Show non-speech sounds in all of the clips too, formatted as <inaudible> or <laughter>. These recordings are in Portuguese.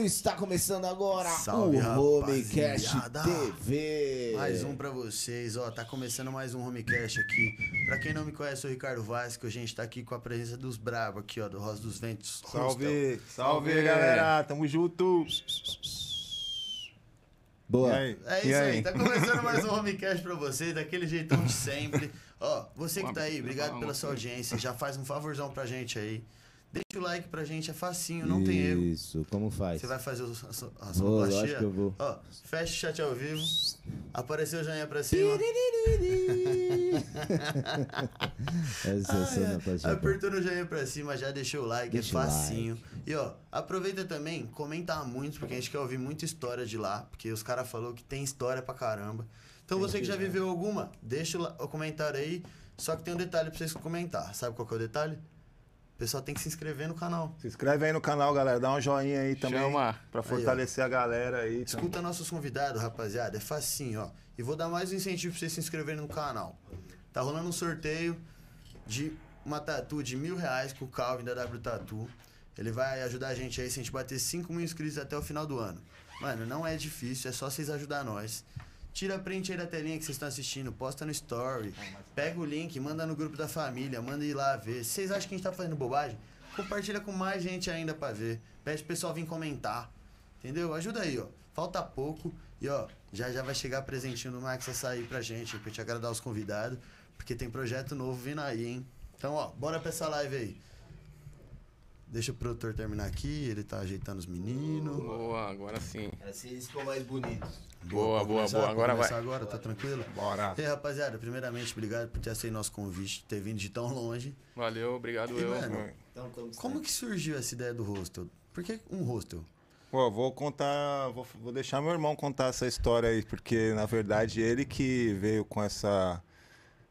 está começando agora Salve, o Homecast rapaziada. TV. Mais um pra vocês, ó, tá começando mais um Homecast aqui. Pra quem não me conhece, eu sou o Ricardo Vaz, que a gente tá aqui com a presença dos brabo aqui, ó, do Rosa dos Ventos. Salve, salve, Salve, galera, tamo junto. Boa. E aí? É E isso aí? aí? tá começando mais um Homecast pra vocês, daquele jeitão de sempre. Ó, você que tá aí, obrigado pela sua audiência, já faz um favorzão pra gente aí. Deixa o like pra gente, é facinho, não tem erro. Isso, como faz? Você vai fazer os- a so- a Vou, sonoplastia? lógico que eu <laughs> vou. Ó, fecha o chat ao vivo, apareceu o joinha pra cima. É Essa é a cena pra Ah, é. chegar. Apertou no joinha pra cima, já deixou o like, Deixa o é facinho. E ó, aproveita também, comenta muito, porque a gente quer ouvir muita história de lá, porque os caras falaram que tem história pra caramba. Então você que já viveu alguma, deixa o la- o comentário aí. Só que tem um detalhe pra vocês comentar. Sabe qual que é o detalhe? O pessoal tem que se inscrever no canal. Se inscreve aí no canal, galera, dá um joinha aí também. Chama. Pra fortalecer a galera aí. também. Escuta nossos convidados, rapaziada. É facinho, ó. E vou dar mais um incentivo pra vocês se inscreverem no canal. Tá rolando um sorteio de uma tatu de mil reais com o Calvin da W Tatu. Ele vai ajudar a gente aí se a gente bater 5 mil inscritos até o final do ano. Mano, não é difícil, é só vocês ajudar nós. Tira a print aí da telinha que vocês estão assistindo, posta no story, pega o link, manda no grupo da família, manda ir lá ver. Se Vocês acham que a gente tá fazendo bobagem? Compartilha com mais gente ainda pra ver. Pede pro pessoal vir comentar. Entendeu? Ajuda aí, ó. Falta pouco. E, ó, já já vai chegar presentinho do Max a sair pra gente, pra te agradar os convidados. Porque tem projeto novo vindo aí, hein? Então, ó, bora pra essa live aí. Deixa o produtor terminar aqui, ele tá ajeitando os meninos. Boa, agora sim. Assim eles ficam mais bonitos. Boa, pode boa, começar? boa. Agora Começar vai. agora, tá tranquilo? Bora. E aí, rapaziada, primeiramente, obrigado por ter aceito nosso convite, ter vindo de tão longe. Valeu, obrigado E, eu. mano, Então, estamos como que surgiu essa ideia do hostel? Por que um hostel? Pô, vou contar, vou, vou deixar meu irmão contar essa história aí, porque na verdade ele que veio com essa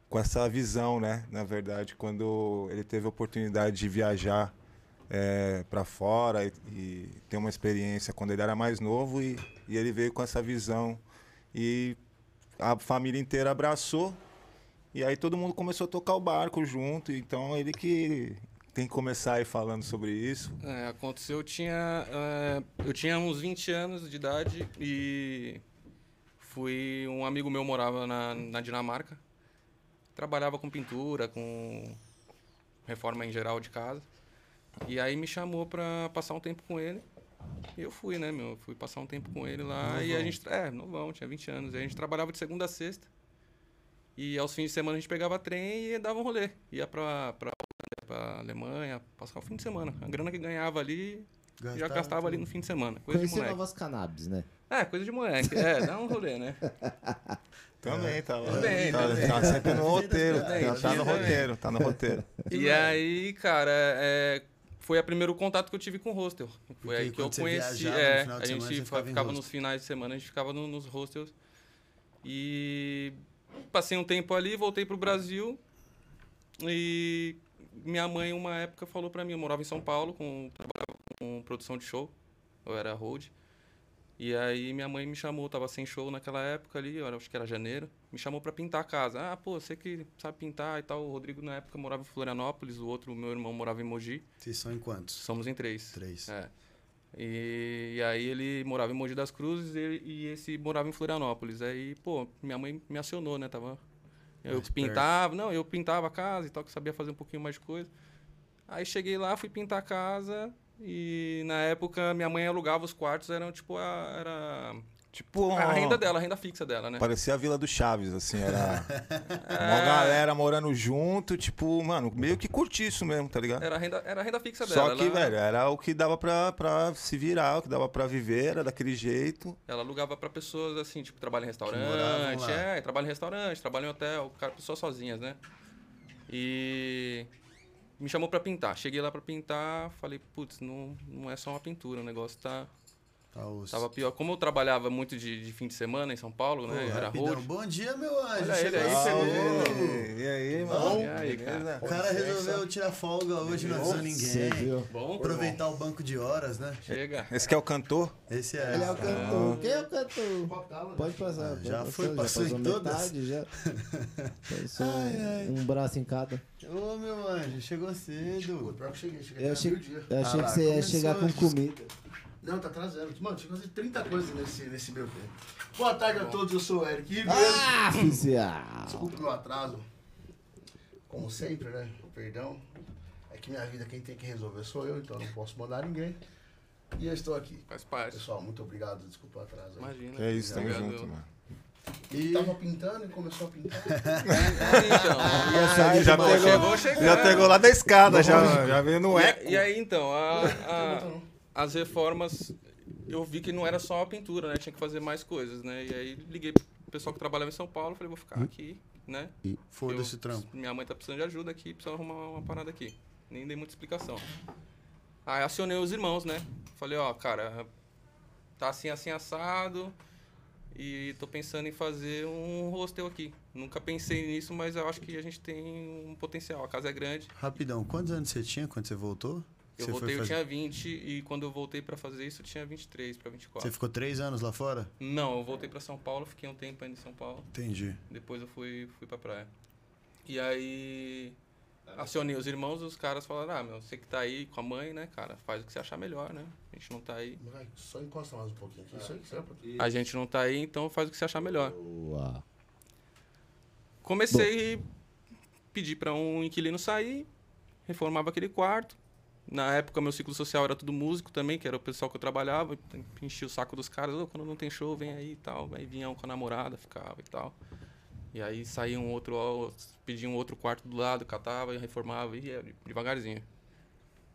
com essa visão, né? Na verdade, quando ele teve a oportunidade de viajar é, para fora e, e ter uma experiência quando ele era mais novo e, e ele veio com essa visão e a família inteira abraçou e aí todo mundo começou a tocar o barco junto, então ele que tem que começar aí falando sobre isso. É, aconteceu, eu tinha, é, eu tinha uns 20 anos de idade e fui. Um amigo meu morava na, na Dinamarca. Trabalhava com pintura, com reforma em geral de casa. E aí me chamou pra passar um tempo com ele. E eu fui, né, meu? Fui passar um tempo com ele lá. E a gente. É, novão, tinha 20 anos. E a gente trabalhava de segunda a sexta. E aos fins de semana a gente pegava trem e dava um rolê. Ia pra, pra, pra Alemanha, passar o fim de semana. A grana que ganhava ali, já gastava um ali no fim de semana. Coisa de Conhecer moleque. novas cannabis, né? É, coisa de moleque. É, dá um <laughs> rolê, né? É. Também, tá lá. Também, tá, também. tá sempre no roteiro. Também, tá, tá no também. roteiro, tá no <laughs> roteiro. E aí, cara, é, foi o primeiro contato que eu tive com o hostel. Foi aí que eu quando você conheci. viajava no É, final de a gente semana, você fa- ficava ficava, em hostel. nos finais de semana, a gente ficava no- nos hostels. E passei um tempo ali, voltei pro Brasil. E minha mãe, uma época, falou pra mim: eu morava em São Paulo, com, trabalhava com produção de show. Eu era road. E aí minha mãe me chamou, eu tava sem show naquela época ali, eu acho que era janeiro, me chamou pra pintar a casa. Ah, pô, você que sabe pintar e tal. O Rodrigo na época morava em Florianópolis, o outro, meu irmão, morava em Mogi. Vocês são em quantos? Somos em três. Três. É. E, e aí ele morava em Mogi das Cruzes e, e esse morava em Florianópolis. Aí, pô, minha mãe me acionou, né? Tava. Eu Mais pintava, não, eu pintava a casa e tal, que sabia fazer um pouquinho mais de coisa. Aí cheguei lá, fui pintar a casa e na época minha mãe alugava os quartos, eram tipo a. Era Tipo, a ó, renda dela, a renda fixa dela, né? Parecia a Vila do Chaves, assim, <laughs> era uma galera morando junto, tipo, mano, meio que curtiço mesmo, tá ligado? Era a renda, era a renda fixa dela. né? Só que, ela, velho, era o que dava pra, pra se virar, o que dava pra viver, era daquele jeito. Ela alugava pra pessoas assim, tipo, trabalha em moravam restaurante, lá. é, trabalha em restaurante, trabalha em hotel, cara, pessoas sozinhas, né? E me chamou pra pintar. Cheguei lá pra pintar, falei, putz, não, não é só uma pintura, o negócio tá Tá os... tava pior. Como eu trabalhava muito de, de fim de semana em São Paulo, Pô, né? era rapidão. road. Bom dia, meu anjo. Olha ele aí, Chegou. chegou. E, e aí, mano? E aí, cara? Beleza? O cara resolveu tirar folga hoje, não avisou Você ninguém. viu? Bom, Aproveitar o banco de horas, né? chega. Esse que é o cantor? Esse Ele é é. o cantor. Quem é o cantor? Pode passar. pode Ah, já passar, foi, passou em todas. metade, <laughs> já. Passou um braço em cada. Ô, meu anjo, chegou cedo. Pior que cheguei, cheguei Eu achei, meio-dia. eu achei tá Ah lá, que você ia começou chegar com antes. comida. Não, tá atrasando. Mano, tinha quase 30 coisas nesse, nesse meu tempo. Boa tarde a todos, eu sou o Eric Ribeiro. Ah, oficial! Desculpa o meu atraso. Como sempre, né? Perdão. É que minha vida quem tem que resolver sou eu, então eu não posso mandar ninguém. E eu estou aqui. Faz parte. Pessoal, muito obrigado, desculpa o atraso. aí. Imagina. É isso, tamo Obrigado. junto, mano. E tava pintando e começou a pintar. Então, Nossa, já demais. pegou- chegou chegando. Já pegou lá da escada, já, já veio no eco. E, e aí, então, a- a- as reformas, eu vi que não era só a pintura, né? Tinha que fazer mais coisas, né? E aí liguei pro pessoal que trabalhava em São Paulo, falei, vou ficar aqui, né? Foda-se Eu- o trampo. Minha mãe tá precisando de ajuda aqui, precisa arrumar uma parada aqui. Nem dei muita explicação. Aí acionei os irmãos, né? Falei, ó, cara, tá assim, assim, assado. E tô pensando em fazer um hostel aqui. Nunca pensei nisso, mas eu acho que a gente tem um potencial. A casa é grande. Rapidão, quantos anos você tinha quando você voltou? Eu você voltei, eu fazer- tinha 20. E quando eu voltei pra fazer isso, eu tinha 23 pra 24. Você ficou três anos lá fora? Não, eu voltei pra São Paulo, fiquei um tempo ainda em São Paulo. Entendi. Depois eu fui, fui pra praia. E aí. Acionei os irmãos, os caras falaram: Ah, meu, você que tá aí com a mãe, né, cara? Faz o que você achar melhor, né? A gente não tá aí. Vai, Só encosta mais um pouquinho aqui. Isso aí que serve pra tu. A gente não tá aí, então faz o que você achar melhor. Boa. Comecei a pedir pra um inquilino sair, reformava aquele quarto. Na época, meu ciclo social era tudo músico também, que era o pessoal que eu trabalhava. Enchia o saco dos caras, "Ô, quando não tem show, vem aí e tal. Aí vinha um com a namorada, ficava e tal. E aí saía um outro, ó, pedia um outro quarto do lado, catava e reformava, e ia devagarzinho.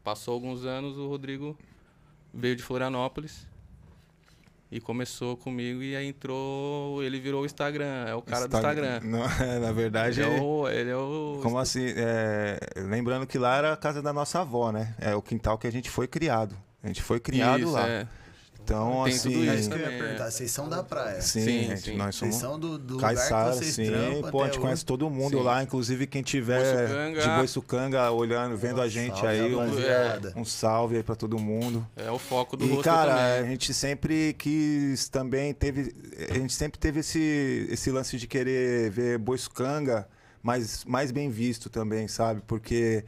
Passou alguns anos, o Rodrigo veio de Florianópolis e começou comigo. E aí entrou, ele virou o Instagram, é o cara do Instagram. Não, <laughs> é, na verdade, Ele é o. Ele é o como assim? é, lembrando que lá era a casa da nossa avó, né? É o quintal que a gente foi criado. A gente foi criado Isso, lá. é. Então, Tem assim. tudo É isso que eu ia também, é. perguntar. Vocês são da praia. Sim, Sim, gente, sim. nós Vocês somos. são do, do lugar Caiçara, que vocês sim. trampam Pô, a gente até conhece hoje. todo mundo Sim. lá, inclusive quem tiver Boiçucanga. de Boiçucanga olhando, vendo a gente salve, aí, rapaziada. um, um salve aí pra todo mundo. É o foco do E rosto cara, é também. a gente sempre quis também teve a gente sempre teve esse esse lance de querer ver Boiçucanga mais mais bem visto também, sabe? Porque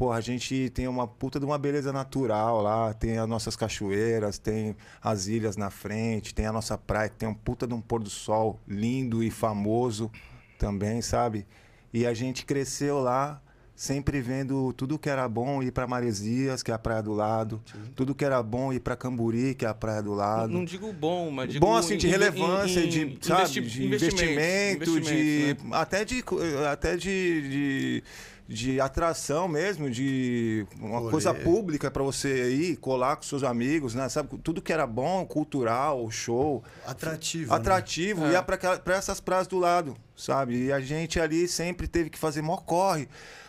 Porra, a gente tem uma puta de uma beleza natural lá, tem as nossas cachoeiras, tem as ilhas na frente, tem a nossa praia, que tem um puta de um pôr do sol lindo e famoso também, sabe? E a gente cresceu lá sempre vendo tudo que era bom ir pra Maresias, que é a praia do lado, tudo que era bom ir pra Camburi, que é a praia do Não- lado. Não digo bom, mas digo bom assim de em- em- relevância, em- de, investi- sabe, de investimento, investimentos, de né? até de co- até de, de, de atração mesmo, de uma Rolê. coisa pública pra você ir colar com seus amigos, né? Sabe, tudo que era bom, cultural, show, Atrativo. né? atrativo, É. ia para essas praias do lado, sabe? E a gente ali sempre teve que fazer mó corre.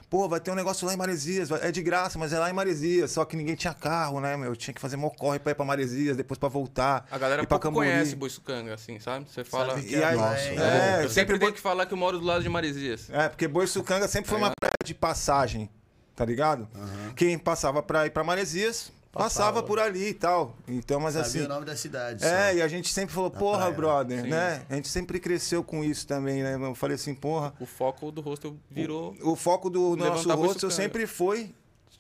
Pô, vai ter um negócio lá em Maresias, vai- é de graça, mas é lá em Maresias, só que ninguém tinha carro, né? meu? Eu tinha que fazer mó corre pra ir pra Maresias, depois pra voltar. A galera ir pra pouco conhece Boiçucanga, assim, sabe? Você fala... Sabe que E aí- lá, hein? É, né? Eu sempre sempre vou- tenho que falar que eu moro do lado de Maresias. É, porque Boiçucanga sempre foi uma praia de passagem, tá ligado? Quem passava pra ir pra Maresias, passava, Passava. por ali e tal. Então, mas Sabia assim. o nome da cidade. É, só. e a gente sempre falou, porra, praia, né? brother, Sim. né? A gente sempre cresceu com isso também, né? Eu falei assim, porra, O foco do rosto virou... o foco do Levantar nosso a rosto Boiçucanga. sempre foi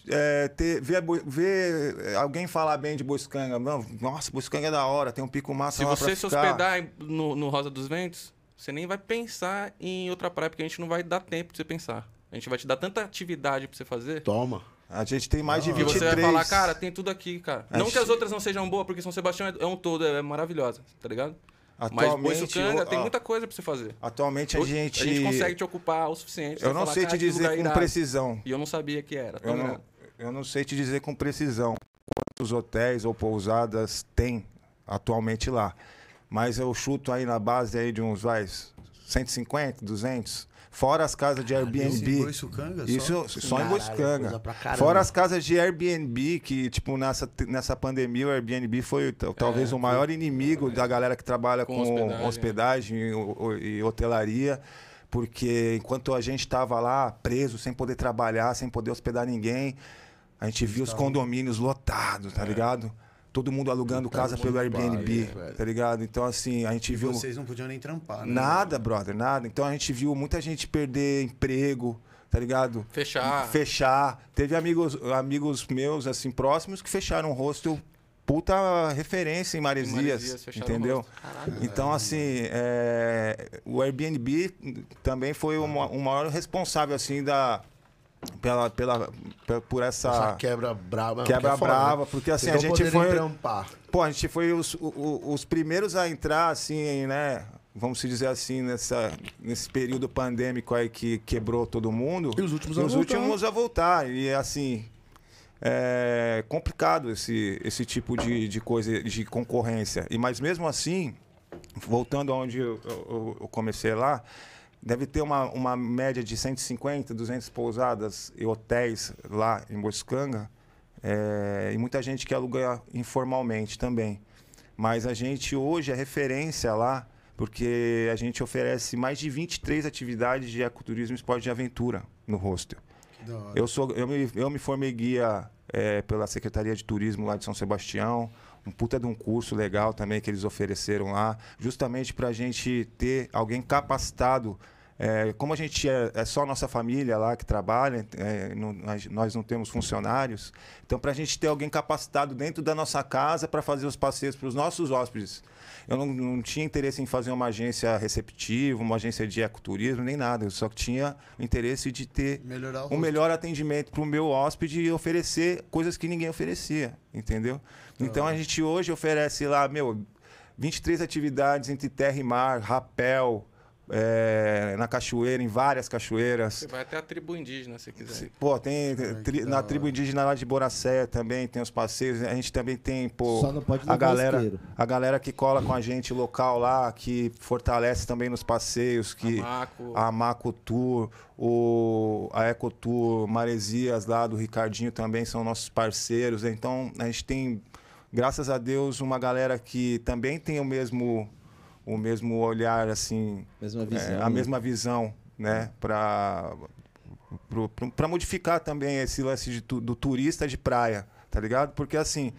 é, ter, ver, a boi- ver alguém falar bem de Boiscanga. Não, nossa, Boiscanga é da hora, tem um pico massa Se lá você pra se ficar. hospedar em- no, no Rosa dos Ventos, você nem vai pensar em outra praia, porque a gente não vai dar tempo pra você pensar. A gente vai te dar tanta atividade pra você fazer... Toma. A gente tem mais de Que 23. você vai falar, cara, tem tudo aqui, cara. Não Acho- que as outras não sejam boas, porque São Sebastião é- é um todo, é maravilhosa, tá ligado? Mas Atualmente, Boiçucanga ó, tem muita coisa pra você fazer. Atualmente a gente... A gente consegue te ocupar o suficiente. Eu Você não fala, sei "Cara, te que lugar é dizer com irado." precisão. E eu não sabia que era. Eu Então, não, eu não sei te dizer com precisão quantos hotéis ou pousadas tem atualmente lá. Mas eu chuto aí na base aí de uns, vai, 150, 200. Fora as casas de Isso em Airbnb. Boiçucanga só? Isso só em Caralho, Boiscanga. coisa pra caramba. Fora as casas de Airbnb, que, tipo, nessa, nessa pandemia, o Airbnb É, foi t- talvez o maior inimigo da galera que trabalha com, Com hospedagem, hospedagem, né? e, o- e hotelaria. Porque enquanto a gente estava lá preso, sem poder trabalhar, sem poder hospedar ninguém, a gente viu os condomínios lotados, tá ligado? Todo mundo alugando casa pelo Airbnb, tá ligado? Então, assim, a gente E viu. vocês não podiam nem trampar, né? Nada, brother, nada. Então a gente viu muita gente perder emprego, tá ligado? Fechar. Fechar. Teve amigos, amigos meus, assim, próximos que fecharam o hostel puta referência em Maresias, Maresias, fecharam o entendeu? rosto. Caralho. Então, assim, é, o Airbnb também foi o, ma- o maior responsável, assim, da, pela, pela, pe- por essa... Essa quebra brava. Ah. Quebra que é foda, brava, né? porque, assim, Vocês a não gente poderem foi- trampar. Pô, a gente foi os, o- o- os primeiros a entrar, assim, né? Vamos se dizer assim, nessa, nesse período pandêmico aí que quebrou todo mundo. E os últimos e a os voltar. últimos a voltar. E assim. É complicado esse, esse tipo de, de coisa, de concorrência. E Mas mesmo assim, voltando aonde eu, eu- eu comecei lá, deve ter uma, uma média de 150, 200 pousadas e hotéis lá em Boiscanga. É, e muita gente que aluga informalmente também. Mas a gente hoje é referência lá, porque a gente oferece mais de 23 atividades de ecoturismo e esporte de aventura no hostel. Da hora. Eu, sou, eu, me, eu me formei guia é, pela Secretaria de Turismo lá de São Sebastião. Um puta de um curso legal também que eles ofereceram lá, justamente para a gente ter alguém capacitado. É, como a gente é, é só nossa família lá que trabalha, é, não- nós, nós não temos funcionários, então para a gente ter alguém capacitado dentro da nossa casa para fazer os passeios para os nossos hóspedes. Eu não, não tinha interesse em fazer uma agência receptiva, uma agência de ecoturismo, nem nada. Eu só tinha o interesse de ter Melhorar o um rosto. melhor atendimento para o meu hóspede e oferecer coisas que ninguém oferecia, entendeu? Tá Então a gente hoje oferece lá, meu, 23 atividades entre terra e mar, rapel, é, na cachoeira, em várias cachoeiras. Você vai até a tribo indígena, se quiser. Pô, tem tri- da na hora. tribo indígena lá de Boracé também, tem os passeios. A gente também tem, pô, Só não pode a levar galera, isqueiro. a galera que cola com a gente local lá, que fortalece também nos passeios, que Amaco. a Maco Tour, o, a Eco Tour, Maresias lá do Ricardinho também são nossos parceiros. Então a gente tem, graças a Deus, uma galera que também tem o mesmo, o mesmo olhar, assim, Mesma é, visão. né? a mesma visão, né? Para para modificar também esse lance de tu- do turista de praia, tá ligado? Porque assim,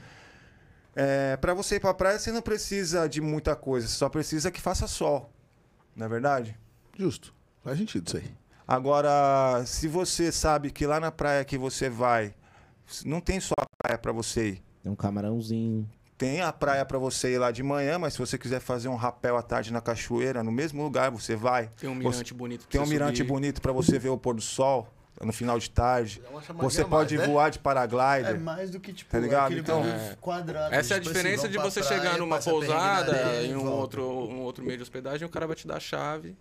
é, para você ir para praia você não precisa de muita coisa, você só precisa que faça sol, não é verdade? Justo. Faz sentido isso aí. Agora, se você sabe que lá na praia que você vai, não tem só a praia para você ir. Tem um camarãozinho. Tem a praia para você ir lá de manhã, mas se você quiser fazer um rapel à tarde na cachoeira, no mesmo lugar você vai. Tem um Você- mirante bonito. pra Tem um você mirante subir. bonito para você ver o pôr do sol no final de tarde. É uma chamadinha Você a pode mais, né? voar de É paraglider. mais do que, tipo, Tá ligado? aquele Então, bagulho é. quadrado. Essa é a tipo diferença assim, de vão pra você praia, chegar numa passa perrengue na pousada areia em um volta. outro, um outro meio de hospedagem e o cara vai te dar a chave.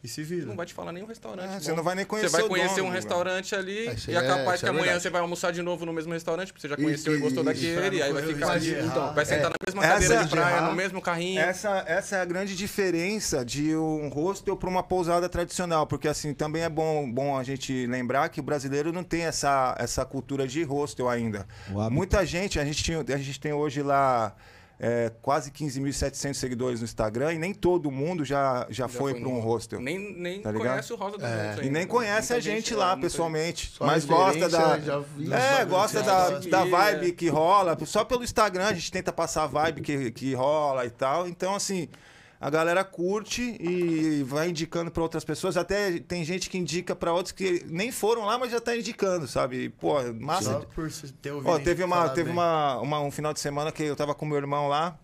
E se vira. Não vai te falar nem um restaurante. É, bom. você não vai nem Você conhecer vai o conhecer dono, um mano. restaurante ali Ah, isso e é- é capaz isso que é amanhã verdade. você vai almoçar de novo no mesmo restaurante, porque você já Isso, conheceu e gostou isso, daquele, isso, aí pra vai não ficar ali. correr o risco de errar. vai sentar na mesma Essa é cadeira a- de praia, errar. no mesmo carrinho. Essa, essa é a grande diferença de um hostel para uma pousada tradicional, porque assim também é bom, bom a gente lembrar que o brasileiro não tem essa, essa cultura de hostel ainda. O hábito. Muita gente, a gente, tinha- a gente tem hoje lá é, quase 15.700 seguidores no Instagram e nem todo mundo já, já, Já foi, foi para um no- hostel. Nem, nem Tá ligado? conhece o Rosa do Mundo. E nem conhece a né? gente lá pessoalmente, Só mas gosta referência, da, já vi os é, bagulhos gosta já. da, Isso aqui, da vibe é. que rola. Só pelo Instagram a gente tenta passar a vibe que, que rola e tal. Então, assim, a galera curte e vai indicando para outras pessoas. Até tem gente que indica para outros que nem foram lá, mas já tá indicando, sabe? E, Pô, massa. Só por se ter ouvido. Ó, ele teve uma, falar teve bem. uma, uma- um final de semana que eu tava com meu irmão lá.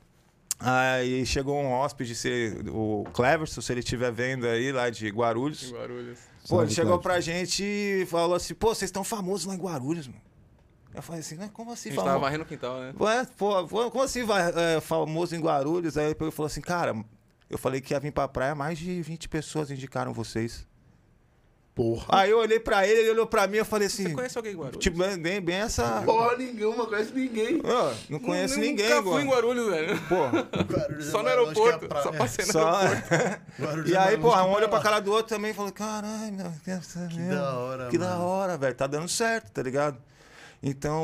Aí chegou um hóspede, se- o Cleverson, se ele estiver vendo aí, lá de Guarulhos. Guarulhos. Pô, ele Salve, chegou Cláudio. pra gente e falou assim, pô, vocês estão famosos lá em Guarulhos, mano. Eu falei assim, "Mas como A assim gente tava famoso? varrendo o quintal, né? Ué, pô, pô, como assim vai, é, famoso em Guarulhos? Aí ele pegou e falou assim, cara, eu falei que ia vir pra praia, mais de 20 pessoas indicaram vocês. Porra. Aí eu olhei pra ele, ele olhou pra mim, eu falei Você assim, conhece alguém em Guarulhos? tipo, bem, bem essa... Porra nenhuma, conhece ninguém. Ah, não conheço Nunca ninguém, fui em Guarulhos. Guarulhos, velho. <laughs> Pô, Guarulhos é Só no mais longe que a aeroporto. praia. Só passei no só... aeroporto. Guarulhos <laughs> E é aí, mais longe porra, que um olhou pra lá. cara do outro também e falou: caralho, meu, que essa Que merda, da hora, Que da mano." hora, velho. Tá dando certo, tá ligado? Então,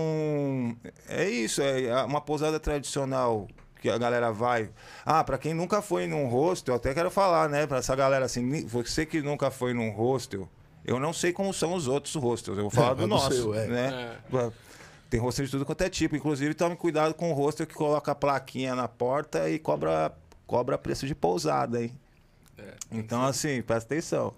é isso. É a- uma pousada tradicional que a galera vai. Ah, pra quem nunca foi num hostel, eu até quero falar, né? Pra essa galera assim, ni- você que nunca foi num hostel, eu não sei como são os outros hostels. Eu vou falar É, do mas do nosso, seu, é. né? Tem hostel de tudo quanto é tipo. Inclusive, tome cuidado com o hostel que coloca a plaquinha na porta e cobra, cobra preço de pousada, hein? É. Então, assim, presta atenção.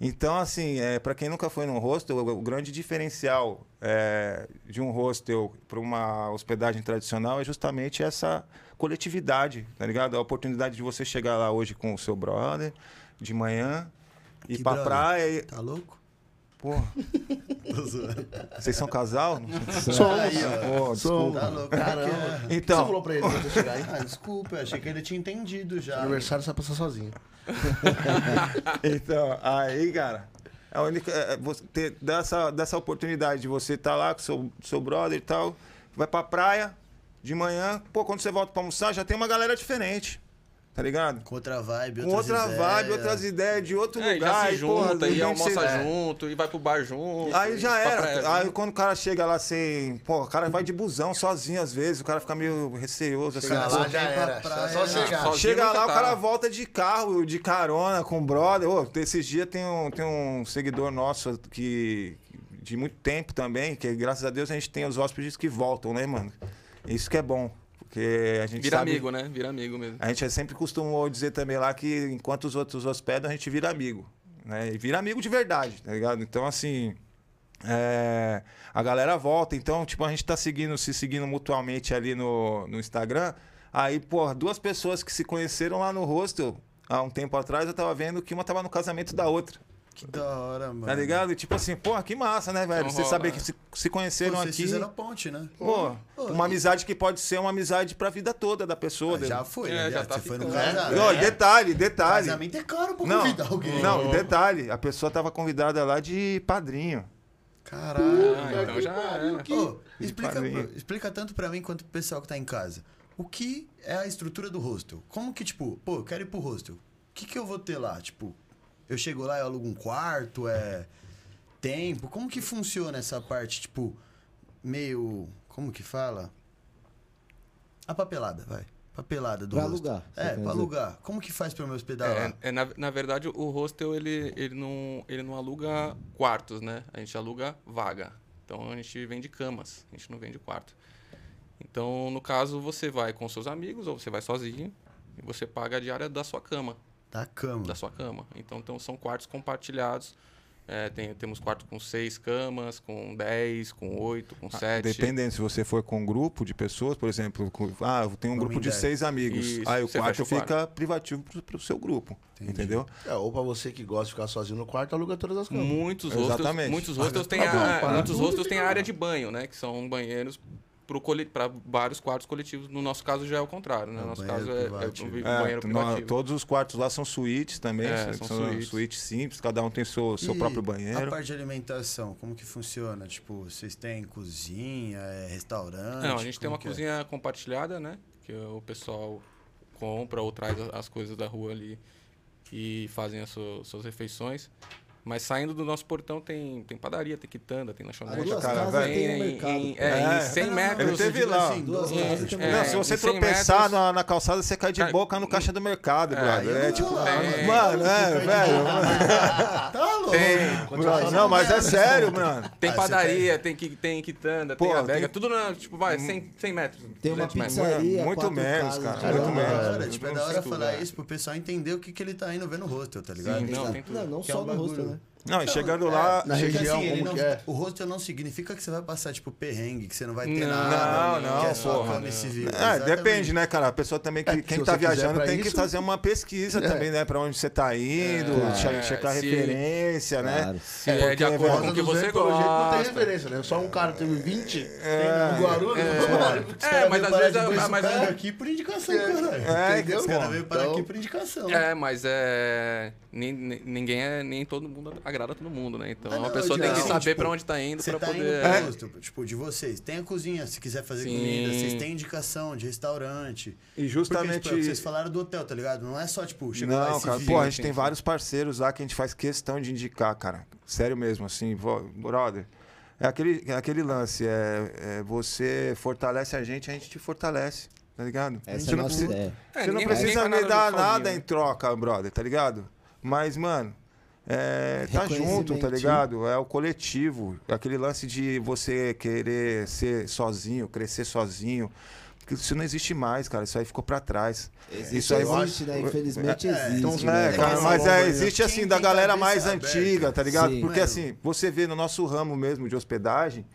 Então, assim, é, para quem nunca foi num hostel, o o grande diferencial é, de um hostel para uma hospedagem tradicional é justamente essa coletividade, tá ligado? A oportunidade de você chegar lá hoje com o seu brother, de manhã, ir Que pra brother? praia e. Tá louco? Pô, <laughs> Tô zoando. vocês <laughs> são casal? Tá. Somos. Aí, ó. Pô, Somos. Tá louco. Caramba. O que Então. você falou pra ele quando você chegar aí? Ah, desculpa, eu achei que ele tinha entendido já. Aniversário você vai passar sozinho. Então, aí, cara, a única. é, é, você ter, dá, essa, dá essa oportunidade de você estar lá com seu, seu brother e tal, vai pra praia de manhã, pô, quando você volta pra almoçar, já tem uma galera diferente. Tá ligado? Com outra vibe, Com outras outra ideias. vibe, outras ideias, de outro É, e lugar. já se e, porra, junta, de e repente almoça você- é. junto, e vai pro bar junto. Aí e já pra era. praia né? aí junto. quando o cara chega lá sem. Pô, o cara vai de busão sozinho às vezes, o cara fica meio receoso. assim, Chegar pô, lá já vem pra era. praia. Só chegar. Só- Sozinho Chega nunca lá, tá. o cara volta de carro, de carona, com o brother. Ô, esses dias tem um, tem um seguidor nosso que. de muito tempo também, que graças a Deus a gente tem os hóspedes que voltam, né, mano? Isso que é bom. Porque a gente Vira sabe- amigo, né? Vira amigo mesmo. A gente sempre costumou dizer também lá que enquanto os outros hospedam, a gente vira amigo. Né? E vira amigo de verdade, tá ligado? Então, assim. é, a galera volta. Então, tipo, a gente tá seguindo, se seguindo mutuamente ali no, no Instagram. Aí, pô, duas pessoas que se conheceram lá no hostel há um tempo atrás, eu tava vendo que uma tava no casamento da outra. Que da hora, mano. é. Tá ligado? E, tipo assim, porra, que massa, né, velho? Então Você rola, saber né? que se, se conheceram Vocês aqui. fizeram a ponte, né? Pô, Pô, uma amizade que pode ser uma amizade pra vida toda da pessoa. Ah, Já foi, É, né? já tá Você foi no ficando. casal. Não, né? e detalhe, detalhe. Casamento é caro pra Não, convidar alguém. não, detalhe, a pessoa tava convidada lá de padrinho. Caralho. Ah, então já era. Ô, explica, padrinho. explica tanto pra mim quanto pro pessoal que tá em casa. O que é a estrutura do hostel? Como que, tipo, pô, eu quero ir pro hostel. O que que eu vou ter lá? Tipo, eu chego lá, eu alugo um quarto, é... Tempo? Como que funciona essa parte, tipo, meio... Como que fala? A papelada, vai. Papelada do Pra hostel. alugar, você É, quer pra dizer. alugar. Como que faz pra eu me hospedar lá? É, é, na, na verdade, o hostel ele, ele, não, ele não aluga quartos, né? A gente aluga vaga. Então a gente vende camas, a gente não vende quarto. Então, no caso, você vai com seus amigos ou você vai sozinho e você paga a diária da sua cama. Da da cama. sua cama. Então, então são quartos compartilhados. É, tem- temos quarto com seis camas, com dez, com oito, com sete. Ah, Dependendo, se você for com um grupo de pessoas, por exemplo, com- ah, eu tenho um Homem grupo de dez. seis amigos. Isso, aí o você fecha quarto o quarto. fica privativo pro, pro seu grupo. Entendeu? É, ou pra você que gosta de ficar sozinho no quarto, aluga todas as camas. Muitos hostels, Exatamente. muitos hostels têm é Tá bom, a, né? para muitos tudo hostels e têm fica lá. área de banho, né? Que são banheiros para vários quartos coletivos. No nosso caso já é o contrário, né? É, No nosso banheiro caso é, é privativo. o É, banheiro tu- não, privativo. todos os quartos lá são suítes também, É, são, são suítes. suítes. simples, cada um tem seu, seu E próprio A banheiro. parte de alimentação, como que funciona? Tipo, vocês têm cozinha, é restaurante? Não, a gente tem como uma que é? cozinha compartilhada, né? Que o pessoal compra ou traz a- as coisas da rua ali e fazem as su- suas refeições. Mas saindo do nosso portão tem, tem padaria, tem quitanda, tem lanchonete. duas cara, casas velho. tem um em, mercado. em, pô. é, em É. 100 Não, não, não, metros. assim, Ele eu teve digo lá, ó. Duas casas dois- tem um é, não, mercado. se você em 100 tropeçar metros- na, na calçada, você cai de Cara, boca no caixa do mercado, brother. eu É não né? tipo. vou lá, mano. Mano, é, velho. Tá louco. Brother, Não, mas é sério, mano. Tem Ah, você padaria, tem, qui- tem quitanda, Pô, tem adega, tem- tudo na, tipo, vai, 100, 100 metros. Tem uma 200 metros. pizza- Pizzaria, né? muito quatro menos, casas, cara. caramba. Muito Da menos. hora, tipo, é da hora Não sei falar lugar. isso pro pessoal entender o que, que ele tá indo ver no hostel, tá ligado? Sim, não, tem Não, tudo. não Que é só um no rosto, bagulho. né? Não, Então, e chegando lá. na É que, região, ele como não- que é? O hostel não significa que você vai passar, tipo, perrengue, que você não vai ter Não, nada. não, que é só porra, cama e civil. É, Exatamente. depende, né, cara? A pessoa também, que, É, quem se tá você quiser viajando, pra tem que isso- é. fazer uma pesquisa também, né? Pra onde você tá indo, É, che- é, checar se- referência, Claro. né? Se é, de porque, acordo com o Rosa que do você Zé, pelo jeito, não tem gosta. referência, né? Só um cara teve 20, tem no Guarulhos, Os caras mas vêm às parar vezes de é- banho mas- esse cara aqui por indicação, É, cara. Entendeu? Os então, caras veio parar então- aqui por indicação. É, mas é. nin- nin- Ninguém é. Nem todo mundo agrada a todo mundo, né? Então Ah, não, a pessoa eu tem que digo assim, saber tipo, pra onde tá indo Você pra tá poder. indo pro gosto, tipo, de vocês. Tem a cozinha, se quiser fazer Sim. comida, vocês têm indicação de restaurante. E justamente- Porque, tipo, é o que vocês falaram do hotel, tá ligado? Não é só, tipo, chegar lá Não, e se cara, vir. pô, a gente sim, tem sim. vários parceiros lá que a gente faz questão de indicar, cara. Sério mesmo, assim, vó- brother. É aquele, é aquele lance, é, é você fortalece a gente, a gente te fortalece, tá ligado? Essa Você é a não nossa precisa- ideia. É, Você não ninguém- precisa ninguém me faz dar nada sozinho, nada né? em troca, brother, tá ligado? Mas, mano, é, tá Reconhecimento. junto, tá ligado? É o é coletivo. Aquele lance de você querer ser sozinho, crescer sozinho. isso não existe mais, cara. Isso aí ficou pra trás. Existe, Isso aí vai- existe, né? Infelizmente É, existe. então, né, é, cara, mas Quem é, tem existe assim, da cabeça galera mais aberta. antiga, tá ligado? Sim. É. Porque Mano. assim, você vê no nosso ramo mesmo de hospedagem,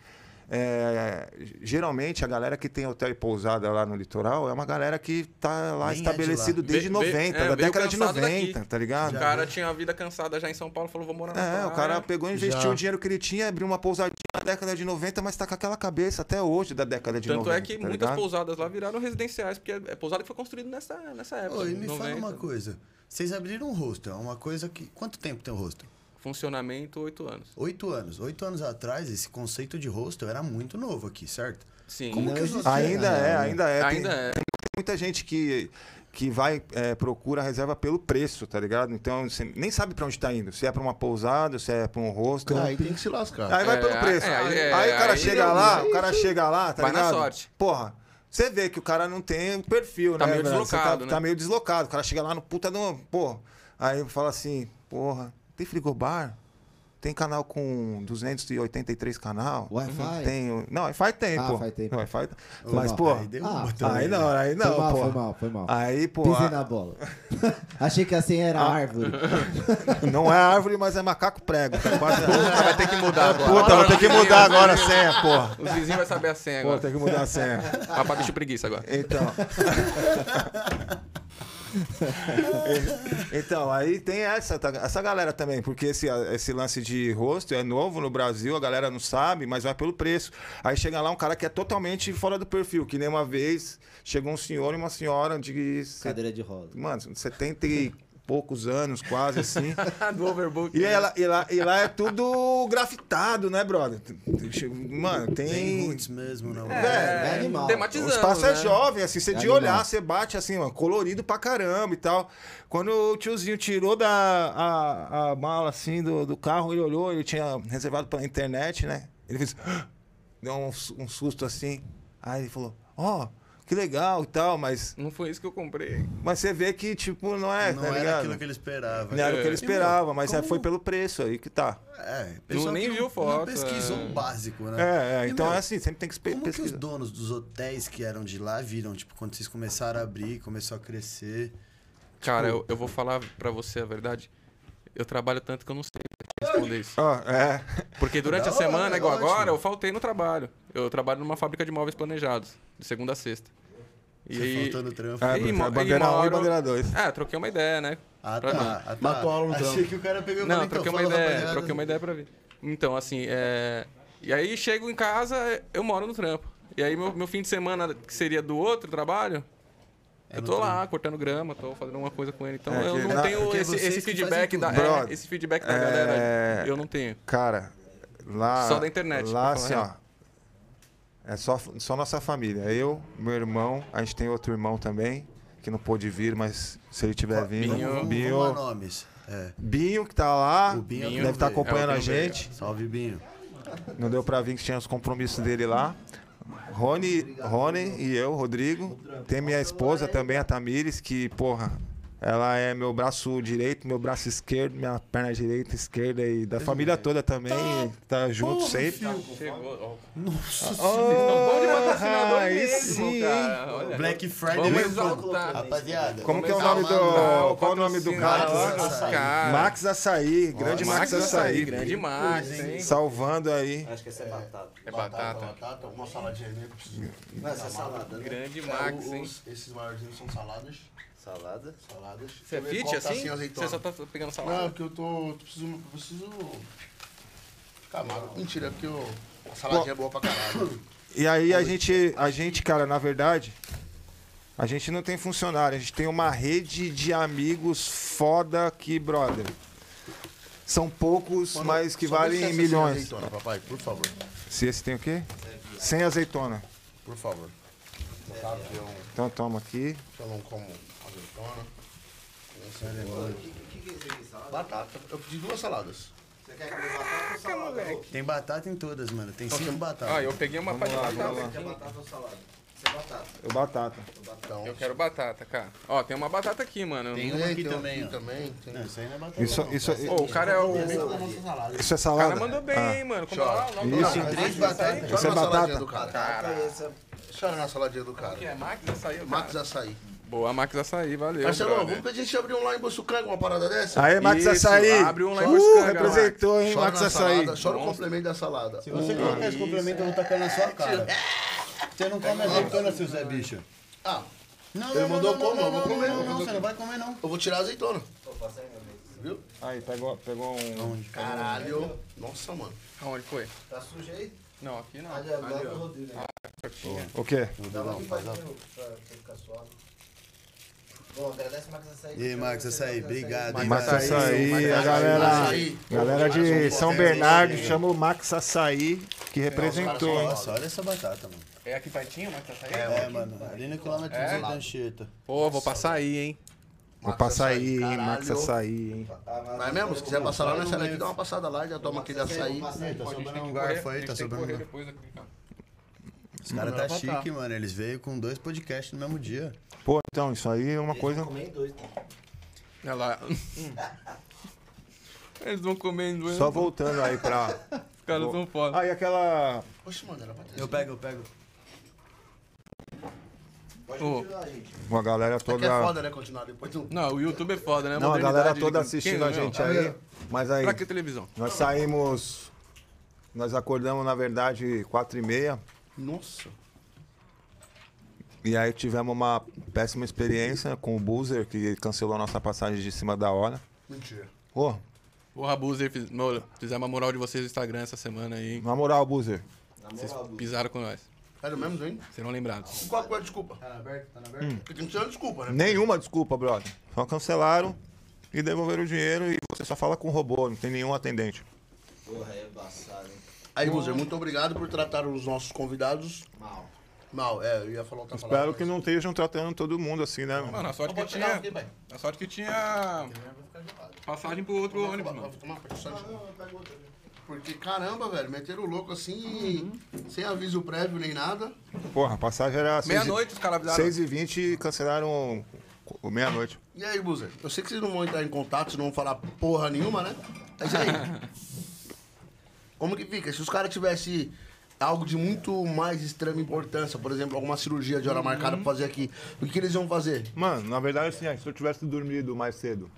é, geralmente a galera que tem hotel e pousada lá no litoral é uma galera que tá lá Nem é de estabelecido lá. desde Ve- ve- 90, é, da veio década de cansado 90, daqui. tá ligado? O cara tinha a vida cansada já em São Paulo, falou, vou morar na É, o praia. cara pegou, investiu Já. o dinheiro que ele tinha, abriu uma pousadinha na década de 90, mas tá com aquela cabeça até hoje da década de Tanto 90. é que tá muitas ligado? pousadas lá viraram residenciais, porque é é pousada que foi construída nessa, nessa época. Ô, e me fala 90. uma coisa. Vocês abriram um hostel, é uma coisa que. Quanto tempo tem o hostel? Funcionamento, oito anos. Oito anos. Oito anos atrás, esse conceito de hostel era muito novo aqui, certo? Sim. Como Não né? que os existia, hotéis- Ainda é, ainda é. Tem- Ainda é. muita gente que, que vai, é, procura a reserva pelo preço, tá ligado? Então, você nem sabe pra onde tá indo. Se é pra uma pousada, se é pra um hostel. Então, Aí tem que se lascar. Aí vai É, pelo preço. é, aí, aí- o cara aí- chega lá, o cara chega lá, tá Vai na ligado? sorte. Porra, você vê que o cara não tem o perfil, Tá né? meio velho? Você deslocado, né? Tá meio deslocado. O cara chega lá no puta do. Porra. Aí fala assim, porra, tem frigobar? Tem canal com 283 canal? Wi-Fi? Tem, o- não, Wi-Fi tem, Ah, pô. Wi-Fi tem. Wi-Fi tem. Foi Mas, mal. pô. Aí deu Ah, uma aí Aí também, né? não, aí não, foi mal, Então, pô. foi mal, foi mal. Aí, pô. Pisei a- Ah. na bola. <laughs> Achei que a senha era árvore. <laughs> Não é árvore, mas é macaco prego. Tá quase. Puta, vai ter que mudar agora. Puta, vou ter que mudar agora a senha, porra. Os vizinhos vão saber a senha Pô, agora. tem que mudar a senha. Papai bicho preguiça <laughs> agora. Então. então, aí tem essa, tá? essa galera também, porque esse, esse lance de rosto é novo no Brasil, a galera não sabe, mas vai pelo preço. Aí chega lá um cara que é totalmente fora do perfil, que nem uma vez chegou um senhor e uma senhora de. set- Cadeira de roda. Mano, 70 e poucos anos, <laughs> quase assim. Do overbook. E, ela, e, lá, e lá é tudo grafitado, né, brother? Mano, Tem tem. roots mesmo, não. é É, animal. O tematizando, espaço né? é jovem, assim, você É de animal. olhar, você bate assim, ó, colorido pra caramba e tal. Quando o tiozinho tirou da a, a mala assim do, do carro, ele olhou, ele tinha reservado pela internet, né? Ele fez. "Ah!" Deu um, su- um susto assim. Aí ele falou, ó, que legal e tal, mas, Não foi isso que eu comprei. mas você vê que, tipo, não é. Não tá era ligado? aquilo que ele esperava. Não era o que ele É. esperava, mas é, Como- foi pelo preço aí que tá. É, pessoal nem que viu foto, pesquisou é. o básico, né? É, é, E, então meu, é assim, sempre tem que espe- Como pesquisar. que os donos dos hotéis que eram de lá viram, tipo, quando vocês começaram a abrir, começou a crescer? Cara, eu, eu vou falar pra você a verdade. Eu trabalho tanto que eu não sei responder isso. Ah, é. Porque durante Da a semana, hora, igual ótimo. agora, eu faltei no trabalho. Eu trabalho numa fábrica de móveis planejados, de segunda a sexta. E Você aí. faltou no tá trampo. É, E porque ma- é e bandeira 1 e moro- bandeira 2. Ah, troquei uma ideia, né? Ah, Pra- tá. Ah, tá. Matou a aula no Achei trampo. que o cara pegou e falou, Não, então, troquei uma fala, ideia, rapaziada. troquei uma ideia pra ver. Então, assim, é... E aí chego em casa, eu moro no trampo. E aí meu, meu fim de semana, que seria do outro trabalho, eu É no tô lá cortando grama, tô fazendo alguma coisa com ele. Então É, eu que- não na- tenho porque esse, vocês esse que fazem feedback da, tudo. é, Brother, esse feedback da é- galera. Eu não tenho. Cara, lá. Só da internet, Lá, pra falar assim, ó. É só, só nossa família. Eu, meu irmão, a gente tem outro irmão também, que não pôde vir, mas se ele tiver vindo. Binho. Vamos, vamos lá, Binho, nomes. É. Binho, que tá lá, O Binho deve estar veio. acompanhando É, a o Binho veio. gente. Salve, Binho. Não deu pra vir que tinha os compromissos dele lá. Rony, Rony e eu, Rodrigo. Tem minha esposa também, a Tamires, que, porra, ela é meu braço direito, meu braço esquerdo, minha perna direita, esquerda e da família toda também. Tá junto sempre. Chegou, ó. Oh, Bom de Ah, patrocinador aí mesmo, sim. cara. Olha. Black Friday É, Vamos veio como? exaltar. Rapaziada. Como que é o Vamos nome exaltar do. Qual é o nome do cara patrocinador lá? Max dos Açaí. caras. Max Açaí, grande Max, Açaí. Grande Max, hein? Salvando aí. Acho que essa é batata. É batata. Batata, uma saladinha ali que eu preciso. Não, essa é salada, né? Grande É, Max, os- hein? Esses maiorzinhos são saladas. Salada. Saladas. Você é Deixa eu ver fit qual tá assim? sem azeitona. Você só tá pegando Não, é salada? porque eu tô. Eu preciso. Eu preciso. Ficar magro. Mentira, é porque eu. A saladinha é boa pra caralho. E aí a gente, a gente, cara, na verdade, a gente não tem funcionário, a gente tem uma rede de amigos foda que, brother. São poucos, <coughs> Mano, mas que só deixa valem essa sem milhões. azeitona, papai, por favor. Se esse tem o quê? Sem azeitona. Por favor. Sabe que eu, Então toma aqui. que eu não como azeitona. Nem sem azeitona. é Batata. Eu pedi duas saladas. Tem batata em todas, mano. Tem cinco batatas. Ah, eu peguei uma pá de batata aqui. Eu batata. Então, Eu quero batata, cara. Ó, tem uma batata aqui, mano. Tem uma Tem, aqui tem também, aqui ó. também. Tem. Não, isso aí não é batata. Isso, não. isso, Ô, o cara é o. Essa é O a nossa salada. isso é cara salada? mandou bem, hein, mano. Como Tchau. lá o nome do Isso, cara? Três batatas. Isso é Joga uma saladinha batata? do cara. Cara, Essa Deixa eu olhar na saladinha do cara. Que é Max Açaí, o Max cara. Açaí. Boa, Max Açaí, valeu. Marcelão, brother. vamos pedir a gente abrir um lá em Boçucanga, uma parada dessa? Aê, Max Isso, Açaí! abre um lá em uh, Botucanga, representou, hein, Chora Max na Açaí. salada, chora o complemento da salada. Se você colocar esse complemento, eu vou tacar na sua cara. Você não come azeitona, seu Zé Bicho? Ah, Não, Ele não, mandou não, não, como? não, Eu vou não, comer, não, eu não, vou você não vai comer, não. eu vou tirar a azeitona. Aí, pegou, pegou um... Caralho. Nossa, mano. Aonde foi? Tá sujo aí? Não, aqui não. O quê? Bom, agradece o Max Açaí. E aí, Max Açaí, obrigado, hein, Max mano. Açaí, a galera... Galera de São Bernardo chama o Max Açaí, que representou, hein? Nossa, olha essa batata, mano. É aqui pertinho, Max Açaí? É, mano, ali no quilômetro É? 18 da Anchieta. Pô, vou passar aí, hein? Vou passar aí, hein, Caralho. Max Açaí, hein? Mas mesmo, se quiser passar lá, nós sai daqui, dá uma passada lá, já toma aquele açaí. Tá A gente tem sobrando que um correr, garfo a aí, gente tá tem que sobrando um correr garfo. depois aqui, então. cara. Os caras tá Vai botar. chique, mano. Eles veio com dois podcasts no mesmo dia. Pô, então, isso aí é uma coisa... Comei dois. Olha lá. <laughs> Eles vão comendo, Só voltando aí <laughs> pra... os caras são foda. Ah, e aquela... Oxe, mano, era pra ter. Eu pego, eu pego. Ô, Uma galera É que é toda... foda, né? Continuar depois do. Não, o YouTube é foda, né? Não, a Modernidade galera de toda quem- é, assistindo a meu? gente aí. Mas aí... Pra que televisão? Nós saímos. Nós acordamos, na verdade, 4 e meia. Nossa. E aí tivemos uma péssima experiência com o Boozer, que cancelou nossa passagem de cima da hora. Mentira. Ô, Porra, Buzer, fiz, meu, fizemos a moral de vocês no Instagram essa semana aí. na moral, Boozer. Vocês pisaram com nós. Era mesmo, hein? Serão lembrados. Qual foi a desculpa? Tá aberto, tá aberto. Porque tem que tirar a desculpa, né? Nenhuma desculpa, brother. Só cancelaram e devolveram o dinheiro e você só fala com o robô, não tem nenhum atendente. Porra, é embaçado, hein? Aí, Buzer, muito obrigado por tratar os nossos convidados Mal. mal. É, eu ia falar outra palavra. Espero que não estejam tratando todo mundo assim, né? Mano, a sorte que Pode tirar tinha. aqui, vai. A sorte que tinha. Passagem pro outro ônibus, Vou mano. tomar uma porção de- Porque caramba, velho, meteram o louco assim, Uhum. sem aviso prévio nem nada. Porra, a passagem era seis e- Meia-noite os caras avisaram. 6 e 20 e cancelaram o- meia-noite. E aí, Buzer? Eu sei que vocês não vão entrar em contato, vocês não vão falar porra nenhuma, né? Mas e aí? Como que fica? Se os caras tivessem algo de muito mais extrema importância, por exemplo, alguma cirurgia de hora marcada pra fazer aqui, o que eles iam fazer? Mano, na verdade, assim, se eu tivesse dormido mais cedo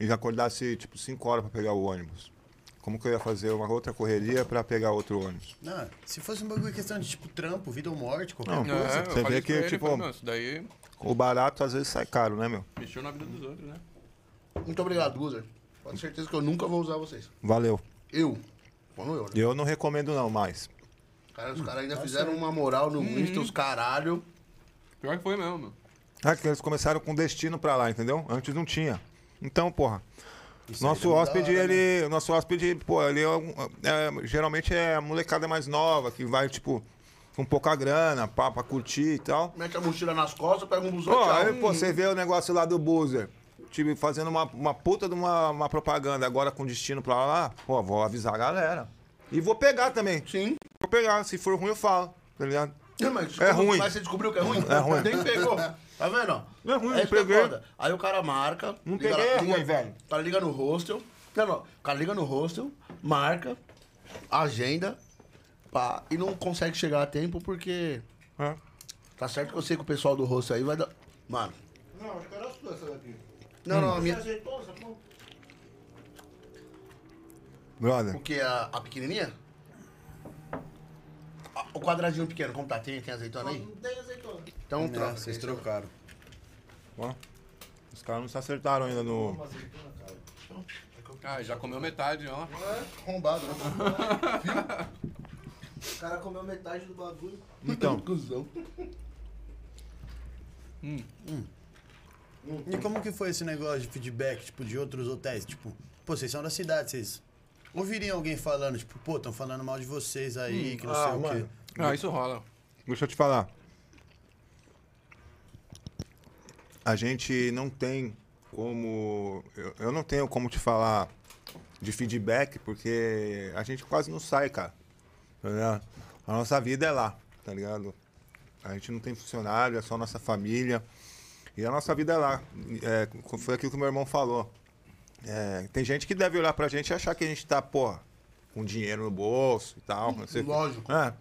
e já acordasse, tipo, 5 horas pra pegar o ônibus, como que eu ia fazer uma outra correria pra pegar outro ônibus? Não, se fosse um bagulho questão de, tipo, trampo, vida ou morte, qualquer Não. coisa. É, eu Você falei vê isso que, pra ele, tipo, falei, "Não, Isso daí O barato às vezes sai caro, né, meu? mexeu na vida dos outros, né? Muito obrigado, Buzer. Pode ter certeza que eu nunca vou usar vocês. Valeu. Eu. Quando eu, né? Eu não recomendo, não, mais. Cara, os caras ainda Tá fizeram uma moral Uhum. no Insta, os caralho. Pior que foi mesmo, mano. É que eles começaram com destino pra lá, entendeu? Antes não tinha. Então, porra. Nosso hóspede, ele. Nosso hóspede, pô, ele é, um- é- geralmente é a molecada mais nova, que vai, tipo, com pouca grana, pá, pra curtir e tal. Mete a mochila nas costas, pega um busão Pô, tchau. aí, pô, você vê o negócio lá do Boozer. Tipo, fazendo uma, uma puta de uma, uma propaganda agora com destino pra lá. Pô, vou avisar a galera. E vou pegar também. Sim. Vou pegar. Se for ruim, eu falo. Tá ligado? Não, mas É como- ruim. Mas você descobriu que é ruim? É ruim. Nem <laughs> pegou. Tá vendo? ó? É ruim, isso que é peguei. foda. Aí o cara marca. Não peguei, é ruim, velho. O cara liga no hostel. Não, não. O cara liga no hostel, marca, agenda, pá, e não consegue chegar a tempo porque. É. Tá certo que eu sei que o pessoal do hostel aí vai dar. Mano. Não, acho que era sua essa daqui. Não, Hum. não, a minha. Azeitosa, pô. O Brother. que? A, a pequenininha? A- o quadradinho pequeno, como tá? Tem, tem azeitona aí? tem azeitona. Então, Não, troca. É, vocês trocaram. Ó, os caras não se acertaram ainda no. Ah, já comeu metade, ó. Arrombado, né? <laughs> O cara comeu metade do bagulho. Então. <laughs> Cusão. E como que foi esse negócio de feedback, tipo, de outros hotéis? Tipo, pô, vocês são da cidade, vocês ouviriam alguém falando, tipo, pô, estão falando mal de vocês aí, que não Ah, sei o mano. quê. Ah, isso rola. Deixa eu te falar. A gente não tem como. Eu, eu não tenho como te falar de feedback, porque a gente quase não sai, cara. Tá ligado? A nossa vida é lá, tá ligado? A gente não tem funcionário, é só nossa família. E a nossa vida é lá. É, co- foi aquilo que meu irmão falou. É, tem gente que deve olhar pra gente e achar que a gente tá, pô, com dinheiro no bolso e tal. Não sei o quê. Lógico. É.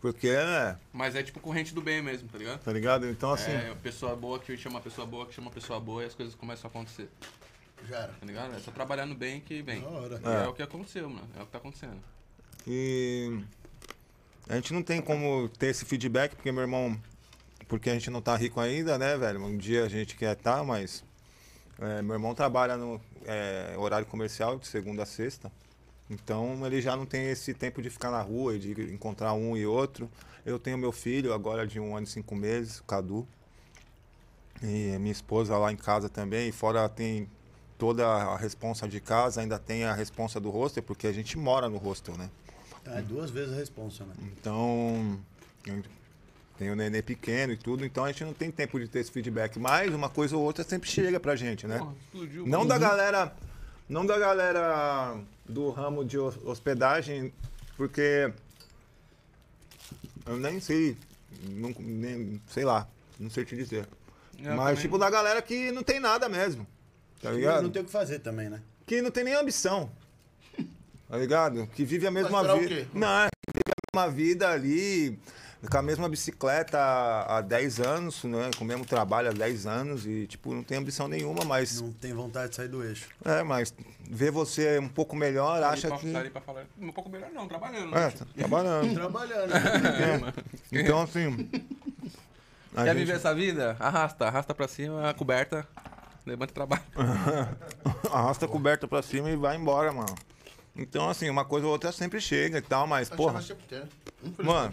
Porque é, Mas é tipo corrente do bem mesmo, tá ligado? tá ligado? Então, assim, É, pessoa boa que chama pessoa boa que chama pessoa boa e as coisas começam a acontecer, Já era. tá ligado? É só trabalhar no bem que vem. Da hora. E é. o que aconteceu, mano. É o que tá acontecendo. E a gente não tem como ter esse feedback, porque meu irmão. Porque a gente não tá rico ainda, né, velho? Um dia a gente quer tá, mas. é, meu irmão trabalha no é, horário comercial, de segunda a sexta. Então ele já não tem esse tempo de ficar na rua e de encontrar um e outro. Eu tenho meu filho agora de um ano e cinco meses, o Cadu. E minha esposa lá em casa também. E fora tem toda a responsa de casa, ainda tem a responsa do hostel, porque a gente mora no hostel, né? É duas vezes a responsa, né? Então, eu tem o neném pequeno e tudo, então a gente não tem tempo de ter esse feedback. Mas uma coisa ou outra sempre chega pra gente, né? Porra, explodiu. Não da galera, não da galera do ramo de hos- hospedagem, porque eu nem sei, não, nem, sei lá, não sei te dizer. Eu Mas também. tipo da galera que não tem nada mesmo, tá ligado? Não tem o que fazer também, né? que não tem nem ambição. <laughs> Tá ligado? Que vive a mesma esperar o vida. quê? Não, é que vive a mesma vida ali, com a mesma bicicleta há há 10 anos, né? Com o mesmo trabalho há 10 anos e, tipo, não tem ambição nenhuma, mas. Não tem vontade de sair do eixo. É, mas vê você um pouco melhor, Tá ali acha pra- que. tá ali pra falar. Um pouco melhor não, trabalhando. né? É, tá <laughs> trabalhando. Trabalhando. É, Então, assim. a Quer gente- viver essa vida? Arrasta, arrasta pra cima, coberta. <laughs> Levanta e trabalha. <laughs> Arrasta a coberta pra cima e vai embora, mano. Então, assim, uma coisa ou outra sempre chega e tal, tá Tá mas, porra. é Achava sempre ter. Mano,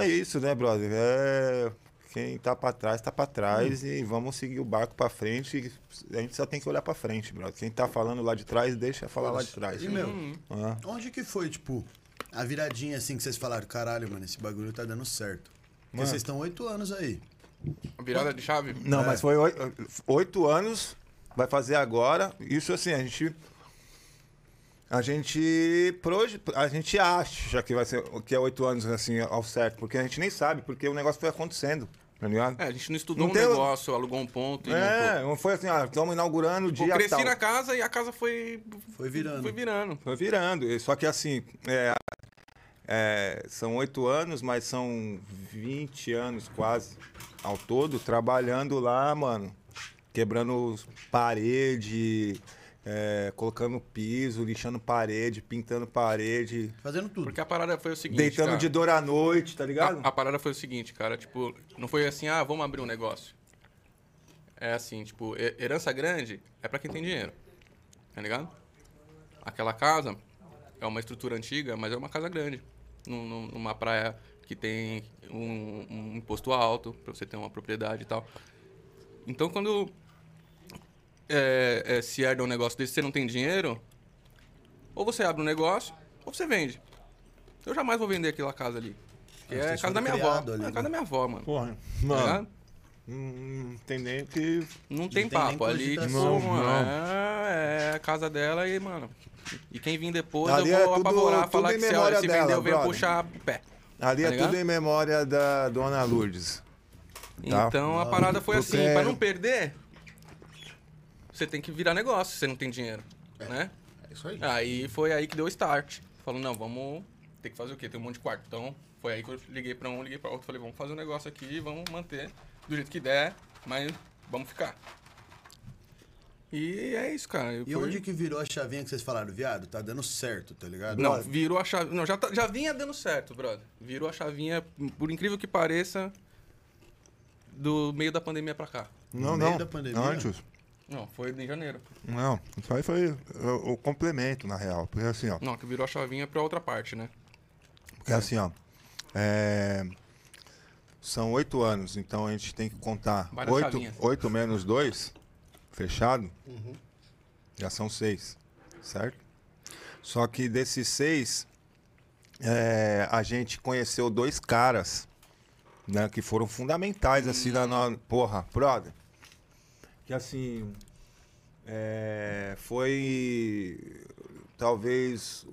é isso, né, brother? É... Quem tá pra trás, tá pra trás e vamos seguir o barco pra frente. A gente só tem que olhar pra frente, brother. Quem tá falando lá de trás, deixa falar lá de trás. E, meu, Hum. Ah, onde que foi, tipo, a viradinha assim que vocês falaram? Caralho, mano, esse bagulho tá dando certo. Porque Mano. vocês estão oito anos aí. Virada de chave? Não, mas foi oi- oito anos, vai fazer agora. Isso assim, a gente. A gente. proje- A gente acha que vai ser que é oito anos assim, ao certo, porque a gente nem sabe, porque o negócio foi acontecendo, tá ligado? É, a gente não estudou Não um tem- negócio, alugou um ponto e É, montou. não foi assim, ah, estamos inaugurando o dia Eu cresci tal. na casa e a casa foi. Foi virando. Foi virando. Foi virando. e- Só que assim, é, é, são oito anos, mas são 20 anos quase ao todo, trabalhando lá, mano. Quebrando os- parede, é, colocando piso, lixando parede, pintando parede, Fazendo tudo. Porque a parada foi o seguinte. deitando cara. Ah, de dor à noite, tá ligado? A, a parada foi o seguinte, cara, tipo, não foi assim, ah, vamos abrir um negócio. É assim, tipo, he- herança grande é pra quem tem dinheiro. Tá ligado? Aquela casa é uma estrutura antiga, mas é uma casa grande. Num- num- numa praia que tem um, um imposto alto, pra você ter uma propriedade e tal. Então, quando é, é, se herda um negócio desse e você não tem dinheiro, ou você abre um negócio, ou você vende. Eu jamais vou vender aquela casa ali. Que Ah, é vocês a casa foram da minha criado ali, avó. é a né? casa da minha avó, mano. Porra, Tá mano, ligado? não Hum, tem nem o que. Não tem tem nem papo ali, tipo, cogitação. Não, mano, não. É, é a casa dela e, mano. E quem vir depois, Ali é eu vou tudo- apavorar, tudo falar em que se, memória ela se dela, vendeu, veio brother. puxar pé. Ali Tá é tudo ligado? em memória da dona Lourdes. Tá. Então a parada foi Porque- assim, pra não perder, você tem que virar negócio, se você não tem dinheiro, né? É isso aí. Aí foi aí que deu o start. Falou, não, vamos ter que fazer o quê? Tem um monte de quarto. Então, foi aí que eu liguei pra um, liguei pra outro. Falei, vamos fazer um negócio aqui, vamos manter do jeito que der, mas vamos ficar. E é isso, cara. E Foi- onde que virou a chavinha que vocês falaram? Viado, tá dando certo, tá é? ligado? Não, virou a chave. Não, já, tá- já vinha dando certo, brother. Virou a chavinha, por incrível que pareça, do meio da pandemia pra cá. Não, meio não. da pandemia? Antes. Não, foi em janeiro. Não, isso aí foi o, o complemento, na real. Porque assim, ó. Não, que virou a chavinha pra outra parte, né? Porque assim, ó. é, São oito anos, então a gente tem que contar Várias oito, chavinhas. oito menos dois, fechado, já são seis, certo? Só que desses seis, é, a gente conheceu dois caras, né, que foram fundamentais, assim, na nossa... Porra, brother, que assim, é, foi talvez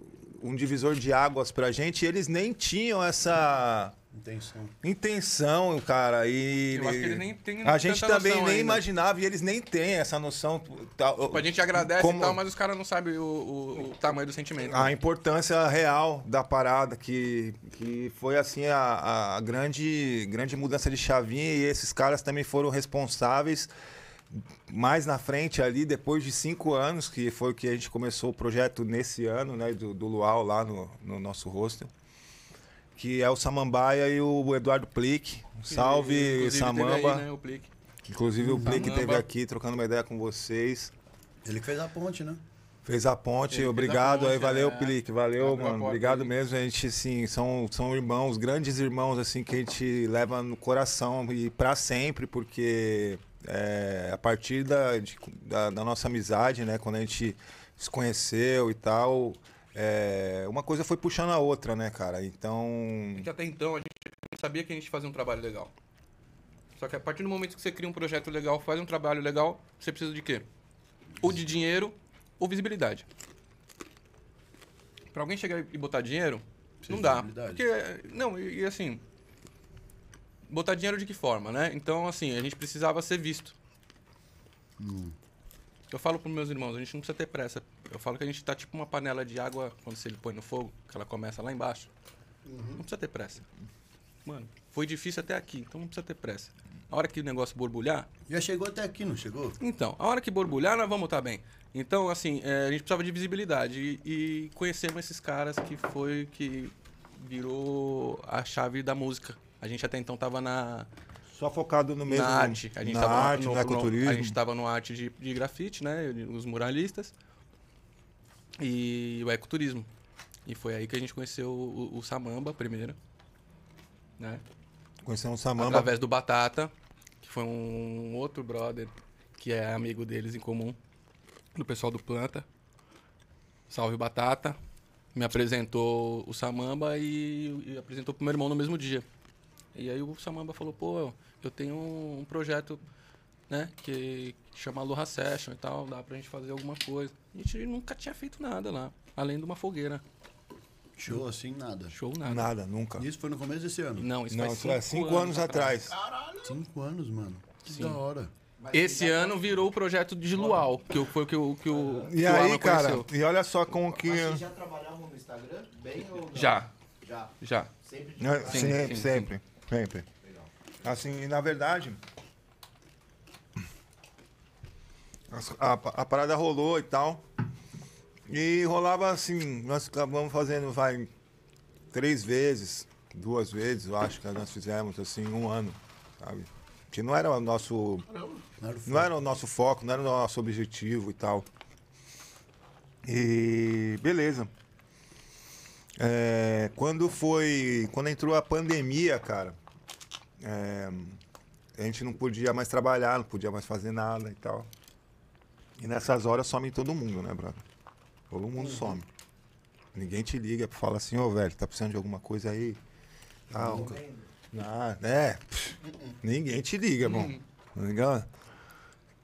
um divisor de águas pra gente. E eles nem tinham essa Intenção. intenção, cara. E Eu acho que eles nem têm a gente tanta também noção nem ainda. imaginava e eles nem têm essa noção. Tá, Tipo, a gente agradece Como- Ah, e tal, mas os caras não sabem o, o- o tamanho do sentimento. a importância real da parada, que, que foi assim a, a grande, grande mudança de chavinha e esses caras também foram responsáveis mais na frente ali, depois de cinco anos, que foi o que a gente começou o projeto nesse ano, né, do, do Luau lá no, no nosso rosto, que é o Samambaia e o Eduardo Plick. Um Salve, Inclusive, teve Samamba. Aí, né, o Plique. Inclusive o Plick Samamba. teve aqui trocando uma ideia com vocês. Ele que fez a ponte, né? Fez a ponte, Ele fez a obrigado ponte, aí, valeu, é. Pelique, valeu, Abriu a mano. porta Obrigado aí. mesmo, a gente, assim, são, são irmãos, grandes irmãos, assim, que a gente leva no coração e pra sempre, porque é, a partir da, de- da, da nossa amizade, né, quando a gente se conheceu e tal, é, uma coisa foi puxando a outra, né, cara? Então, Porque até então a gente sabia que a gente fazia um trabalho legal. Só que a partir do momento que você cria um projeto legal, faz um trabalho legal, você precisa de quê? Ou de dinheiro ou visibilidade. Pra alguém chegar e botar dinheiro, Precisa não de dá. visibilidade. Porque, não, e, e assim. Botar dinheiro de que forma, né? Então, assim, a gente precisava ser visto. Eu falo pros meus irmãos, a gente não precisa ter pressa. Eu falo que a gente tá tipo uma panela de água quando você põe no fogo, que ela começa lá embaixo. Não precisa ter pressa. Mano, foi difícil até aqui, então não precisa ter pressa. A hora que o negócio borbulhar, Já chegou até aqui, não chegou? então, a hora que borbulhar, nós vamos estar bem. Então, assim, é, a gente precisava de visibilidade e, e conhecemos esses caras que foi que virou a chave da música. A gente até então tava na, só focado no mesmo... na arte. A gente na tava arte, né, no, no, no, ecoturismo. a gente tá tava no arte de, de grafite, né? Os muralistas. E o ecoturismo. E foi aí que a gente conheceu o, o Samamba primeiro. Né? Conhecemos o Samamba, Através do Batata, que foi um outro brother que é amigo deles em comum, do pessoal do Planta. Salve Batata. Me apresentou o Samamba e, e apresentou pro meu irmão no mesmo dia. E aí o Samamba falou, pô, eu tenho um projeto, né, que que chama Aloha Session e tal, dá pra gente fazer alguma coisa. A gente nunca tinha feito nada lá, além de uma fogueira. Show assim, nada. Show nada. nada, nunca. Isso foi no começo desse ano. Não, isso Não, faz isso cinco, é cinco anos atrás. Cinco anos, mano. Que da hora. Esse tá ano virou o projeto de Luau, que eu- foi o que, o- que o que Ah. E o aí, Alan cara, conheceu. e olha só como que... Mas vocês já trabalhavam no Instagram? Bem ou não? Já, Já. já. Sempre de Né? Sim, sempre, sim, sempre, sempre. Assim, e na verdade, as- a, a parada rolou e tal. E rolava assim, nós acabamos fazendo, vai, três vezes, duas vezes, eu acho que nós fizemos, assim, um ano, sabe? Que não era o nosso Não era o não era o nosso foco, não era o nosso objetivo e tal. E beleza. É, quando foi. Quando entrou a pandemia, cara, é, a gente não podia mais trabalhar, não podia mais fazer nada e tal. E nessas horas some todo mundo, né, brother? Todo mundo some. Ninguém te liga pra falar assim, ô velho, tá precisando de alguma coisa aí? Tal. Ah, né? Pff, Ninguém te liga, bom. Tá ligado?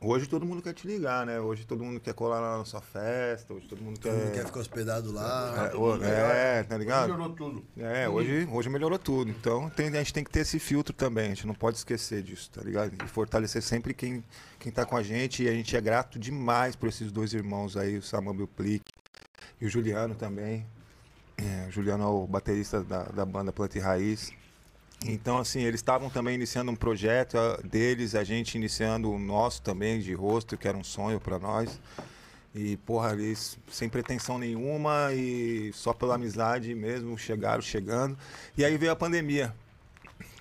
Hoje todo mundo quer te ligar, né? Hoje todo mundo quer colar na nossa festa, hoje todo mundo quer. Não quer ficar hospedado lá. É, o- é, tá ligado? Melhorou Ah. tudo. É, hoje, hoje melhorou tudo. Então tem- a gente tem que ter esse filtro também, a gente não pode esquecer disso, tá ligado? E fortalecer sempre quem, quem tá com a gente. E a gente é grato demais por esses dois irmãos aí, o Samuel Plick e o Juliano também. É, o Juliano é o baterista da, da banda Planta e Raiz. Então, assim, eles estavam também iniciando um projeto ah, deles, a gente iniciando o nosso também de rosto, que era um sonho para nós. E, porra, eles sem pretensão nenhuma e só pela amizade mesmo chegaram chegando. E aí veio a pandemia.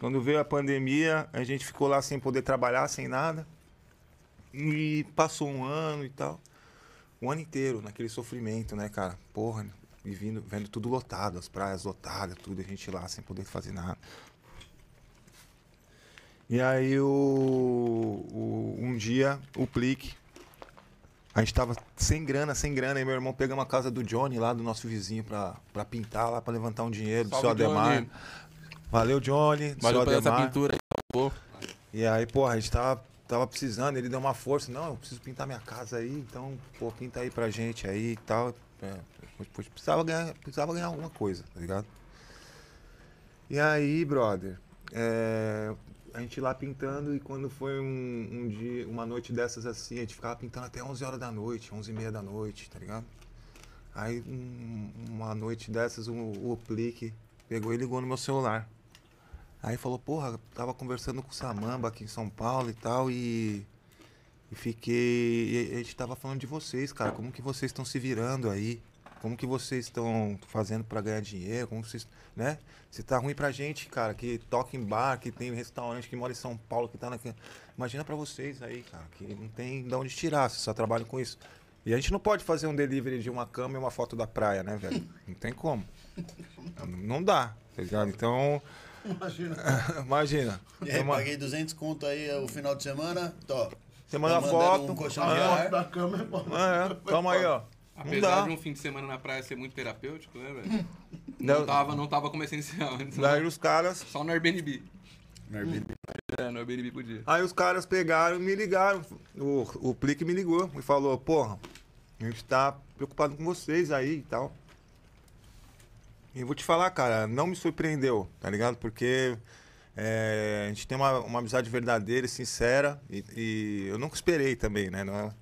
Quando veio a pandemia, a gente ficou lá sem poder trabalhar, sem nada. E passou um ano e tal. Um ano inteiro naquele sofrimento, né, cara? Porra, e vindo, vendo tudo lotado, as praias lotadas, tudo, a gente lá sem poder fazer nada. E aí o, o- um dia o Plique, a gente tava sem grana, sem grana, e meu irmão pegamos a casa do Johnny lá, do nosso vizinho, pra, pra pintar lá, pra levantar um dinheiro do Salve, seu Ademar. Johnny. Valeu, Johnny, do seu Valeu pela essa Ademar. pintura aí, pô. E aí, porra, a gente tava, tava precisando, ele deu uma força, não, eu preciso pintar minha casa aí, então, pô, pinta aí pra gente aí e tal. É, pois- pois precisava, ganhar, precisava ganhar alguma coisa, tá ligado? E aí, brother, é, a gente lá pintando e quando foi um, um dia, uma noite dessas assim, a gente ficava pintando até 11 horas da noite, 11 e meia da noite, tá ligado? Aí, um- uma noite dessas, o, o Plique pegou e ligou no meu celular. Aí falou, porra, tava conversando com o Samamba aqui em São Paulo e tal, e, e fiquei. e a gente tava falando de vocês, cara. Como que vocês estão se virando aí? Como que vocês estão fazendo pra ganhar dinheiro? Como vocês. né? Se tá ruim pra gente, cara, que toca em bar, que tem restaurante, que mora em São Paulo, que tá na. Imagina pra vocês aí, cara, que não tem de onde tirar, vocês só trabalham com isso. E a gente não pode fazer um delivery de uma cama e uma foto da praia, né, velho? Não tem como. Não dá, tá ligado? Então, Imagina. <laughs> imagina. E aí, Toma- paguei 200 conto aí é, o final de semana. Tô. Você manda Tô mandando foto. um colchão de ah, ar. Da câmera, mano. é, toma aí, ó. Não Apesar dá. de um fim de semana na praia ser muito terapêutico, <laughs> né, velho? Não. Não tava, não tava como essencial. Então, Daí os caras. Só no Airbnb. No Airbnb. É, no Airbnb podia. Aí os caras pegaram e me ligaram. O, o Plique me ligou e falou, porra, a gente tá preocupado com vocês aí e tal. E eu vou te falar, cara, não me surpreendeu, tá ligado? Porque é, a gente tem uma, uma amizade verdadeira e sincera. E, e eu nunca esperei também, né? Uhum. Não é-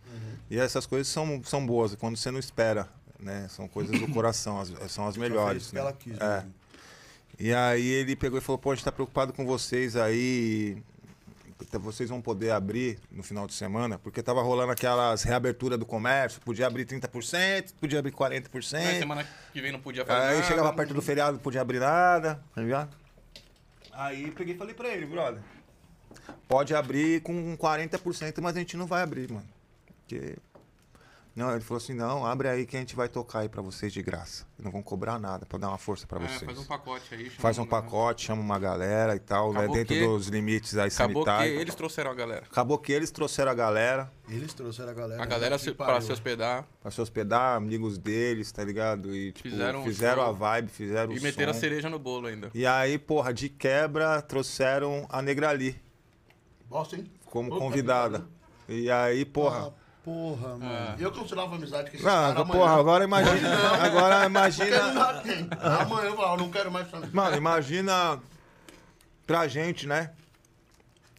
E essas coisas são, são boas, quando você não espera, né? São coisas do coração, as- são as fez melhores. o que né? ela quis, É. né? E aí ele pegou e falou, pô, a gente tá preocupado com vocês aí. e Então, Vocês vão poder abrir no final de semana, porque tava rolando aquelas reabertura do comércio, podia abrir 30%, podia abrir 40%. Na semana que vem não podia fazer É. Aí nada. chegava perto do feriado, não podia abrir nada, tá ligado? Aí peguei e falei pra ele, brother. Pode abrir com 40%, mas a gente não vai abrir, mano. Porque. Não, ele falou assim: não, abre aí que a gente vai tocar aí pra vocês de graça. Não vão cobrar nada pra dar uma força pra É, vocês. faz um pacote aí. chama Faz um uma galera. pacote, chama uma galera e tal, né? Acabou Dentro que- dos limites aí Acabou que sanitários. eles trouxeram a galera. Acabou que eles trouxeram a galera Eles trouxeram a galera. A galera que se, pariu. pra se hospedar pra se hospedar, amigos deles, tá ligado? E, tipo, Fizeram fizeram, um a show. vibe, fizeram e o meteram a som. cereja no bolo ainda. E aí, porra, de quebra, trouxeram a Negrali Bosta, hein? como Opa, convidada. E aí, porra. Ah, porra, mano. É. E eu cancelava a amizade com esses Ah, caras amanhã. porra, agora imagina. Agora Quero imagina. nada, hein? Amanhã eu falo, não quero mais saber. Mano, imagina pra gente, né?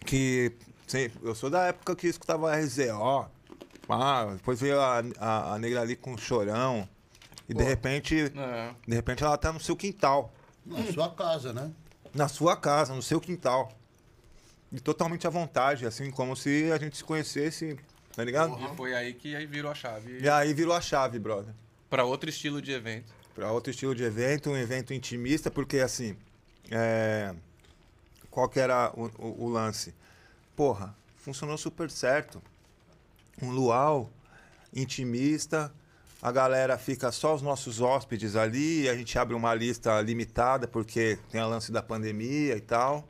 Que sempre, eu sou da época que escutava RZO. Ah, depois veio a, a, a negra ali com o chorão. E de repente, É. de repente ela tá no seu quintal. Na sua casa, né? Na sua casa, no seu quintal. E totalmente à vontade, assim, como se a gente se conhecesse, tá ligado? E foi aí que aí virou a chave E aí virou a chave, brother. pra outro estilo de evento. Pra outro estilo de evento, um evento intimista, porque assim, é, qual que era o, o- o lance? Porra, funcionou super certo. Um luau intimista, a galera fica só os nossos hóspedes ali, a gente abre uma lista limitada, porque tem o lance da pandemia e tal.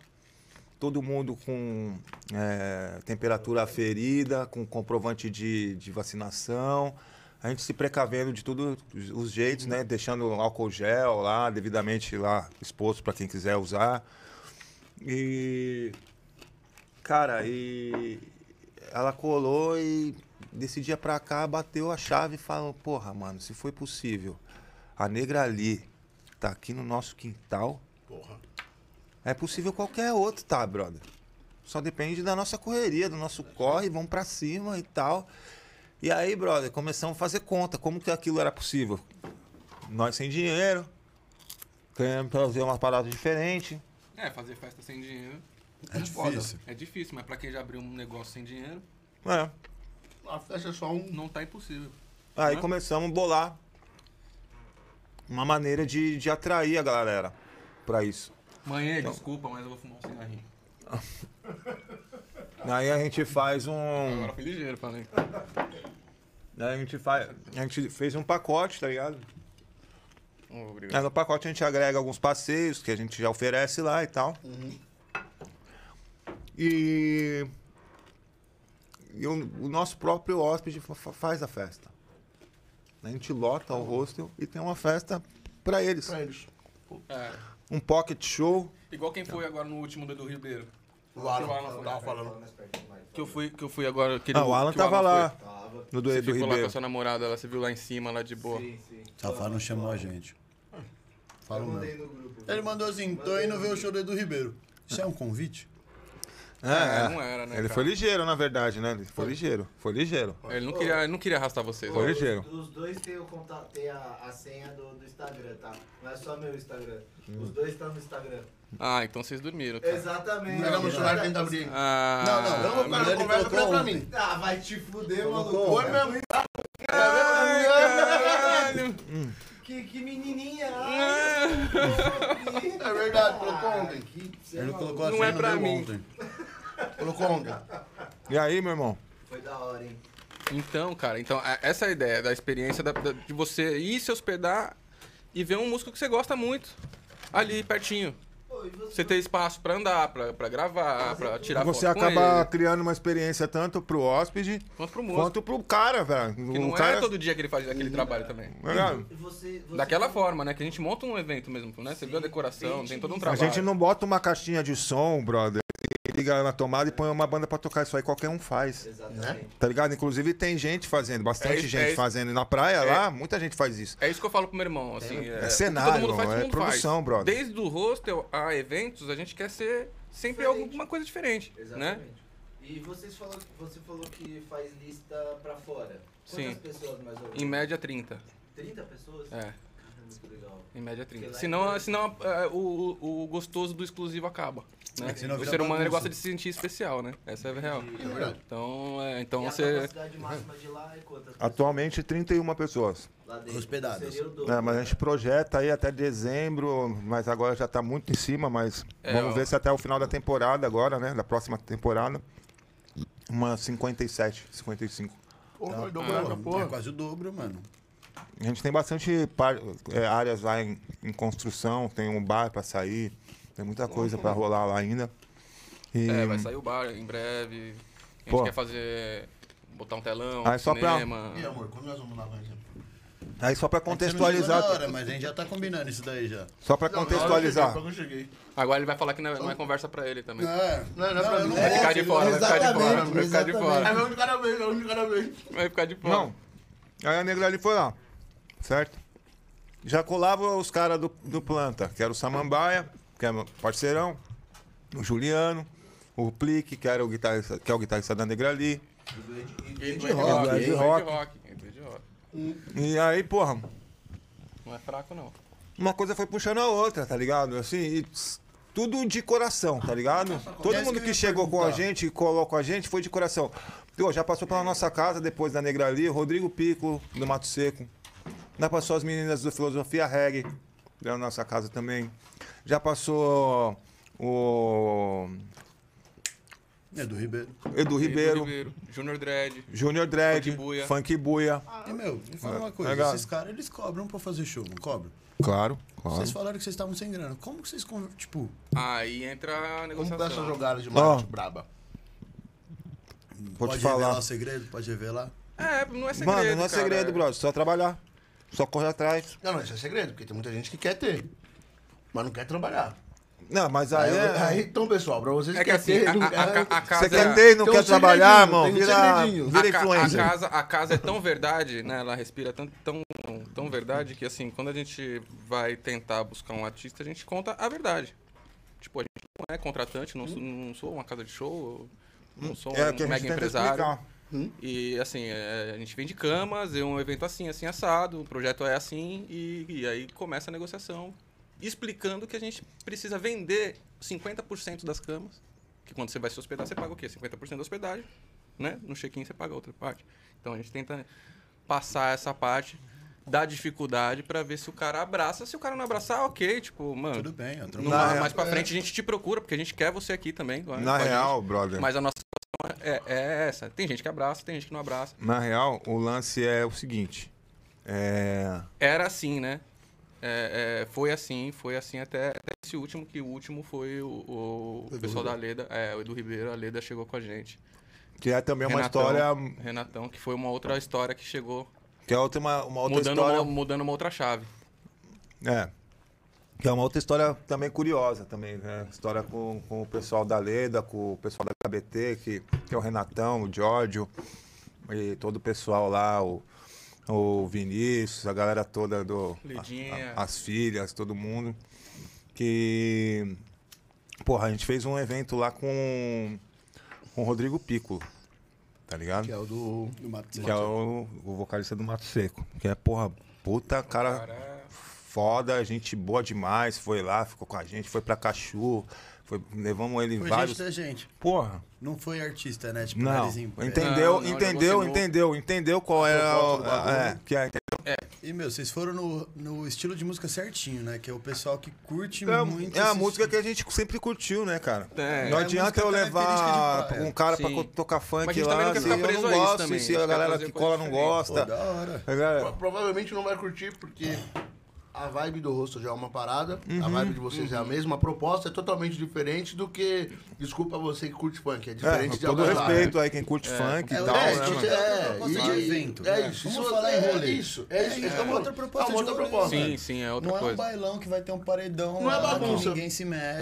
Todo mundo com é, temperatura aferida, com comprovante de, de vacinação. A gente se precavendo de todos os jeitos, né? Deixando álcool gel lá, devidamente lá exposto para quem quiser usar. E. Cara, e. Ela colou e desse dia pra cá bateu a chave e falou: Porra, mano, se foi possível, a negra ali tá aqui no nosso quintal. Porra. É possível qualquer outro, tá, brother? Só depende da nossa correria, do nosso corre, vamos pra cima e tal. E aí, brother, começamos a fazer conta, como que aquilo era possível? Nós sem dinheiro, queremos fazer uma parada diferente. É, fazer festa sem dinheiro É difícil. é difícil, mas pra quem já abriu um negócio sem dinheiro, É. A festa é só um. não tá impossível. Aí Né? começamos a bolar uma maneira de, de atrair a galera pra isso. Mãe, é, desculpa, mas eu vou fumar um cigarrinho. Aí a gente faz um. Agora foi ligeiro, falei. Ah, A gente, faz, a gente fez um pacote, tá ligado? Obrigado. Aí no pacote a gente agrega alguns passeios que a gente já oferece lá e tal. E, e o, o nosso próprio hóspede fa- fa- faz a festa. A gente lota o hostel e tem uma festa pra eles. Pra eles. É, Um pocket show. igual quem foi agora no último do Edu Ribeiro. O Alan, O Alan tava falando. Que eu fui, que eu fui agora. aquele Ah, o Alan que tava lá, foi. Tava. no do Você Edu ficou lá com Ribeiro. Tá a sua namorada, ela se viu lá em cima, lá de boa. Sim, sim. Safado não chamou a gente. Fala o Mandei meu. no grupo. Ele mandou assim, tô indo ver o show do Edu Ribeiro. Ah, Isso é um convite? É, não era, né, Ele cara? foi ligeiro, na verdade, né? Ele foi ligeiro. Foi ligeiro. Ele não queria, ele não queria arrastar vocês. Foi né? ligeiro. Os dois têm o contato, tem a, a senha do, do Instagram, tá? Não é só meu Instagram. Hum. Os dois estão no Instagram. Ah, então vocês dormiram. Cara. Exatamente. Pega no celular e tenta abrir. Ah, Não, não, Não, o cara Ele não conversa colocou pra pra ontem. mim. Ah, vai te fuder, maluco. Colocou, Oi, né? meu Ah, <laughs> Caralho! Que, que menininha. Hum. Ai, É verdade, colocou ontem. Ele não colocou a Não senha é no pra meu mim. ontem. Colocou ontem. E aí, meu irmão? Foi da hora, hein? Então, cara, então a- essa é a ideia da experiência da- da- de você ir se hospedar e ver um músico que você gosta muito ali pertinho. Pô, e você? Você ter espaço pra andar, pra, pra gravar, pra tirar Você foto Tá com acaba ele, criando uma experiência tanto pro hóspede quanto pro músico. quanto pro cara, velho. Que o não um cara é todo dia que ele faz aquele trabalho também. É, cara, E Você, você Daquela forma, né? Que a gente monta um evento mesmo, né? Você viu a decoração, tem todo um A trabalho. gente não bota uma caixinha de som, brother. e Liga na tomada e põe uma banda pra tocar. Isso aí qualquer um faz. Exatamente. Tá ligado? Inclusive tem gente fazendo, É bastante isso, é gente isso. fazendo. Na praia lá, muita gente faz isso. É isso que eu falo pro meu irmão, assim. É, o que cenário, todo mundo faz, é todo mundo produção, faz. brother. Desde o hostel a eventos, a gente quer ser sempre Diferente. alguma coisa diferente, né? Exatamente. E vocês falou, você falou que faz lista Tá pra fora. Quantas Sim. pessoas mais ou menos? Em média 30. 30 pessoas? É, Então Caramba, que legal. em média Porque 30. lá é Senão, grande. senão é, o, o- o gostoso do exclusivo acaba. Né? É que senão o vira ser humano ele bagunça. gosta de se sentir especial, né? Essa é a real. É verdade. Então, é, então e a você. capacidade máxima de lá é quantas pessoas? Atualmente 31 pessoas. Lá dentro. Hospedadas. Seria o dobro. É, mas a gente projeta aí até dezembro, mas agora já tá muito em cima, mas É, vamos ó. ver se até o final da temporada agora, né? Da próxima temporada. Uma 57, 55. Porra, Pô, deu pra É porra. quase o dobro, mano. A gente tem bastante par- é, áreas lá em, em construção, tem um bar pra sair, tem muita coisa pra rolar lá ainda. E É, vai sair o bar em breve. A gente Pô. quer fazer. botar um telão, Aí um só pra- cinema. E amor, quando nós vamos lá, vai ser? aí só pra A gente não contextualizar, chegou na hora, mas a gente já tá combinando isso daí já. só pra contextualizar. Não, eu cheguei, Agora ele vai falar que não é, não é conversa pra ele também. É, Não, não é pra mim. Vai ficar de fora, vai ficar de fora, Exatamente, vai ficar de É fora. um de cada vez, é um de cada vez. Vai ficar de fora. Não. Aí a negra ali foi lá, certo? Já colava os caras do, do planta, que era o Samambaia, que é meu parceirão, o Juliano, o Plique, que, era o guitarrista, que é o guitarrista da negra ali. Gateway de rock, gateway de de rock. rock. Gateway de rock. E aí, porra, Não é fraco, não. uma coisa foi puxando a outra, tá ligado? Assim, e tss, tudo de coração, tá ligado? Todo isso mundo que eu que ia chegou com a perguntar. gente, e colou com a gente, foi de coração. Pô, já passou pela nossa casa depois da Negra ali, Rodrigo Pico, do Mato Seco. Já passou as meninas do Filosofia Reggae, da nossa casa também. Já passou o É do Ribeiro. Edu Ribeiro, Junior Dredd. Júnior Dredd, Funk Buia. Funk Buia. Ah. E, meu, me fala uma coisa. É legal. Esses caras, eles cobram pra fazer show, não cobram? Claro, claro. Vocês falaram que vocês estavam sem grana. Como que vocês, conver- tipo, Aí entra a Como que tá essa negociação. jogada de Ó. mate braba? Vou te pode falar. revelar o segredo? Pode revelar? É, não é segredo, Mano, não é cara. segredo, brother. Só trabalhar. Só correr atrás. Não, não, isso é segredo, porque tem muita gente que quer ter, mas não quer trabalhar. Não, mas Ah, aí. Aí, é- aí, então, pessoal, pra vocês É que querem assim, ter, a, não a- a- quer- a casa... Você quer ter e não Tem um quer trabalhar, segredinho, irmão? tem um Vira, segredinho. vira a, ca- influencer. a casa, a casa é tão verdade, né? Ela respira tão, tão, tão verdade que, assim, quando a gente vai tentar buscar um artista, a gente conta a verdade. Tipo, a gente não é contratante, não, sou- não sou uma casa de show, não sou É um o que a gente mega tenta empresário. explicar. E assim, é, a gente vende camas, é um evento assim, assim, assado, o projeto é assim, e, e aí começa a negociação. Explicando que a gente precisa vender 50% das camas, que quando você vai se hospedar, você paga o quê? 50% da hospedagem, né? No check-in você paga a outra parte. Então a gente tenta passar essa parte da dificuldade pra ver se o cara abraça. Se o cara não abraçar, ok, tipo, mano. Tudo bem, eu troco. Numa, real- é. mais pra frente a gente te procura, porque a gente quer você aqui também. com a- com Na a gente. real, brother. Mas a nossa situação é, é essa. Tem gente que abraça, tem gente que não abraça. Na real, o lance é o seguinte. É. Era assim, né? É, é, foi assim, foi assim até, até esse último, que o último foi o, o pessoal da Leda, é, o Edu Ribeiro, a Leda chegou com a gente. Que é também uma Renatão, história. Renatão, que foi uma outra história que chegou Que é outra, uma, uma outra mudando, história. uma, mudando uma outra chave. É. Que é uma outra história também curiosa também, né? História com, com o pessoal da Leda, com o pessoal da KBT, que, que é o Renatão, o Giorgio e todo o pessoal lá, o, o Vinícius, a galera toda do. a- Lidinha. a- as filhas, todo mundo. Que. Porra, a gente fez um evento lá com, com o Rodrigo Piccolo, tá ligado? Que é o do. No Mato Que é o, o vocalista do Mato Seco. Que é, porra, puta cara, é. foda, gente boa demais. Foi lá, ficou com a gente, foi pra Cachu, foi, levamos ele em Foi vários. gente da gente. Porra, Não foi artista, né? Tipo, não. narizinho. Entendeu, Não, é não, entendeu, negociou. entendeu, entendeu qual era proposta o. do bagulho. né? É, que é, E, meu, vocês foram no, no estilo de música certinho, né? Que é o pessoal que curte É, muito. é a esses- tipo- música que a gente sempre curtiu, né, cara? É. não É, adianta música eu característica levar de praia. um cara pra Sim. co- tocar Mas a funk gente também lá, não quer se ficar eu preso não a isso gosto, também, se a a gente quer galera fazer que coisa cola não diferente. Pô, gosta. da hora. A galera- Provavelmente não vai curtir, porque a vibe do rosto já é uma parada, Uhum. a vibe de vocês é a mesma, a proposta é totalmente diferente do que. Desculpa você que curte funk, é É, diferente com de todo agora lá, né? respeito aí, quem curte funk e É, tal, é, né, tipo, mano? É, Proposta de e- evento, É né? isso. Vamos isso falar em é- rolê. É isso. É isso. É outra proposta É uma outra de rolê. proposta. Sim, sim, é outra Não é um coisa. bailão que vai ter um paredão Não é lá, que bagunça. ninguém se mexe.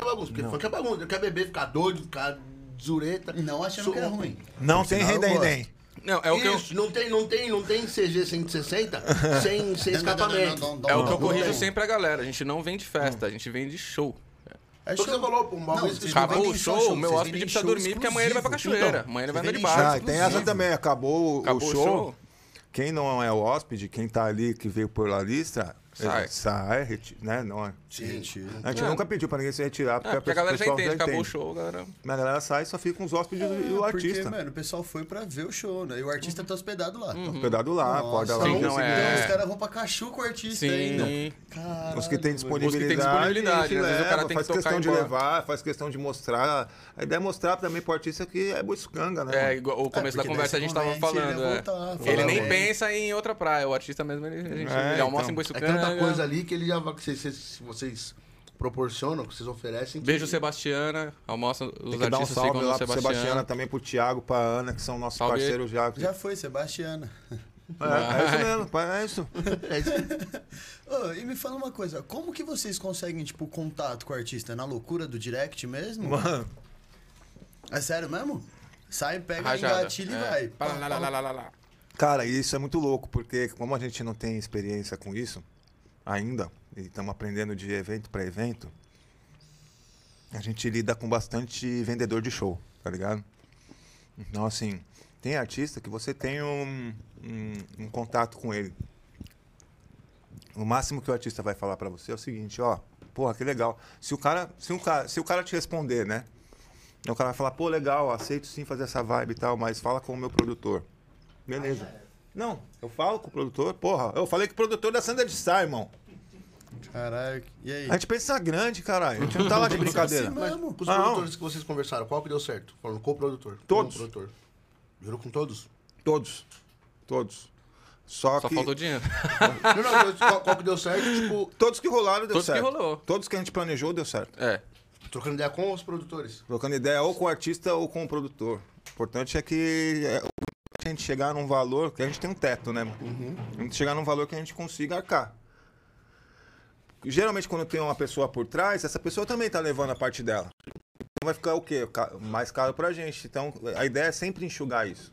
É bagunça, porque funk é bagunça. Eu quero beber, ficar doido, ficar zureta. Não achando Sou- um que é ruim. Não tem final eu renda gosto. nem. Não, é o que eu, Isso, não tem, não tem, não tem CG 160 sem, sem escapamento. é o que eu Não, não corrijo tem. sempre a galera. A gente não vende festa, a gente vende show. É Foi o que você show. falou, pô, um uma Não, vez que vocês você não Acabou vendem o só show, show, meu vocês hóspede vendem precisa show dormir porque amanhã ele vai pra exclusivo. cachoeira. amanhã ele vai andar de vendem barco. Ah, tem essa também, acabou, o- Acabou o o show. show. Quem não é o hóspede, quem tá ali, que veio por lá lista, Sai. é, sai, reti- né? Não, é. Gente, a gente É. nunca pediu pra ninguém se retirar, porque, É, porque a galera já pessoa entende, acabou o show, galera. Mas a galera sai e só fica com os hóspedes e o Porque, artista. mano, o pessoal foi pra ver o show, né? E o artista tá hospedado lá. então Cuidado lá, acorda lá. Uhum. Sim, no dia não é- seguinte. Os caras vão pra cachorro com o artista ainda. Sim. Caralho, Os que tem mano. disponibilidade. disponibilidade, a gente às vezes o cara tem que faz tocar questão e de embora. levar, faz questão de mostrar. A ideia é mostrar também pro artista que é buscanga, né? É, mano? igual, o começo É, porque da daí conversa a gente tava você convence, ele falando. a é. voltar, Ele falar, nem "Ué". pensa em outra praia. O artista mesmo, ele, a gente É, ele almoça então. em né? É Boiçucanga. tanta coisa ali que ele já vai. que Vocês, vocês, vocês proporcionam, que vocês oferecem. que- Beijo, Sebastiana. Almoça, os Tem que dar um artistas salve ficam no lá pro Sebastiana, Sebastiana. também pro Thiago, pra Ana, que são nossos Salve. parceiros já. Já foi, Sebastiana. É, é isso mesmo, pai, é isso. É isso. Ô, e me fala uma coisa, como que vocês conseguem, tipo, contato com o artista? Na loucura do direct mesmo? Mano, É sério mesmo? Sai, pega, Rajada. engatilha É. e vai. Pá, lá, lá, lá, lá, lá, lá. cara, isso é muito louco, porque como a gente não tem experiência com isso ainda, e estamos aprendendo de evento pra evento, a gente lida com bastante vendedor de show, tá ligado? Então, assim, tem artista que você tem um, um- um contato com ele. O máximo que o artista vai falar pra você é o seguinte, ó, porra, que legal. Se o cara, se um cara, se o cara te responder, né? O cara vai falar, pô, legal, aceito sim fazer essa vibe e tal, mas fala com o meu produtor. Beleza. Não, eu falo com o produtor, porra. Eu falei que o produtor da Sandra de Sá, irmão. Caralho, e aí? Assim A gente pensa grande, caralho. A gente não tá <laughs> lá de brincadeira. Mas com os Não. produtores que vocês conversaram, qual que deu certo? Falando com o produtor. Todos. Com o produtor. Jurou com todos? Todos. Todos. Só, Só que. <laughs> faltou dinheiro. Não, não, qual, qual que deu certo? Tipo, Todos que rolaram deu Todos que certo. rolou. Todos que a gente planejou deu certo. É. trocando ideia com os produtores. Trocando ideia ou com o artista ou com o produtor. O importante é que é, a gente chegar num valor, que a gente tem um teto, né? mano? A gente chegar num valor que a gente consiga arcar. Geralmente, quando tem uma pessoa por trás, essa pessoa também tá levando a parte dela. Então vai ficar o quê? Ca- Mais caro pra gente. Então, a ideia é sempre enxugar isso.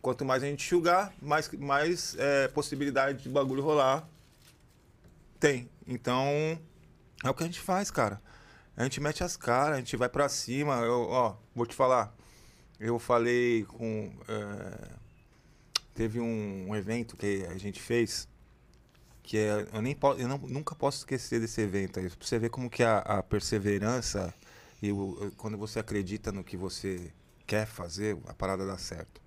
Quanto mais a gente enxugar, mais, mais é, possibilidade de bagulho rolar tem. Então, é o que a gente faz, cara. A gente mete as caras, a gente vai pra cima. Eu, ó, vou te falar. Eu falei com. é, teve um, um evento que a gente fez. Que é, eu nem po- eu não- nunca posso esquecer desse evento. Aí, pra você ver como que a, a perseverança e o- quando você acredita no que você quer fazer, a parada dá certo.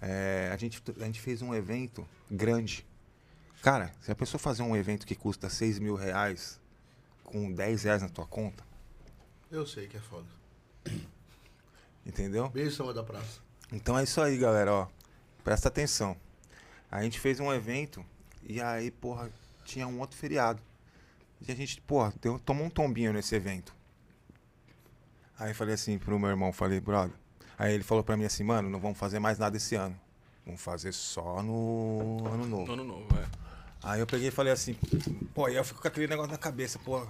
É, a, gente, a gente fez um evento grande. Cara, se a pessoa fazer um evento que custa 6 mil reais com 10 reais na tua conta, Eu sei que é foda. entendeu? Beijo, Samba da Praça. Então é isso aí, galera, ó. Presta atenção. A gente fez um evento e aí, porra, tinha um outro feriado. E a gente, porra, deu, tomou um tombinho nesse evento. Aí eu falei assim pro meu irmão, falei, brother. Aí ele falou pra mim assim, mano, não vamos fazer mais nada esse ano. Vamos fazer só no ano novo. No ano novo, é. Aí eu peguei e falei assim, pô, aí eu fico com aquele negócio na cabeça, pô,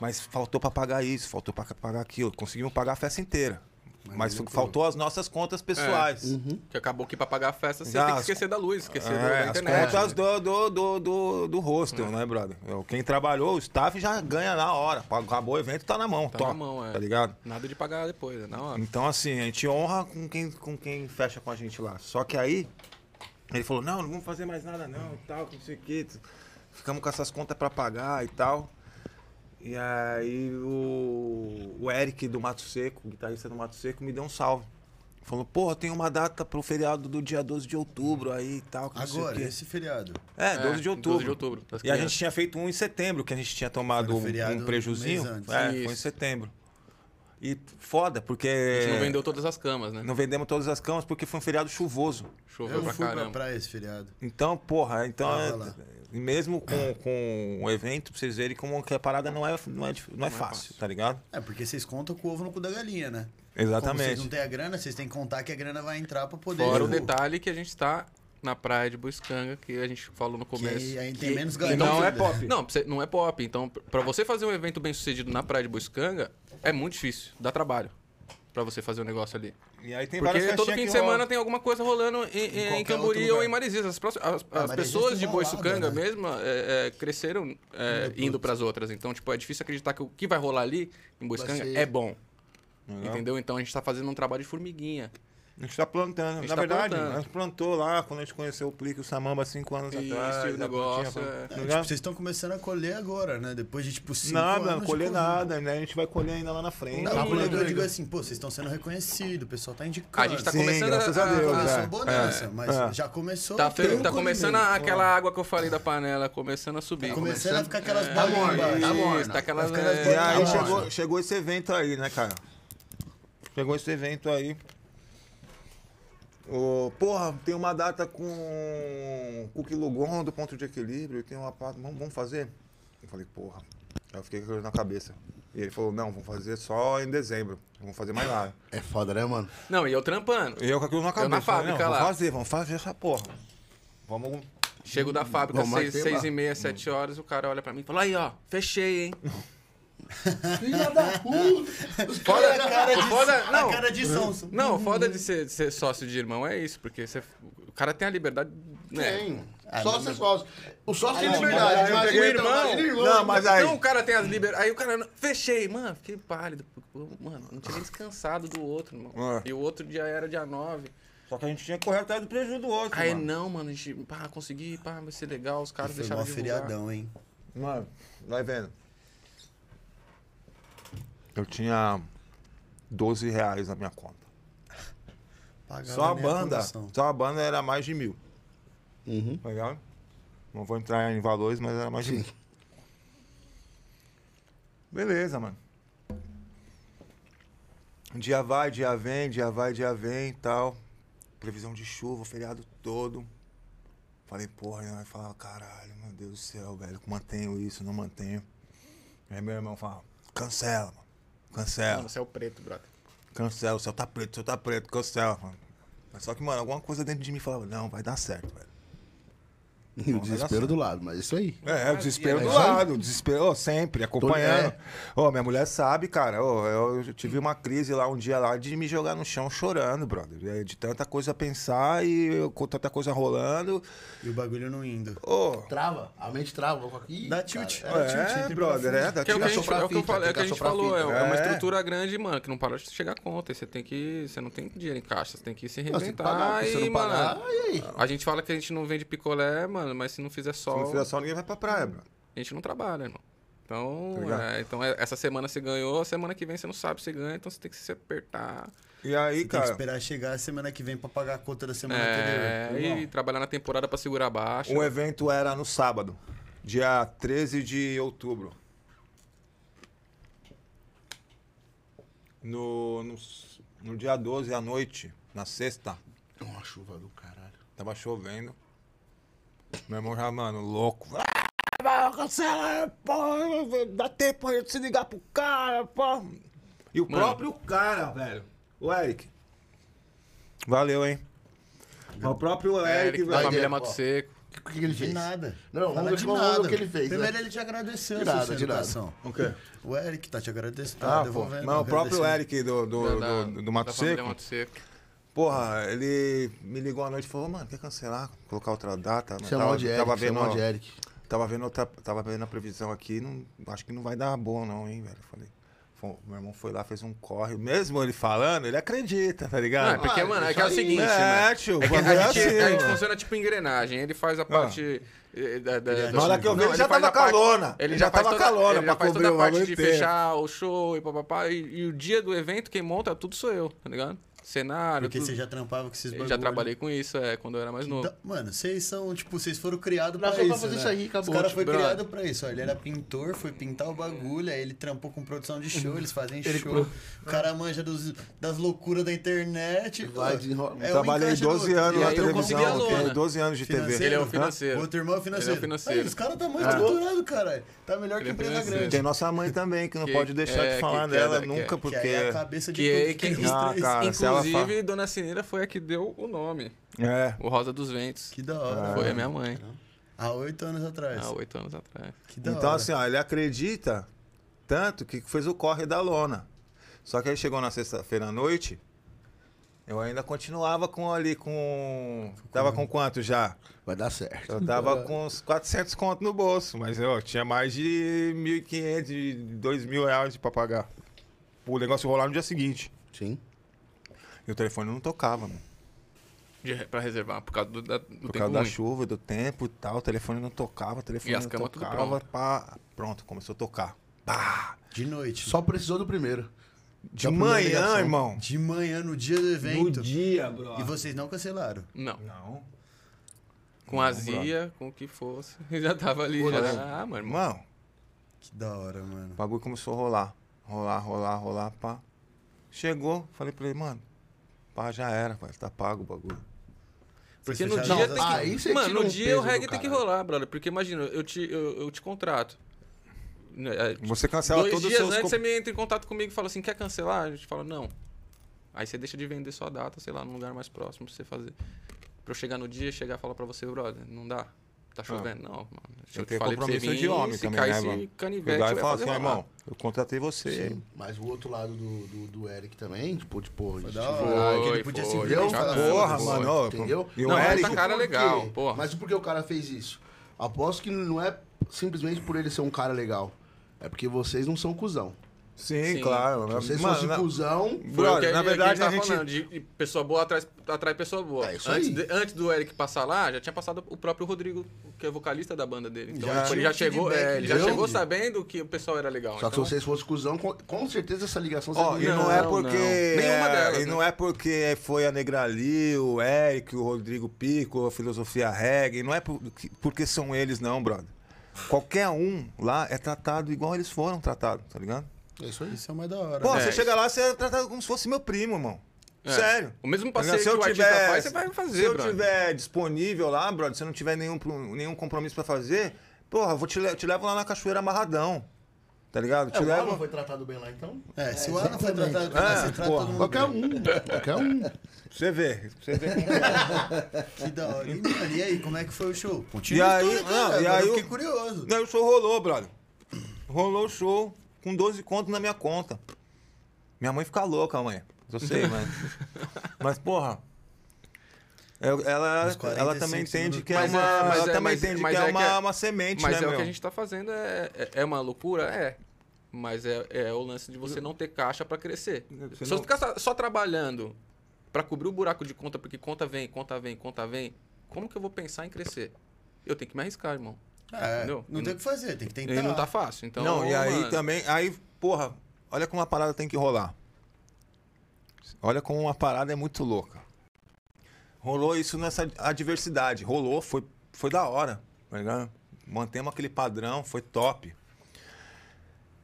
mas faltou pra pagar isso, faltou pra pagar aquilo. Conseguimos pagar a festa inteira. é Mas faltou as nossas contas pessoais. Uhum. Que acabou que pra pagar a festa você Ah, tem que as- esquecer da luz, esquecer do- É, as da internet. contas né? do, do, do, do, do hostel, né, brother? Eu- Quem trabalhou, o staff já ganha na hora. Acabou o evento, tá na mão. Tá top, na mão, é. Tá ligado? Nada de pagar depois, é na hora. Então, assim, a gente honra com quem, com quem fecha com a gente lá. Só que aí, ele falou, não, não vamos fazer mais nada não, e tal, que não sei o quê. Ficamos com essas contas pra pagar e tal. E aí o, o Eric do Mato Seco, o guitarrista do Mato Seco, me deu um salve. Falou, porra, tem uma data pro feriado do dia 12 de outubro aí e tal, que não sei o Agora, quê." esse feriado. É, 12 de outubro. 12 de outubro, tá das E a gente crianças. tinha feito um em setembro, que a gente tinha tomado Foi no um- feriado um um prejuzinho. mês antes. é, foi em Isso. setembro. E foda, porque. A gente não vendeu todas as camas, né? é, Não vendemos todas as camas porque foi um feriado chuvoso. Choveu Eu pra fui pra caramba. praia esse feriado. Então, porra, então. Ah, é- vai lá. e mesmo com, com o evento, pra vocês verem como que a parada não é, não é, dif- não é fácil, fácil. tá ligado? É, porque vocês contam com o ovo no cu da galinha, né? Como vocês Exatamente. não têm a grana, vocês têm que contar que a grana vai entrar pra poder. Fora o tipo, detalhe que a gente tá na praia de Boiscanga, que a gente falou no Que começo. aí, aí tem menos E galinha. não é ainda. pop. Não, pra você- não é pop. Então, pr- pra você fazer um evento bem sucedido na Praia de Boiscanga, é muito difícil. Dá trabalho pra você fazer o negócio ali. E aí tem várias Porque todo festinhas fim de que rolam. semana tem alguma coisa rolando em- em, em, qualquer outro Camburi lugar. ou em Marizias. As, próximas- as- as Marizias tem pessoas de balada, Boiscanga né? mesmo é, é, cresceram é, indo pras outras. Então, tipo, é difícil acreditar que o que vai rolar ali em Boiscanga ser- é bom. Legal. Entendeu? Então a gente tá fazendo um trabalho de formiguinha. A gente tá plantando. gente Na tá verdade, plantando. a gente plantou lá quando a gente conheceu o Plique e o Samamba há cinco anos Isso, atrás. né, e o a negócio plantinha, é- tá É, tipo, ligado? vocês estão começando a colher agora, né? Depois de tipo cinco anos. Nada, não de colher colheita. nada, né? A gente vai colher ainda lá na frente. Não, Não, quando eu Rodrigo. digo assim, pô, vocês estão sendo reconhecidos, o pessoal tá indicando. A gente tá Sim, começando graças a Deus, começou é. bonança, mas é. já começou. Tá, o fe- tronco tá ali começando mesmo. a- aquela água que eu falei da panela, começando a subir. Tá começando a ficar aquelas É, bolinhas morna, embaixo. tá Isso, morna, tá aquelas- ficando as é, E bolinhas aí embaixo. chegou, chegou esse evento aí, né, cara? Chegou esse evento aí. Ô, porra, tem uma data com o Quilogon do ponto de equilíbrio, tem uma parte. Vamos, vamos fazer? Eu falei, porra. Aí Eu fiquei com aquilo na cabeça. E ele falou, não, vamos fazer só em dezembro. Não Vamos fazer mais nada. É foda, né, mano? Não, e eu trampando. E eu com aquilo na cabeça. falei, fábrica não, lá. Vamos fazer, vamos fazer essa porra. Vamos. Chego da fábrica, Vamos seis, bater seis lá. e meia, sete horas, o cara olha pra mim e fala, aí, ó, fechei, hein? Filha da puta! Os Foda, caras- o foda, não, A Tá cara de Sonso. não, o foda de ser, de ser sócio de irmão é isso, porque você- o cara tem a liberdade, né? Tem. Sócio é sócio. O sócio tem mas liberdade. eu Imagina peguei o irmão. irmão. Não, mas aí- Então o cara tem as liberdades, aí o cara, não- fechei, mano, fiquei pálido, Pô, mano, não tinha nem descansado do outro, irmão. Ah. E o outro dia era dia nove. Só que a gente tinha que correr atrás do prejuízo do outro. Aí, mano. não, mano, a gente, pá, consegui, pá, vai ser legal, os caras Foi deixaram mó de divulgar. feriadão, hein? Mano, vai vendo. Eu tinha 12 reais na minha conta. Pagava Só a minha banda. condução. Só a banda era mais de mil. Uhum. Legal? Não vou entrar em valores, mas era mais de mil. Beleza, mano. Dia vai, dia vem, dia vai, dia vem e tal. Previsão de chuva, o feriado todo. Falei, porra, né? Aí falava, caralho, meu Deus do céu, velho, mantenho isso, não mantenho. Aí meu irmão fala, cancela, mano. Cancela. Mano, céu é preto, brother. Cancela, o céu tá preto, o céu tá preto, cancela, mano. Mas só que, mano, alguma coisa dentro de mim falava, não, vai dar certo, velho. E o desespero do lado, mas isso aí. É, o desespero do isso aí. lado, o desespero ó, sempre, acompanhando. Ô, minha mulher sabe, cara, ô, eu tive uma crise lá um dia lá de me jogar no chão chorando, brother. É, De tanta coisa a pensar e eu- com tanta coisa rolando. E o bagulho não indo. Ô, Trava. A mente trava. Ih, Dá tilt. cara, Dá tilt, é, entra brother, pra é, frente. da Que é o que a gente, assoprar é o que eu fita, falo- é tem o que a que gente assoprar falou, é, fita. é uma É. estrutura grande, mano, que não para de chegar a conta. e Você tem que. Você não tem dinheiro em caixa, você tem que se Não, você tem que reinventar. pagar, porque e, se não mano, pagar, e aí? A gente fala que a gente não vende picolé, mano, mas se não fizer se sol, não fizer sol, ninguém vai pra praia, brother. a gente não trabalha, irmão. Tá Então, ligado? é, então é, essa semana você ganhou, semana que vem você não sabe se ganha, então você tem que se apertar. E aí, Tem que cara, esperar chegar a semana que vem pra pagar a conta da semana É, anterior. e trabalhar na temporada pra segurar baixo. o evento era no sábado, dia 13 de outubro. No, no, no dia 12 à noite, na sexta, Uma chuva do caralho. Tava chovendo. Meu irmão já, mano, louco. Ah, mano, cancela, porra, dá tempo aí de se ligar pro cara, pô. E o Mano. próprio cara, velho. O Eric. Valeu, hein? Mas O próprio É, Eric, Eric da velho. família Doideira, Mato pô. Seco. O que, que ele De fez? nada. Não, Fala vamos ver de qual- vamos ver o que ele fez. Primeiro né? ele te agradeceu De a sua nada, de nada. educação. O quê? O Eric tá te agradecendo. Ah, tá pô, devolvendo, mas o próprio agradecendo. Eric do, do, da- do, do da Mato família Seco, Mato Seco. porra, ele me ligou à noite e falou, mano, quer cancelar? Colocar outra data? Mas Chamou de tava Eric, vendo, chamou de Eric. Tava vendo, outra, tava vendo a previsão aqui, não, acho que não vai dar bom não, hein, velho. Eu Falei, foi- meu irmão foi lá, fez um corre. Mesmo ele falando, ele acredita, tá Não, é ligado? porque, mano, é que é o isso aí. seguinte, É, né? tio, é que bagulho é a, gente, assim, a gente mano. funciona tipo engrenagem. Ele faz a parte. eh, Da, da, da- Na hora que eu vi, Não, ele é já faz tava a parte- calona. Ele já faz tava toda- calona Ele já pra faz toda cobrir a o parte bagulho de inteiro. fechar o show e papapá. E, e o dia do evento, quem monta tudo sou eu, tá ligado? Cenário, Porque tudo. você já trampava com esses Eu bagulho. já trabalhei com isso, é, quando eu era mais novo. Então, mano, vocês são, tipo, vocês foram criados pra Nós isso. só pra fazer né? isso aí, acabou, Os caras tipo, foram brother. criados pra isso. ó. Ele era pintor, foi pintar o bagulho, aí ele trampou com produção de show, eles <laughs> fazem show. O cara manja dos- das loucuras da internet. Vai ó. desenrola. É um Trabalhei encaixe do 12 outro. anos E na aí eu consegui a televisão, lona. tenho 12 anos de TV. Ele é o Hã? financeiro. Outro irmão é o financeiro. Ele é o financeiro. Aí, os caras tá mais Ah. estruturado, caralho. Tá melhor Ele é que empresa financeiro. grande. Tem nossa mãe também, que não Que- pode deixar é, de falar que- que dela é da- nunca, que Que é- porque... aí é a cabeça de Que, tudo que, tem os Ah, três. cara, se ela fa- inclusive, Dona Cineira foi a que deu o nome. É. O Rosa dos Ventos. Que da Ah, hora. foi mano. a minha Ah, mãe. Há oito anos atrás. Há oito anos atrás. Que da Então, hora. assim, ó, ele acredita tanto que fez o corre da lona. Só que aí chegou na sexta-feira à noite, eu ainda continuava com ali com. Tava com quanto já? Vai dar certo. Eu tava com uns 400 conto no bolso, mas eu tinha mais de 1.500, de 2.000 reais pra pagar. O negócio rolar no dia seguinte. Sim. E o telefone não tocava, mano. De, pra reservar, por causa do, da, do Por tempo causa da ruim. chuva, do tempo e tal, o telefone não tocava, o telefone E as não camas tudo tocava. Pá, pronto, começou a tocar. Pá! De noite. Só precisou do primeiro. De Da primeira manhã, ligação. irmão. De manhã, no dia do evento. dia, bro. E vocês não cancelaram. Não. Não. Com azia, com o que fosse. <laughs> Já tava ali. Olha. Já. Ah, meu irmão. Irmão, Que da hora, mano. o bagulho começou a rolar. Rolar, rolar, rolar, pá. Chegou, falei pra ele, mano, pá, já era, velho, tá pago o bagulho. Você Porque no já- dia tem assim, que. ah, aí é você mano, tira no um dia peso o reggae do tem que caralho. rolar, brother. Porque imagina, eu te, eu, eu te contrato. Né, é, Você cancela Dois todos os dias seus... antes com- você me entra em contato comigo e fala assim, quer cancelar? A gente fala, não. Aí você deixa de vender sua data, sei lá, num lugar mais próximo pra você fazer. Pra eu chegar no dia, chegar e falar pra você, brother, não dá. Tá chovendo? Não, mano. Tem que ter Ah. compromisso de homem se também, cai né, esse mano? canivete, Cuidado vai e fala fazer assim, ó, rolar. irmão, eu contratei você. Sim. Mas o outro lado do, do, do Eric também, tipo, de porra, de da é tipo, hora. ah, que ele Foi, podia foi, se foi, Entendeu? virar já e falar, assim, Porra, foi. mano, ó, Entendeu? e o Não, Eric- mas tá cara por quê? legal, porra. Mas por que o cara fez isso? Aposto que não é simplesmente por ele ser um cara legal. É porque vocês não são cuzão. Sim, Sim. claro. né? Se mas- vocês mano, fossem na- cuzão, Foi Brother, o que na que verdade, tava a gente- tá falando, de de pessoa boa atrai, atrai pessoa boa. É isso antes, aí. de- antes do Eric passar lá, já tinha passado o próprio Rodrigo, que é vocalista da banda dele. Então Já tipo, ele tinha já chegou, feedback, é, ele já entendeu? chegou sabendo que o pessoal era legal. só que se então- vocês fossem cuzão, com, com certeza essa ligação Ó, e seria não, Não, é não. porque. Nenhuma delas, E né? não é porque foi a Negrali, o Eric, o Rodrigo Pico, a Filosofia Reggae. Não é por- que- porque são eles, não, brother. Qualquer um lá é tratado igual eles foram tratados, tá ligado? É isso aí. Isso é o mais da hora. Pô, né? você É. chega lá, você é tratado como se fosse meu primo, irmão. É. Sério. O mesmo Tá ligado? passeio que o artista faz, você vai fazer, Se eu brother. tiver disponível lá, brother, se eu não tiver nenhum, pro- nenhum compromisso pra fazer, porra, eu vou te, le- te levo lá na cachoeira amarradão. Tá ligado? É, Te o Alan levo. foi tratado bem lá, então? É, se o Alan foi exatamente. tratado, É, você trata porra. todo mundo. Qualquer um, qualquer um. Você vê. pra Você vê como Que da hora. E, mano, e aí, como é que foi o show? E Continua a aí- história, cara. né, não, e Agora aí eu o- fiquei curioso. Daí o show rolou, brother. Rolou o show com 12 contos na minha conta. Minha mãe fica louca, mãe. Eu sei, <laughs> mas. Mas, porra. eu- Ela, Uns 45 ela também entende minutos. que é Mas uma. é- ela mas é- também mas- entende mas que é, é uma, que é- uma semente, Mas né, é meu? o que a gente tá fazendo, é, é, é uma loucura? É. Mas é, é o lance de você não ter caixa pra crescer. Você Se você não- ficar só- só trabalhando pra cobrir o buraco de conta, porque conta vem, conta vem, conta vem, como que eu vou pensar em crescer? Eu tenho que me arriscar, irmão. É, Entendeu? não tem o que fazer, tem que tentar. E não tá fácil, então... não, e aí mano, também. Aí, porra, olha como a parada tem que rolar. Olha como uma parada é muito louca. Rolou isso nessa adversidade. Rolou, foi, foi da hora. Tá ligado? Mantemos aquele padrão, foi top.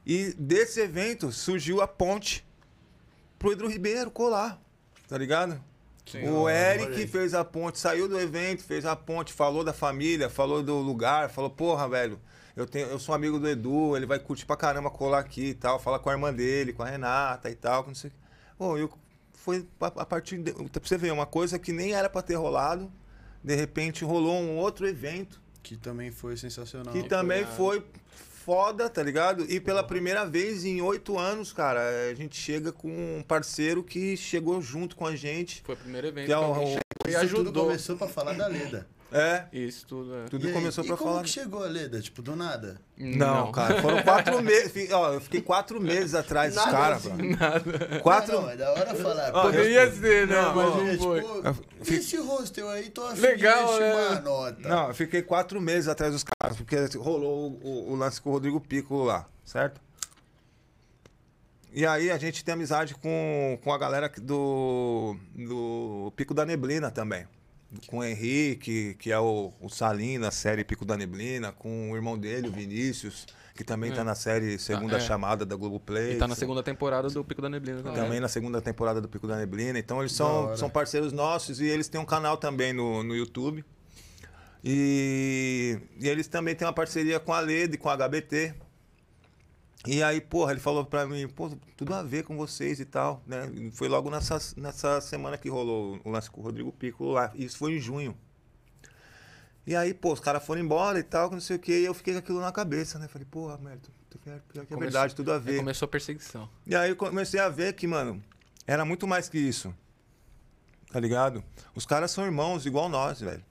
E desse evento surgiu a ponte pro Pedro Ribeiro colar. Tá ligado? o Eric fez a ponte, saiu do evento, fez a ponte, falou da família, falou do lugar, falou, porra, velho, eu, tenho, eu sou amigo do Edu, ele vai curtir pra caramba colar aqui e tal, fala com a irmã dele, com a Renata e tal, que não sei o que. Pô, eu foi a a partir de, pra você ver, uma coisa que nem era pra ter rolado, De repente rolou um outro evento Que também foi sensacional. Ah, que também foi foda, tá ligado? E pela primeira vez em oito anos, cara, a gente chega com um parceiro que chegou junto com a gente. Foi o primeiro evento Que é que o- alguém o- chegou e Isso tudo ajudou. começou pra falar da Leda. É, Isso tudo, é. tudo E aí, começou e pra como falar. que chegou a Leda? Tipo, do nada? Não, cara, foram quatro meses. Ó, eu fiquei quatro meses atrás dos caras, É, mano. Nada. Quatro. assim. Não, não, é da hora falar. Ó, porque- <laughs> Poderia ser, né? Não, mas ó, não foi. Tipo, e esse hostel aí, tô afim Legal, de investir né? uma nota. Não, eu fiquei quatro meses atrás dos caras, porque rolou o, o- o lance com o Rodrigo Piccolo lá, certo? E aí a gente tem amizade com, com a galera que- do, do Pico da Neblina também. Com o Henrique, que é o, o Salim na série Pico da Neblina, com o irmão dele, o Vinícius, que também tá na série Segunda é. Chamada da Globoplay. E tá na segunda temporada do Pico da Neblina também. Também na segunda temporada do Pico da Neblina. Então eles são, são parceiros nossos e eles têm um canal também no, no YouTube. E, e eles também têm uma parceria com a Lede, com a HBT. E aí, porra, ele falou pra mim, pô, tudo a ver com vocês e tal, né? E Foi logo nessa, nessa semana que rolou o lance com o Rodrigo Piccolo lá. Isso foi em junho. E aí, pô, os caras foram embora e tal, que não sei o quê. E eu fiquei com aquilo na cabeça, né? Falei, porra, merda, pior que é Começou- verdade, tudo a Aí ver. começou a perseguição. E aí eu comecei a ver que, mano, era muito mais que isso. Tá ligado? Os caras são irmãos igual nós, velho.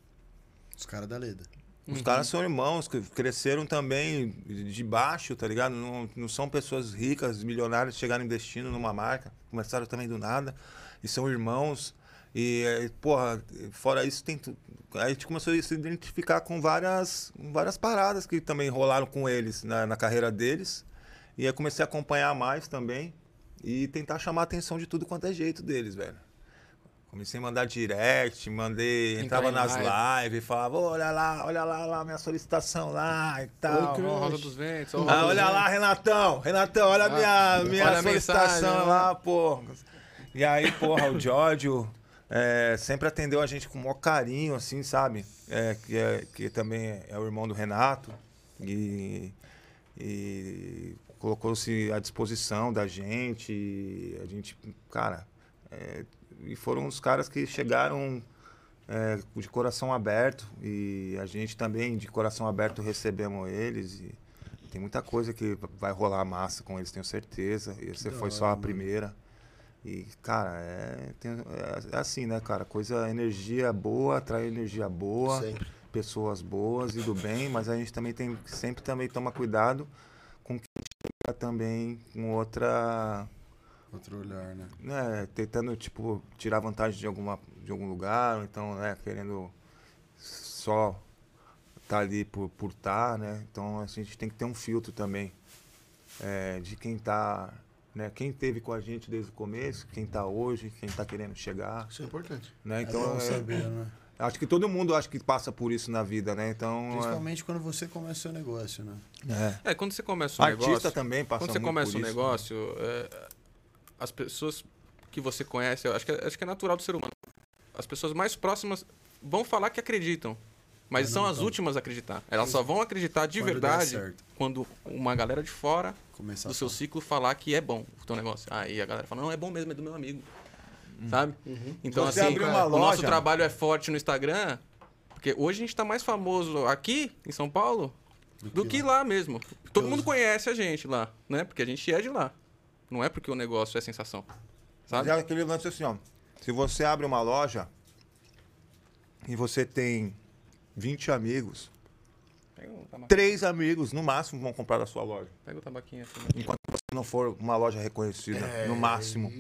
Os caras da Leda. Os caras são irmãos, que cresceram também de baixo, tá ligado? Não, não são pessoas ricas, milionárias, chegaram investindo numa marca, começaram também do nada, e são irmãos. E, eh, porra, fora isso, tem. tu- Aí a gente começou a se identificar com várias, várias paradas que também rolaram com eles na, na carreira deles. E aí comecei a acompanhar mais também e tentar chamar a atenção de tudo quanto é jeito deles, velho. Comecei a mandar direct, mandei, Entrar entrava em nas live. live, falava, "Ô, olha lá, olha lá, lá, minha solicitação lá e tal. Ó, Rosa dos Ventos. ó, Rosa Ah, dos olha lá, Renatão, Renatão, olha a minha, minha Ah, olha a solicitação mensagem, lá, porra. E aí, porra, o Giorgio é, sempre atendeu a gente com o maior carinho, assim, sabe? É, que, é- que também é o irmão do Renato. E, e colocou-se à disposição da gente. e a gente, cara. é, e foram os caras que chegaram é, de coração aberto. E a gente também, de coração aberto, recebemos eles. E tem muita coisa que vai rolar massa com eles, tenho certeza. E você foi só a primeira. E, cara, é, tem- é assim, né, cara? Coisa, energia boa, atrai energia boa, Sempre. pessoas boas e do bem, mas a gente também tem que sempre também tomar cuidado com que chega também com outra Outro olhar, né? né, tentando tipo tirar vantagem de alguma de algum lugar, ou então, né, querendo só tá ali por por tá, né? Então a gente tem que ter um filtro também é, de quem tá, né, quem teve com a gente desde o começo, quem tá hoje, quem tá querendo chegar, Isso é importante. né? Então, é Então, bom é, saber, né? acho que todo mundo acho que passa por isso na vida, né? Então, Principalmente quando você começa o seu negócio, né? é, É, quando você começa um artista negócio. também passa Quando você muito começa por um isso, né? negócio, é, as pessoas que você conhece, eu acho que, acho que é natural do ser humano. As pessoas mais próximas vão falar que acreditam. É Mas são as últimas a acreditar. Elas só vão acreditar de Quando der verdade certo. quando uma galera de fora Começar do a seu ciclo falar que é bom o teu negócio. Aí a galera fala, não, é bom mesmo, é do meu amigo. Sabe? Então, Uhum. Você assim, abriu uma o nosso loja- trabalho é forte no Instagram, porque hoje a gente tá mais famoso aqui, em São Paulo, do, que, lá. mesmo. Todo mundo conhece a gente lá, né? Porque a gente é de lá. Não é porque o negócio é sensação. Sabe? Mas é aquele lance assim, ó. Se você abre uma loja e você tem 20 amigos, Pega o, taba- três amigos no máximo vão comprar da sua loja. pega o tabaquinho aqui. né? Enquanto você não for uma loja reconhecida, no máximo.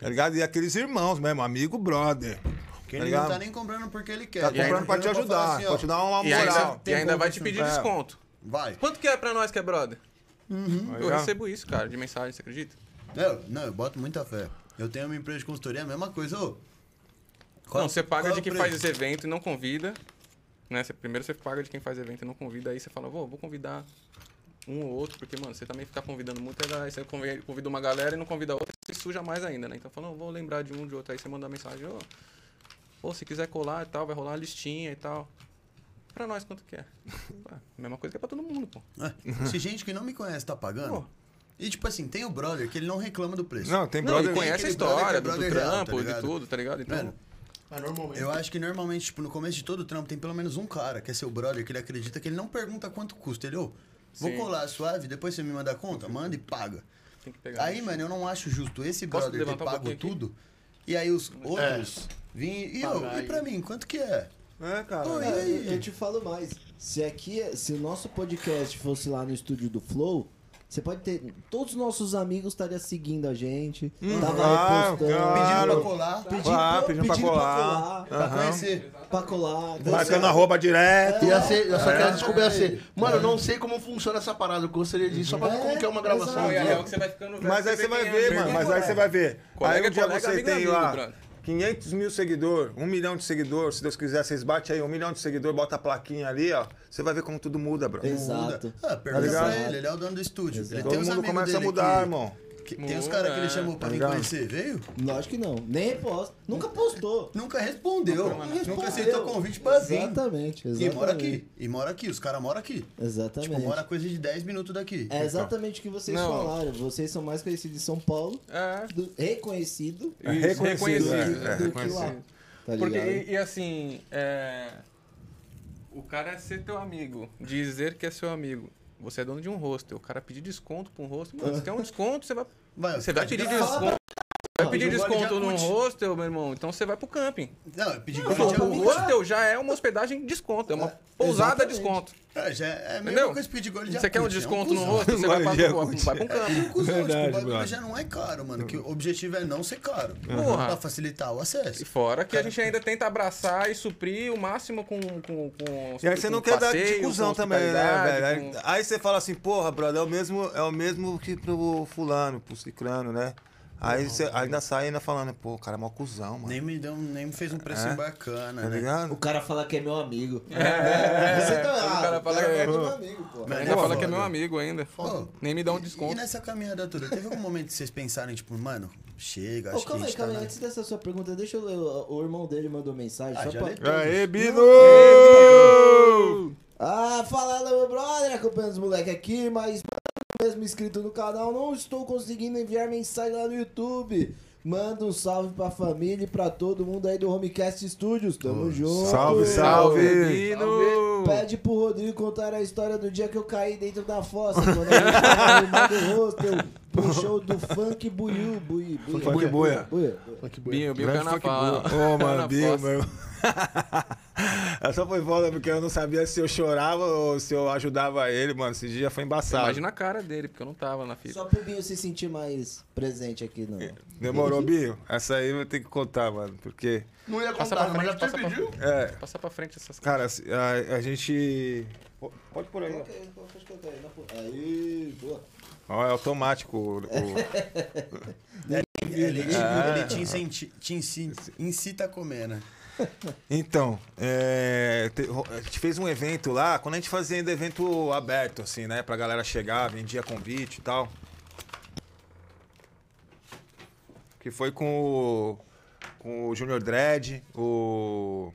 Tá ligado? E aqueles irmãos mesmo, amigo brother. Porque Tá ele ligado? não tá nem comprando porque ele quer. Tá Ele né? comprando tá pra te comprando ajudar, falar pra te dar uma assim, E ainda, moral. e ainda vai te pedir É. desconto. Vai. Quanto que é pra nós que é brother? Tá Eu ligado? recebo isso, cara, de mensagem, você acredita? Eu, não, eu boto muita fé. Eu tenho uma empresa de consultoria, a mesma coisa. Ô, Qual- não, você paga qual de é o quem preço? faz esse evento e não convida. Né? Você- primeiro você paga de quem faz evento e não convida, aí você fala, vou, vou convidar um ou outro, porque, mano, você também ficar convidando muito, é aí você convi- convida uma galera e não convida outra, você suja mais ainda, né? Então fala, não, vou lembrar de um de outro, aí você manda mensagem, ô, pô, se quiser colar e tal, vai rolar uma listinha e tal. Pra nós, quanto que é? Ué, mesma coisa que é pra todo mundo, pô. ah, se gente que não me conhece tá pagando. Pô. E tipo assim, tem o brother que ele não reclama do preço. Não, tem Não, brother. ele conhece a aquele brother que é história do, do brother real, tá trampo, de ligado? tudo, tá ligado? Então, Mano, Mas normalmente. Eu acho que normalmente, tipo, no começo de todo trampo tem pelo menos um cara que é seu brother, que ele acredita que ele não pergunta quanto custa. Ele, ô, vou Sim. colar suave, depois você me manda a conta? Manda e paga. Tem que pegar. Aí, mano, eu não acho justo esse Posso brother ter levantar um pago pouquinho aqui? tudo e aí os outros vim e, eu, Pagar e pra aí. mim, quanto que é? É, cara. Oi. né? E aí? Eu, eu te falo mais. Se aqui, é- se o nosso podcast fosse lá no estúdio do Flow, você pode ter. Todos os nossos amigos estariam seguindo a gente. Uhum. tava ah, repostando. claro. Pedindo pra colar, Pedindo, Ah, pra- pedindo pra colar. Pra colar. pra Aham. conhecer. pra colar. né? Marcando arroba É, direto. Ia ser, eu só quero descobrir assim. Mano, eu não sei como funciona essa parada. Eu gostaria disso só pra ver como que é uma gravação. Não, e a real é entendeu? que você vai ficando velho, Mas aí você vai quem é ver, amigo. mano. Mas aí você vai ver. Colega aí um é dia colega, você amigo é tem amigo, lá brother. 500 mil seguidores, um milhão de seguidores. Se Deus quiser, vocês batem aí um milhão de seguidores, bota a plaquinha ali, ó. Você vai ver como tudo muda, bro. Exato. assim, Ah, pergunta ligado? pra ele, ele é o dono do estúdio. Ele Todo tem os mundo amigos começa a dele mudar, que- irmão. que- tem os caras que ele Muda, chamou pra tá mim ligado? conhecer, veio? Lógico que não. Nem reposta. Nunca postou. Nunca respondeu. Não Nunca respondeu. aceitou convite pra vir. Exatamente, E exatamente. mora aqui. E mora aqui. Os caras moram aqui. então. Exatamente. Tipo, mora coisa de 10 minutos daqui. É exatamente o que vocês Não. falaram. Vocês são mais conhecidos de São Paulo, É. do- reconhecido É Isso, reconhecido, do, é, que- é, do que reconhecido. lá. Tá tipo Porque, ligado? e, e assim, é, o cara é ser teu amigo, dizer que é seu amigo. Você é dono de um rosto, o cara pedir desconto pra um rosto, mano, você quer um desconto, você vai, você ficar vai de pedir graça. desconto. Vai pedir de um gole de desconto num Yakult. rosto, meu irmão, então você vai pro camping. Tipo, Não, eu pedi Não, convite pra o ao mim rosto. hostel já é uma hospedagem de desconto, é uma pousada de desconto. É, já é a mesma Entendeu? coisa que pedir gole de Você quer um Yakult, é desconto no cuzão. rosto, você vai pra, Gole de vai Yakult. vai pra um É um camping. cuzão, tipo, Verdade, o bagulho mano. já não é caro, mano. Que o objetivo é não ser caro. Porra. Pra facilitar o E acesso. fora que a gente ainda tenta abraçar e suprir o máximo com. com, com E aí você não com quer dar Um passeio, com de cuzão também, né, hospitalidade, velho? Aí- com- Aí você fala assim, porra, brother, é o mesmo, é o mesmo que pro fulano, pro ciclano, né? Aí você ainda sai ainda falando, pô, o cara é mó cuzão, mano. Nem me, deu, nem me fez um preço É. bacana, tá né? O ligado? cara fala que é meu amigo. É, você tá errado. cara fala que é meu amigo, pô. Mas Ainda é fala foda. que é meu amigo ainda. Pô, Nem me dá um e- desconto. E nessa caminhada toda, teve algum momento que vocês pensarem, tipo, mano, chega, Ô, acho calma que a aí, gente tá calma aí. na... Antes dessa sua pergunta, deixa eu ler. O, o irmão dele mandou mensagem. Ah, só já pra... lê Aê, Bino! Ah, falando, meu brother, acompanhando os moleques aqui, mas mesmo inscrito no canal, não estou conseguindo enviar mensagem lá no YouTube. Manda um salve pra família e pra todo mundo aí do Homecast Studios. Tamo junto. Salve, salve! Pede pro Rodrigo contar a história do dia que eu caí dentro da fossa, quando a gente tava arrumando o hostel pro show do Funk Buiu, Bui, Bui, Funk Buia. Buia. Binho, Binho Grande funk Carnaval. boa. Ô, mano, Carnaval. Binho, meu <laughs> irmão. Essa foi foda, porque eu não sabia se eu chorava ou se eu ajudava ele, mano. Esse dia foi embaçado. Imagina a cara dele, porque eu não tava na fita. Só pro Binho se sentir mais presente aqui, não. É. Demorou, Binho? Essa aí eu tenho que contar, mano, porque... Não ia Passa contar, pra mas já frente, até passa pra pediu. É, Passar pra frente essas caras. cara, a, a gente... Pode por aí, ó. Coloca aí, pode colocar aí, na po- Aí, boa. Ó, é automático. O, o- Ele, te, Ah. ele te, incenti, te inci- incita a comer, né? Então, é, te- ro- a gente fez um evento lá, quando a gente fazia ainda evento aberto, assim, né? Pra galera chegar, vendia convite e tal. Que foi com o, com o Junior Dredd, o,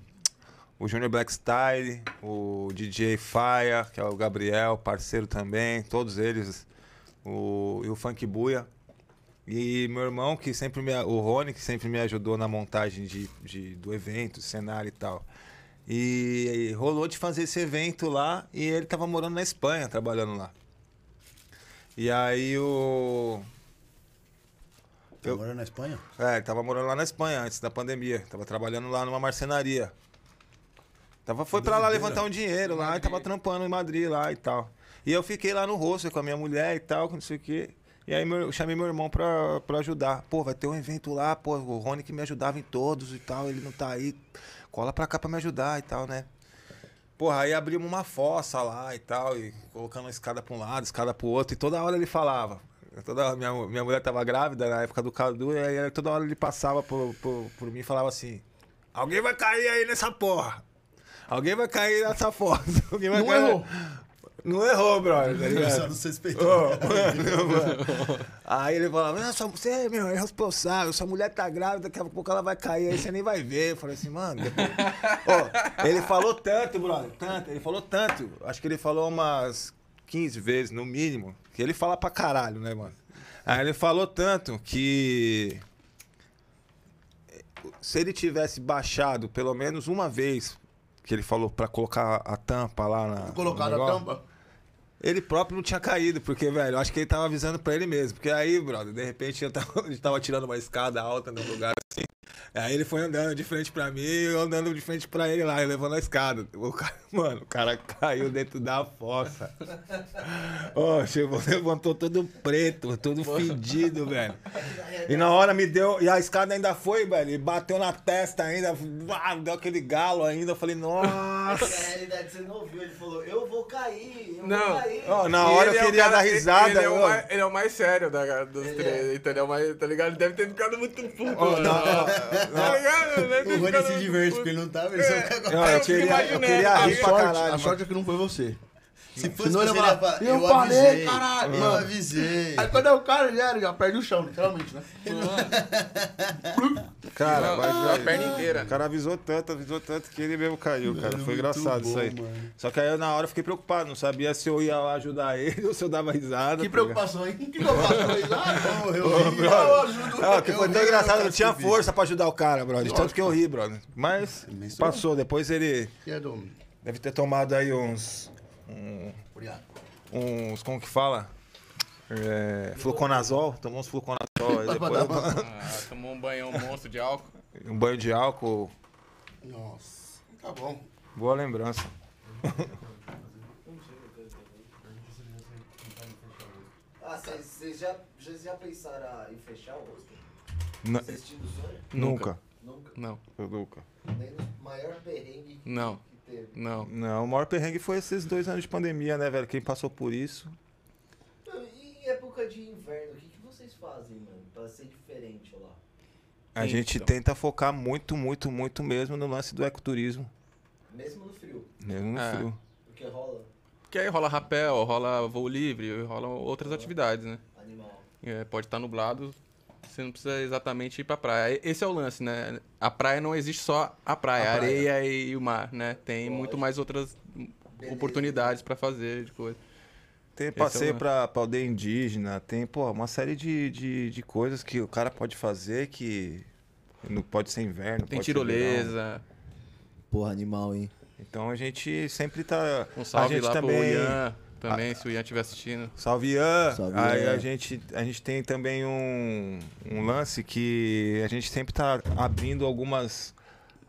o Junior Blackstyle, o DJ Fire, que é o Gabriel, parceiro também, todos eles, o, e o Funk Buia. E meu irmão, que sempre me, o Rony, que sempre me ajudou na montagem de, de- do evento, cenário e tal. E, e rolou de fazer esse evento lá e ele tava morando na Espanha, trabalhando lá. E aí o. Tá Eu- morando na Espanha? É, ele tava morando lá na Espanha antes da pandemia. Tava trabalhando lá numa marcenaria. Tava, foi pra lá levantar um dinheiro lá e tava trampando em Madrid lá e tal. E eu fiquei lá no rosto com a minha mulher e tal, com não sei o quê. E aí meu- eu chamei meu irmão pra, pra ajudar. Pô, vai ter um evento lá, pô, o Rony que me ajudava em todos e tal, ele não tá aí. Cola pra cá pra me ajudar e tal, né? Porra, aí abrimos uma fossa lá e tal, e colocando uma escada pra um lado, escada pro outro, e toda hora ele falava. Toda hora- minha, mu- minha mulher tava grávida na época do Cadu, e aí toda hora ele passava por, por, por mim e falava assim: Alguém vai cair aí nessa porra! Alguém vai cair nessa fossa! <laughs> Alguém vai Não cair. errou. Não errou, brother, <laughs> tá Eu ligado? só não sou Ô, espectador. mano, mano. Aí ele falava, não, sua, você meu, é responsável, sua mulher tá grávida, daqui a pouco ela vai cair, aí você nem vai ver. Eu falei assim, mano, <laughs> depois... Ó, ele falou tanto, brother, tanto, ele falou tanto. Acho que ele falou umas 15 vezes, no mínimo, que ele fala pra caralho, né, mano? Aí ele falou tanto que se ele tivesse baixado pelo menos uma vez, que ele falou pra colocar a tampa lá na. Colocaram no a negócio, tampa. Ele próprio não tinha caído, porque, velho, eu acho que ele tava avisando pra ele mesmo. Porque aí, brother, de repente eu tava, <laughs> a gente tava tirando uma escada alta num lugar assim. Aí ele foi andando de frente pra mim, eu andando de frente pra ele lá, eu levando a escada. O cara, <laughs> mano, o cara caiu dentro da fossa. Ó, chegou, <laughs> levantou todo preto, todo fedido, velho. <laughs> E na hora me deu. E a escada ainda foi, velho. E bateu na testa ainda. uau, deu aquele galo ainda. Eu falei, nossa. <laughs> Na realidade, você não ouviu. Ele falou, eu vou cair, eu Não. vou cair. Ó, na hora Ele eu é o queria cara- dar ele- risada. Ele, é o ó. mais, ele é o mais sério da, dos três, então ele é o mais, tá ligado? Ele deve ter ficado muito puto. mano. Tá ligado? Ele deve ter O Rony ficado se muito diverte, puto. porque ele não tá, ele É. só fica com a- Eu, eu, queria, eu queria A rir pra sorte, caralho. a sorte é que não foi você. Se fosse Senão ele você, ele ia ia falar, falar, "Eu falei, avisei, caralho." Eu avisei. Aí quando é o cara, ele já, já perde o chão, literalmente, né? mano. Cara, mas, A perna inteira. O cara avisou tanto, avisou tanto que ele mesmo caiu, cara. Foi muito engraçado bom, isso aí. mano. Só que aí eu na hora eu fiquei preocupado, não sabia se eu ia ajudar ele <laughs> ou se eu dava risada. tá Que ligado? preocupação, hein? Que preocupação, hein? Ah, não, eu- brother. eu ajudo. Ah, que foi Eu tão ri, engraçado, eu eu não tinha percebi. força pra ajudar o cara, brother. De Tanto que eu ri, brother. Mas Mas sou- passou, depois ele E é do... deve ter tomado aí uns. um- Obrigado. uns. como que fala? É, fluconazol, tomou uns fluconazol aí depois. Ah, tomou um banhão monstro de álcool. um banho de álcool. Nossa, tá bom. Boa lembrança. Ah, vocês vocês já, vocês já pensaram em fechar o hostel? N- Vocês tinham sonho? nunca. Nunca. Não, Nunca. Nem no maior perrengue não, que teve. não. Não, o maior perrengue foi esses dois anos de pandemia, né, velho? Quem passou por isso. E em época de inverno, o que, que vocês fazem, mano? Pra ser diferente lá. A gente Então. tenta focar muito, muito, muito mesmo no lance do ecoturismo. Mesmo no frio, Mesmo no É. frio. o que rola? Porque aí rola rapel, rola voo livre, rola outras atividades, né? Animal. É, pode estar nublado, você não precisa exatamente ir pra praia. Esse é o lance, né? A praia não existe só a praia, a praia. areia e o mar, né? Tem Lógico. muito mais outras Beleza. oportunidades pra fazer de coisa. Tem é o passeio lance. pra, pra aldeia indígena, tem, pô, uma série de, de, de coisas que o cara pode fazer que. Não pode ser inverno, Tem pode ser verão. tirolesa, Porra, animal, hein? Então a gente sempre tá. um salve a gente lá também. pro Ian também, se o Ian estiver assistindo. Salve, Ian! Salve, Aí Ian. A, gente, a gente tem também um, um lance que a gente sempre tá abrindo algumas,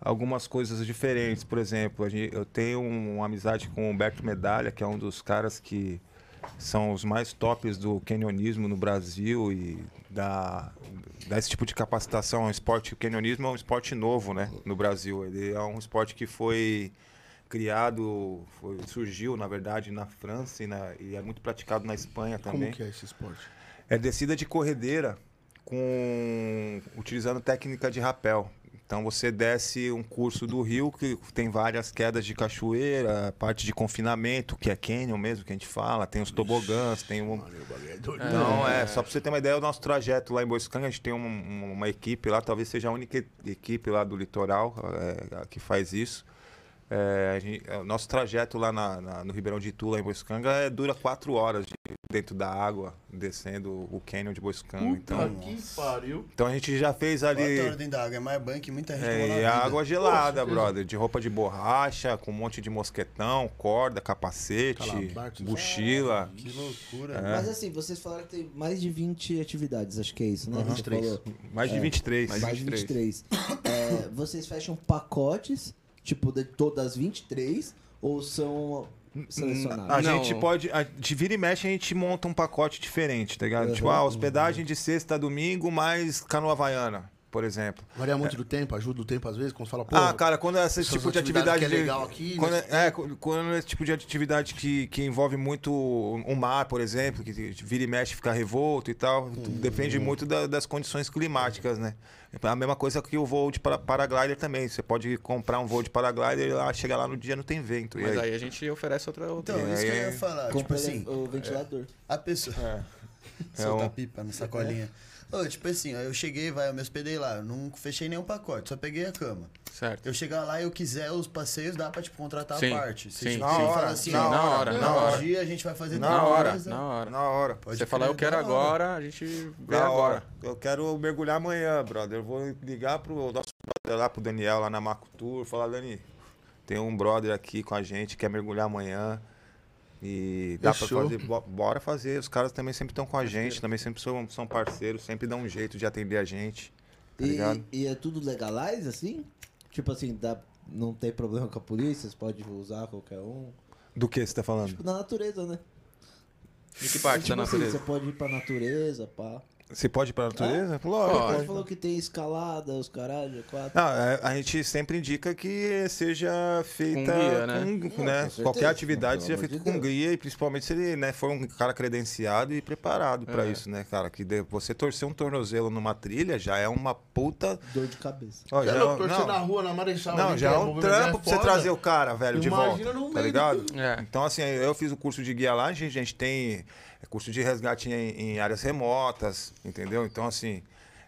algumas coisas diferentes. Por exemplo, a gente- eu tenho um- uma amizade com o Humberto Medalha, que é um dos caras que são os mais tops do canionismo no Brasil e da, dá esse tipo de capacitação. É um esporte, o canionismo é um esporte novo né, no Brasil. Ele é um esporte que foi criado, foi- surgiu, na verdade, na França e, na- e é muito praticado na Espanha também. Como que é esse esporte? É descida de corredeira com utilizando técnica de rapel. Então você desce um curso do rio que tem várias quedas de cachoeira, parte de confinamento, que é canyon mesmo que a gente fala, tem os tobogãs, tem um Não, é, só pra você ter uma ideia, o nosso trajeto lá em Boiscanga, a gente tem um- um- uma equipe lá, talvez seja a única e- equipe lá do litoral é, que faz isso. É, a gente- é, o nosso trajeto lá na- na- no Ribeirão de Itu, lá em Boiscanga, é, dura quatro horas de- dentro da água, descendo o canyon de Boiscanga. Então, Puta que pariu. então a gente já fez ali. Quatro horas dentro da água, é mais banho que muita gente É, tomou na e a vida. água gelada, brother. De roupa de borracha, com um monte de mosquetão, corda, capacete, Calabaço. mochila. é, Que É, loucura. Mas assim, vocês falaram que tem mais de 20 atividades, acho que é isso, né? Você 23. falou. Mais de É. 23. Mais, de 23. É, vocês fecham pacotes, tipo, de todas as 23, ou são A selecionados? Não. gente pode. A, de vira e mexe, a gente monta um pacote diferente, tá ligado? Uhum. Tipo, ah, hospedagem de sexta a domingo, mais canoa havaiana, por exemplo. Varia muito do tempo, ajuda o tempo às vezes, quando fala, pô, ah, cara, quando esse essas tipo de atividades atividade. que é de- legal aqui, quando, mas- é, quando- quando esse tipo de atividade que, que envolve muito o mar, por exemplo, que vira e mexe, fica revolto e tal, Uhum. depende muito da- das condições climáticas, né? É a mesma coisa que o voo de para- paraglider também. Você pode comprar um voo de paraglider e lá, chegar lá no dia não tem vento. E Mas aí? aí a gente oferece outra. outra. Então, isso que eu aí- ia falar. Tipo Compra assim, o ventilador. a pessoa... <laughs> Solta um- a pipa na sacolinha. É. Ô, tipo assim, ó, eu cheguei, vai, eu me hospedei lá. eu Não fechei nenhum pacote, só peguei a cama. Então, Certo. Eu chegar lá e eu quiser os passeios, dá pra, tipo, contratar Sim, a parte. sim, tipo, Na você hora, fala assim, na ó, hora, na um hora. dia a gente vai fazer Na tal hora, coisa. Na hora. Na hora. Pode Você falar, crer, eu quero da hora. agora, a gente vê Da agora. hora. Eu quero mergulhar amanhã, brother. Eu vou ligar pro nosso lá pro Daniel lá na Macutur, falar, Dani, tem um brother aqui com a gente, quer mergulhar amanhã. E dá pra Fechou. fazer, bo- bora fazer. Os caras também sempre estão com a gente, também sempre são, são parceiros, sempre dão um jeito de atender a gente. Tá E, ligado? e é tudo legalize, assim? Tipo assim, dá, não tem problema com a polícia, você pode usar qualquer um. Do que você tá falando? Tipo, na natureza, né? De que parte tipo da assim, natureza? você pode ir pra natureza, pá. Você pode ir pra natureza? Lógico. Você pode. falou que tem escalada, os caralho, quatro. Não, é, a gente sempre indica que seja feita Com guia, né? com- com né? certeza. Qualquer atividade Não, seja pelo feita amor de com Deus. guia e principalmente se ele né, for um cara credenciado e preparado pra É. isso, né, cara? Que de- você torcer um tornozelo numa trilha já é uma puta. Dor de cabeça. Ó, Já já, louco, é- torcer na não, rua, na Marechal. não, ali, já é pelo um amor de Deus, trampo é pra você foda. trazer o cara, velho, de volta. Imagina no meio Tá do- ligado? É. Então, assim, eu fiz o curso de guia lá, a gente, a gente tem é, curso de resgate em, em áreas remotas, entendeu? Então, assim,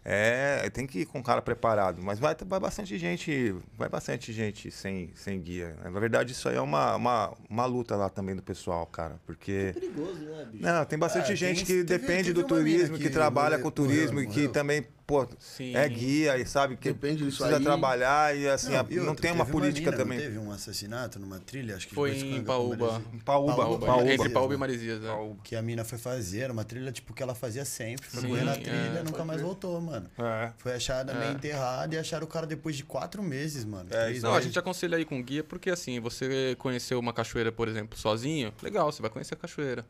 é, tem que ir com o cara preparado. Mas vai, vai bastante gente, vai bastante gente sem, sem guia. Na verdade, isso aí é uma, uma, uma luta lá também do pessoal, cara, porque... Perigoso, né, bicho? Não, tem bastante É, gente tem- que teve- depende teve do uma mina turismo, que, que trabalha morreu- com turismo e morreu, que morreu. também, pô, Sim. é guia e sabe que Depende disso precisa aí. trabalhar e assim, a- e não, outra, tem uma teve política mina, não também. Teve um assassinato numa trilha, acho que de Foi Boiçucanga em com Paúba. Maresias. Em Um Paúba, Paúba, Paúba. Entre Maresias, Paúba e né? Maresias, é. Que a mina foi fazer, era uma trilha tipo que ela fazia sempre. Foi Sim, correr na é, trilha, pode nunca mais crer. voltou, mano. É. Foi achada meio enterrada e acharam o cara depois de quatro meses, mano. É, Três isso Não, a meses. gente aconselha aí com guia, porque assim, você conheceu uma cachoeira, por exemplo, sozinho, legal, você vai conhecer a cachoeira,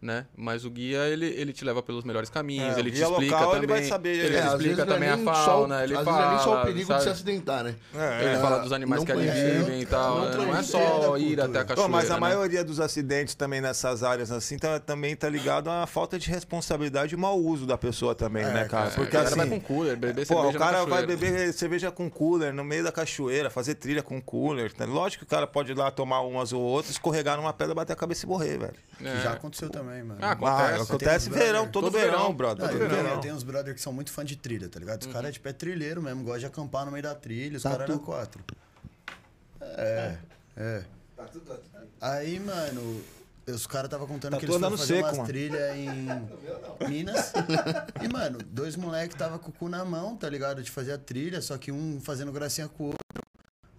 né? Mas o guia, ele, ele te leva pelos melhores caminhos, É, ele o te guia explica local, também. ele vai saber, ele é, às explica vezes não é também a nem só o- fauna, ele às fala. vezes é nem só o perigo sabe? de se acidentar, né? É, Ele Ah, fala dos animais não que ali conhece. vivem e tal. Não né? Não, é conhece só a ir cultura. até a Ô, Pô, cachoeira. mas a né? maioria dos acidentes também nessas áreas assim tá- também tá ligado à falta de responsabilidade e mau uso da pessoa também, né, cara? É, Porque o cara assim, vai com cooler, beber pô, cerveja o na cara vai cachoeira. beber cerveja com cooler no meio da cachoeira, fazer trilha com cooler. tá? Lógico que o cara pode ir lá tomar umas ou outras, escorregar numa pedra, bater a cabeça e morrer, velho. Que já aconteceu também, mano. É. Ah, Ah, Acontece. acontece Tem uns verão, brother- todo, todo verão, verão. brother. Não, Todo eu, tenho, verão. eu tenho uns brother que são muito fã de trilha, tá ligado? Os caras, tipo, é trilheiro mesmo, gosta de acampar no meio da trilha, os Tatu. caras eram quatro. É, é. Tá tudo gosta de Aí, mano, os caras tava contando Tatu que eles foram andando fazer seco, mano. umas trilhas em Minas. E, mano, dois moleques tava com o cu na mão, tá ligado? De fazer a trilha, só que um fazendo gracinha com o outro.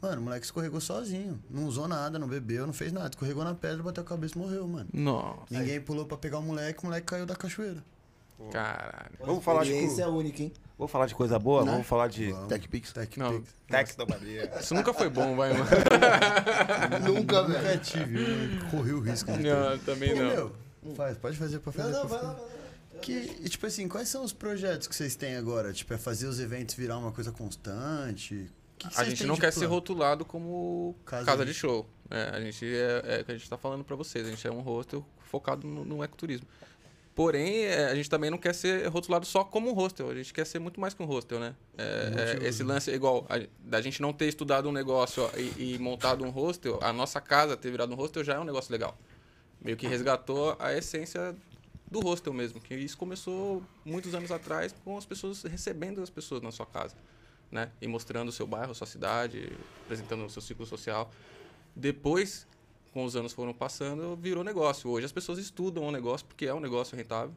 Mano, o moleque escorregou sozinho. Não usou nada, não bebeu, não fez nada. Escorregou na pedra, bateu a cabeça e morreu, mano. Nossa, Ninguém pulou pra pegar o moleque, o moleque caiu da cachoeira. caralho. Vamos falar de Experiência única, é hein? Vamos falar de coisa boa, Né? vamos falar de TechPix. Não, TechPix. Tex da <laughs> Bahia. isso nunca foi bom, vai, mano. Nunca, velho. Nunca tive, eu corri o risco. de ter. <laughs> Não, também Ô, não. meu, faz, pode fazer pra fazer. Não, não, pra vai lá, fazer. vai lá. Que, e, tipo assim, quais são os projetos que vocês têm agora? Tipo, é fazer os eventos virar uma coisa constante? O que que A vocês gente têm não de quer plano? ser rotulado como Casa casa, de- de show. É, a gente é, é o que a gente tá falando para vocês. A gente é um hostel focado no, no ecoturismo. Porém, é, a gente também não quer ser rotulado só como um hostel. A gente quer ser muito mais que um hostel, né? É, é, esse lance é igual a, da gente não ter estudado um negócio ó, e, e montado um hostel. A nossa casa ter virado um hostel já é um negócio legal. Meio que resgatou a essência do hostel mesmo. Que isso começou muitos anos atrás com as pessoas recebendo as pessoas na sua casa né? E mostrando o seu bairro, a sua cidade, apresentando o seu ciclo social. Depois, com os anos foram passando, virou negócio. Hoje as pessoas estudam o negócio porque é um negócio rentável,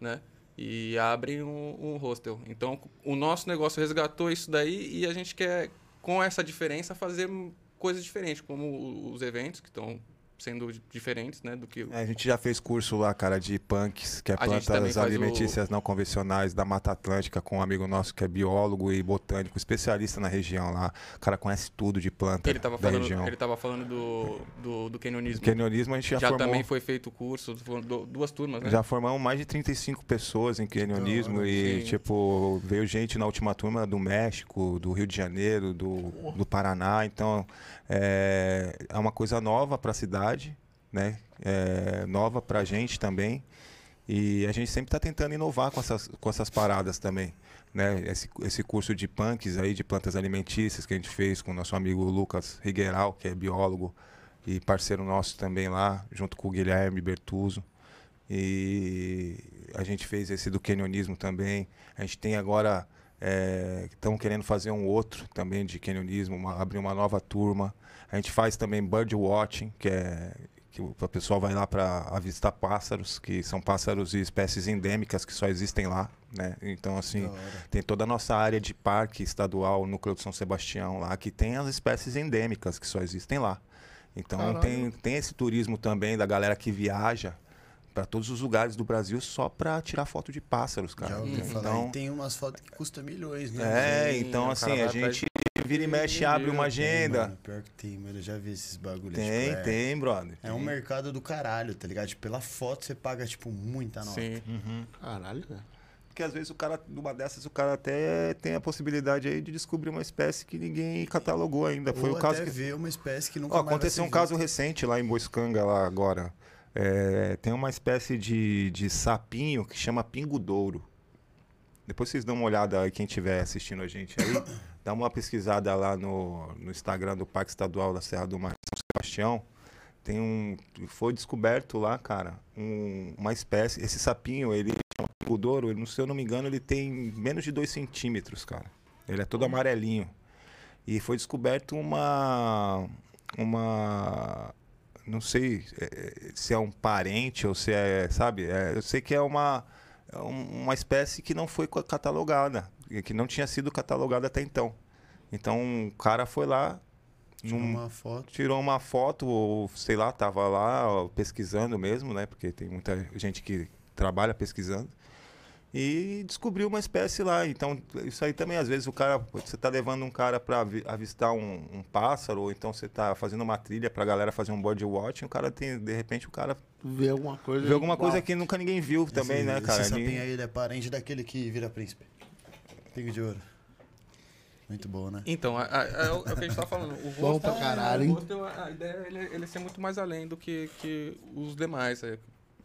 né? E abrem um, um hostel. Então, o nosso negócio resgatou isso daí e a gente quer, com essa diferença, fazer coisas diferentes, como o- os eventos que estão sendo di- diferentes, né? Do que É, A gente já fez curso lá, cara, de punks, que é A gente também plantas faz alimentícias não convencionais da Mata Atlântica, com um amigo nosso que é biólogo e botânico, especialista na região lá. O cara conhece tudo de planta ele estava da falando. região. Ele tava falando do, do, do canionismo. Canionismo a gente já, já formou. também foi feito o curso, foram du- duas turmas, né? Já formamos mais de 35 pessoas em canionismo e, sim. tipo, veio gente na última turma do México, do Rio de Janeiro, do, do Paraná. Então, é, é uma coisa nova para a cidade, né? É, nova para a gente também. E a gente sempre está tentando inovar com essas, com essas paradas também. Né? Esse, esse curso de punks aí, de plantas alimentícias que a gente fez com o nosso amigo Lucas Rigueiral, que é biólogo e parceiro nosso também lá, junto com o Guilherme Bertuzzo. E a gente fez esse do canionismo também. A gente tem agora. Estão É, querendo fazer um outro também de canionismo, uma- abrir uma nova turma. A gente faz também bird watching, que é que o o pessoal vai lá para avistar pássaros, que são pássaros e espécies endêmicas que só existem lá, né? Então assim, tem toda a nossa área de parque estadual, núcleo de São Sebastião lá, que tem as espécies endêmicas que só existem lá. Então tem, tem esse turismo também da galera que viaja para todos os lugares do Brasil só para tirar foto de pássaros, cara. Já ouvi Hum, Então, falar. E tem umas fotos que custam milhões, né? é, Sim, o então cara assim, vai a atrás gente vira e mexe, abre uma agenda. Mano, pior que tem, mano. Eu já vi esses bagulhos. Tem, tipo, é- tem, brother. É um mercado do caralho, tá ligado? Tipo, pela foto você paga, tipo, muita nota. Sim. Caralho, velho. Porque às vezes o cara, numa dessas, o cara até tem a possibilidade aí de descobrir uma espécie que ninguém catalogou ainda. Foi Ou o caso até que. ver uma espécie que nunca Ó, mais vai aconteceu ser um caso vista. recente lá em Boiscanga, lá agora. É, tem uma espécie de, de sapinho que chama pingo-douro. Depois vocês dão uma olhada aí, quem estiver assistindo a gente aí. Dá uma pesquisada lá no, no Instagram do Parque Estadual da Serra do Mar São Sebastião. Tem um. Foi descoberto lá, cara, um- uma espécie. Esse sapinho, ele chama pingo-douro, ele, se eu não me engano, ele tem menos de 2 centímetros, cara. Ele é todo amarelinho. E foi descoberto uma. Uma. Não sei é, é, se é um parente ou se é. Sabe? É, eu sei que é uma. é um- Uma espécie que não foi co- catalogada, e que não tinha sido catalogada até então. Então o cara foi lá, Tirou num- Tipo, uma foto. tirou uma foto, ou sei lá, tava lá ó, pesquisando mesmo, né? Porque tem muita gente que trabalha pesquisando. E descobriu uma espécie lá. Então, isso aí também, às vezes, o cara. Você tá levando um cara para avistar um, um pássaro, ou então você tá fazendo uma trilha pra galera fazer um body watch, e o cara tem, de repente, o cara Ver alguma coisa. vê alguma coisa Uau. que nunca ninguém viu também, esse, né, cara? Esse sapinho Ninguém- aí, ele é parente daquele que vira príncipe. Pingo de ouro. Muito bom, né? Então, a- a- é, o, é o que a gente tá falando. O rosto, Bom pra caralho, hein? o rosto, a, a ideia é ele, ele ser muito mais além do que, que os demais. É,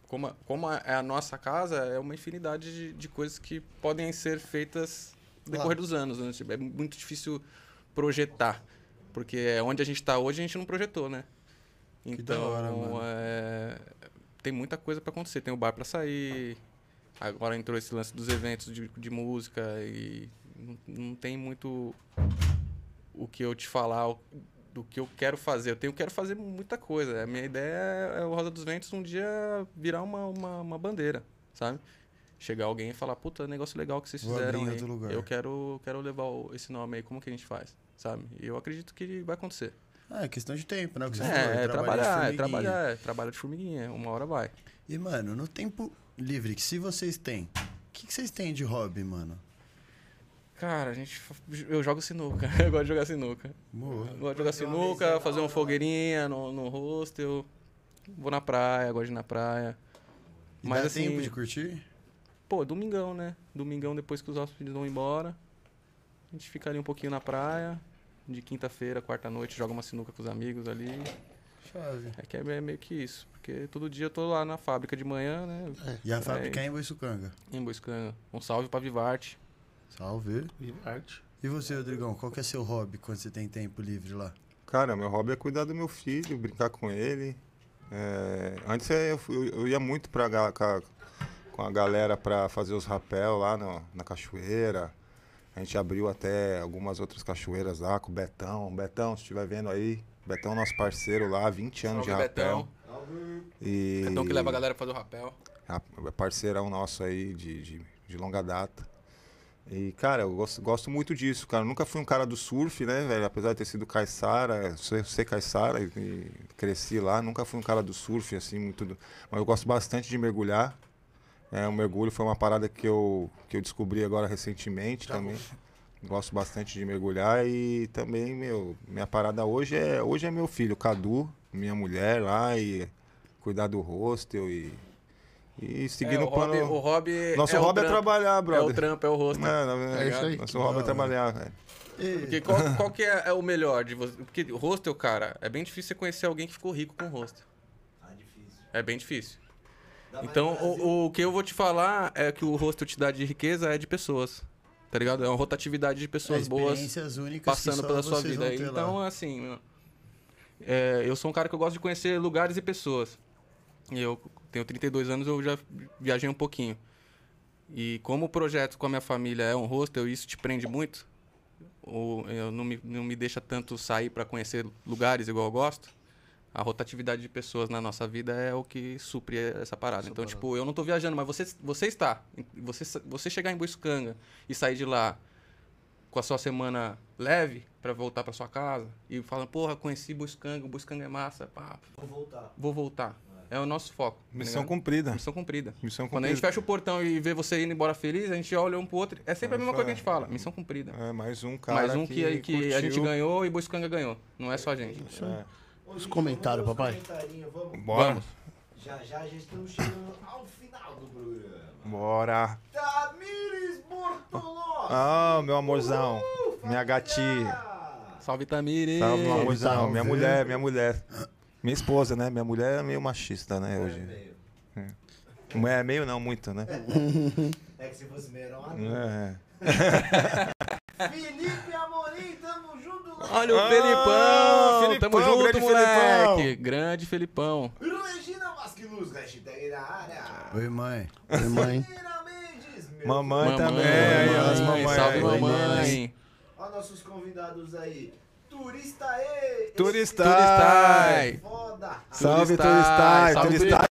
como a, como a, é a nossa casa, é uma infinidade de, de coisas que podem ser feitas no decorrer dos anos. né? Tipo, É muito difícil projetar. Porque é onde a gente está hoje, a gente não projetou, né? Então, da hora, mano. é, tem muita coisa para acontecer. Tem o bar para sair. Agora entrou esse lance dos eventos de, de música e não, não tem muito o que eu te falar o- do que eu quero fazer. Eu tenho, quero fazer muita coisa. A minha ideia é o Rosa dos Ventos um dia virar uma, uma, uma bandeira, sabe? Chegar alguém e falar, puta, negócio legal que vocês Vou fizeram abrir em aí. outro lugar." Eu quero, quero levar o- esse nome aí, como que a gente faz, sabe? E eu acredito que vai acontecer. Ah, é questão de tempo, né? O que você falou, É, é eu trabalhei trabalhar, é de formiguinha. trabalhar, é trabalho de formiguinha. Uma hora vai. E, mano, no tempo livre que se vocês têm, o que, que vocês têm de hobby, mano? Cara, a gente. fa- Eu jogo sinuca. <laughs> Eu gosto de jogar sinuca. Boa. Eu gosto de jogar sinuca, fazer uma fogueirinha no, no hostel. Vou na praia, gosto de ir na praia. E Mas dá assim, tempo de curtir? pô, domingão, né? Domingão depois que os hóspedes vão embora. A gente fica ali um pouquinho na praia. De quinta-feira, quarta-noite, joga uma sinuca com os amigos ali. Chave. É que é meio que isso. Porque todo dia eu tô lá na fábrica de manhã, né? E a É. fábrica é em Boiçucanga. Em buscando. Um salve pra Vivarte. Salve. E arte. E você, Rodrigão, qual que é seu hobby quando você tem tempo livre lá? Cara, meu hobby é cuidar do meu filho, brincar com ele. É, antes eu, eu- eu ia muito pra, ga- ca- com a galera pra fazer os rapel lá no- na cachoeira. A gente abriu até algumas outras cachoeiras lá com o Betão. Betão, se estiver vendo aí, Betão é nosso parceiro lá, 20 anos de Salve, rapel. Betão. E Betão que leva a galera pra fazer o rapel. rap- parceirão nosso aí de, de, de longa data. E, cara, eu gosto, gosto muito disso, cara. Eu nunca fui um cara do surf, né, velho? Apesar de ter sido caiçara, ser, ser caiçara e, e cresci lá, nunca fui um cara do surf, assim, muito. do- Mas eu gosto bastante de mergulhar. É, o mergulho foi uma parada que eu, que eu descobri agora Tá recentemente também. Gosto bastante de mergulhar e também, meu, minha parada hoje é, hoje é meu filho, Cadu, minha mulher lá e cuidar do hostel e, e seguir É, no o plano. Hobby, o hobby Nosso é o hobby é trampo. trabalhar, É o brother. trampo, é o rosto. Mano, É isso aí. Nosso hobby é trabalhar, velho. Porque qual, qual que é, é o melhor de você? Porque hostel, cara, é bem difícil você conhecer alguém que ficou rico com hostel. Ah, difícil. É bem difícil. Ainda mais Então, no Brasil. o, o que eu vou te falar é que o hostel te dá de riqueza é de pessoas. Tá ligado? É uma rotatividade de pessoas boas É, experiências únicas que passando só pela sua vocês vida. vão ter lá. Então, assim, meu, é, eu sou um cara que eu gosto de conhecer lugares e pessoas. E eu tenho 32 anos, eu já viajei um pouquinho. E como o projeto com a minha família é um hostel e isso te prende muito, ou eu não me, não me deixa tanto sair para conhecer lugares igual eu gosto, A rotatividade de pessoas na nossa vida é o que supre essa parada. então, né? tipo, eu não tô viajando, mas você, você está. Você, você chegar em Boiscanga e sair de lá com a sua semana leve pra voltar pra sua casa e falando, porra, conheci Boiscanga, Boiscanga é massa, pá, Vou voltar. vou voltar. É o nosso foco. tá Missão ligado? cumprida. Missão cumprida. Missão Quando a gente cumprida. fecha o portão e vê você indo embora feliz, a gente olha um pro outro. É sempre a Eu mesma coisa que a falo, gente fala. Missão cumprida. É, mais um cara Mais um que, aí que a gente curtiu. ganhou e Boiscanga ganhou. Não é só a gente. Os comentários, papai. Comentarinho, vamos. Bora. Vamos. Já já já estamos chegando ao final do programa. Bora. Tamires Bortoló! Ah, meu amorzão. minha gatinha. gatinha! Salve, Tamires! Salve, meu amorzão. Salve. Minha mulher, minha mulher. Minha esposa, né? Minha mulher é meio machista, né? Hoje. É meio não, muito, né? É que se fosse meio era uma É. Felipe Amorim, tamo junto lá! Olha o Ah, Felipão! Felipão, Tamo junto, grande moleque! Felipão. Grande Felipão. Regina Vasquiluz, hashtag na área! é- Oi, mãe. Oi, mãe. Mira Mendes, meu Mamãe, Mamãe, também. tá aí, ó, as mamãe, mamães. salve aí. mamãe. Olha nossos convidados aí. Turista E! Turista. Turistai. Foda! Tá. Salve, Turistai, Turistai. salve, Turistai.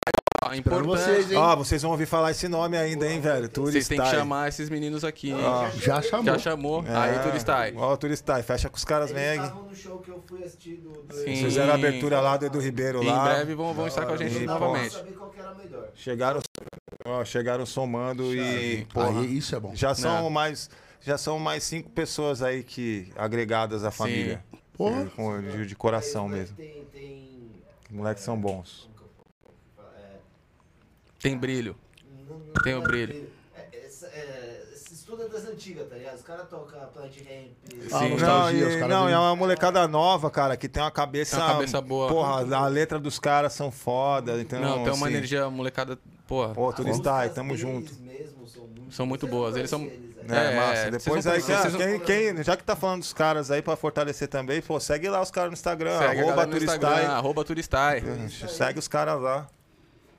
Ó, importante. vocês, Vocês, hein? Ó, vocês vão ouvir falar esse nome ainda, hein, velho? Turistai. têm que chamar esses meninos aqui, hein? Já chamou. Já chamou. É. Aí, Turistai. Ó, Turistai, fecha com os caras, Eles vem. estavam no show que eu fui assistir do... do Sim. Edu. Fizeram a abertura lá do Edu Ribeiro E lá. em breve vão, vão estar com a gente Sim, Não dava pra novamente. saber qual que era melhor. Chegaram, ó, chegaram somando e, porra, Aí, isso é bom. já são Não. mais já são mais cinco pessoas aí que agregadas à família. Porra. E com- de, de coração Aí os mesmo. moleques Tem, tem... Moleques são bons. Tem brilho. não- não Tem o era brilho. É, essa- é, esses tudo é das antigas, tá ligado? Os caras tocam Plant Ah, Ramp. Sim. Não, nostalgia, os e, caras não, vêm- é uma molecada nova, cara, que tem uma cabeça. Tem uma cabeça boa. Porra, a letra dos caras são foda. Então, Não, tem uma assim, energia molecada, porra. Pô, As Turistai, músicas tamo deles junto. mesmo são muito, São muito Vocês não boas, eles são- conhecem eles, né? É, É, massa. é, Depois vocês aí, vão cara, conhecer, quem, vocês vão- quem- já que tá falando dos caras aí pra fortalecer também, pô, segue lá os caras no Instagram, Segue a arroba galera no Instagram, turistai. arroba Turistai. Segue os caras lá. é.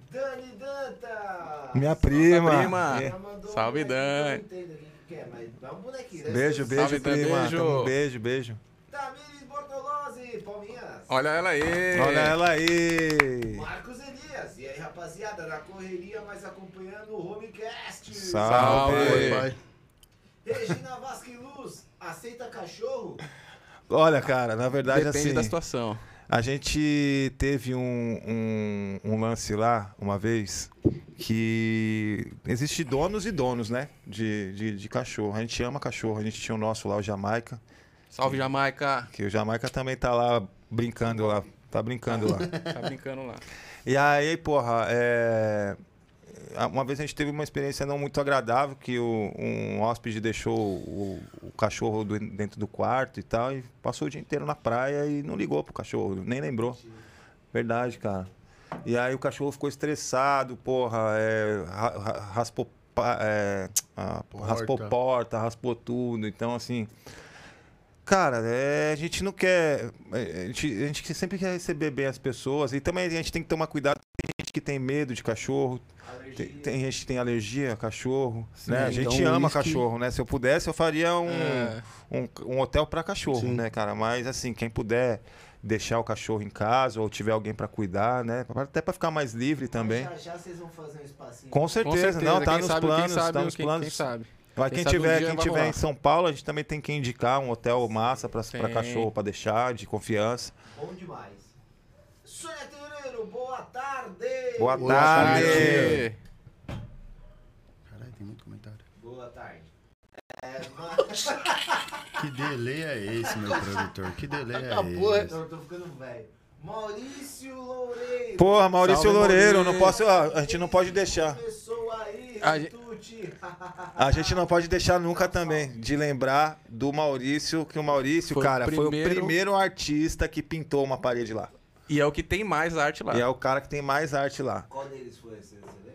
Dani Danta! Minha Salve, prima. prima. É. Ela mandou um Ah, bonequinho, Salve, eu Dani. não entendo o que que é, mas é um bonequinho, deve Beijo, ser- beijo, Salve, Dan, prima. beijo. Tamo- beijo, beijo. Tamires Bortolozzi, palminhas. Olha ela aí. Olha ela aí. Marcos Elias, e aí rapaziada, na correria, mas acompanhando o Homecast. Salve. Salve. Pai. Regina Vasquiluz, aceita cachorro? Olha, cara, na verdade, Depende assim, da situação. a gente teve um, um, um lance lá, uma vez, que existe donos e donos, né? De, de, de cachorro. A gente ama cachorro. A gente tinha o nosso lá, o Jamaica. Salve, Jamaica. Que o Jamaica também tá lá brincando lá. Tá brincando lá. Tá brincando <laughs> lá. E aí, porra, é... uma vez a gente teve uma experiência não muito agradável, que o- um hóspede deixou o, o cachorro do- dentro do quarto e tal, e passou o dia inteiro na praia e não ligou pro cachorro, nem lembrou. Verdade, cara. E aí o cachorro ficou estressado, porra, é, ra- ra- raspou, pa- é, ah, raspou Porta. porta, raspou tudo. Então, assim, Cara, é, a gente não quer. é, A gente, a gente sempre quer receber bem as pessoas e também a gente tem que tomar cuidado. Tem gente que tem medo de cachorro, tem, tem gente que tem alergia a cachorro. né? A gente então ama isso que- cachorro, né? Se eu pudesse, eu faria um, É. um, um hotel para cachorro, né, cara? Mas assim, quem puder deixar o cachorro em casa ou tiver alguém para cuidar, né? Até para ficar mais livre também. Já, já vocês vão fazer um espacinho. Com certeza, não, tá quem nos sabe, planos, quem sabe, tá nos quem, planos. Quem sabe. Mas Quem quem, sabe um tiver, dia quem vai tiver rolar. em São Paulo, a gente também tem que indicar um hotel massa para Sim. cachorro, para deixar, de confiança. Bom demais. Sônia Terreiro, boa tarde! Boa, Boa tarde. tarde. Caralho, tem muito comentário. Boa tarde. É, mas... Que delay é esse, meu produtor? Que delay é Acabou, esse? é. Então, tô, tô ficando velho. Maurício Loureiro. Porra, Maurício Salve, Loureiro, Maurício. não posso, ó, a gente não pode deixar. Começou aí, A Retuti. A gente não pode deixar nunca também de lembrar do Maurício, que o Maurício, Foi o cara, foi primeiro- o primeiro artista que pintou uma parede lá. E é o que tem mais arte lá. E é o cara que tem mais arte lá. Qual deles foi esse? Você lembra?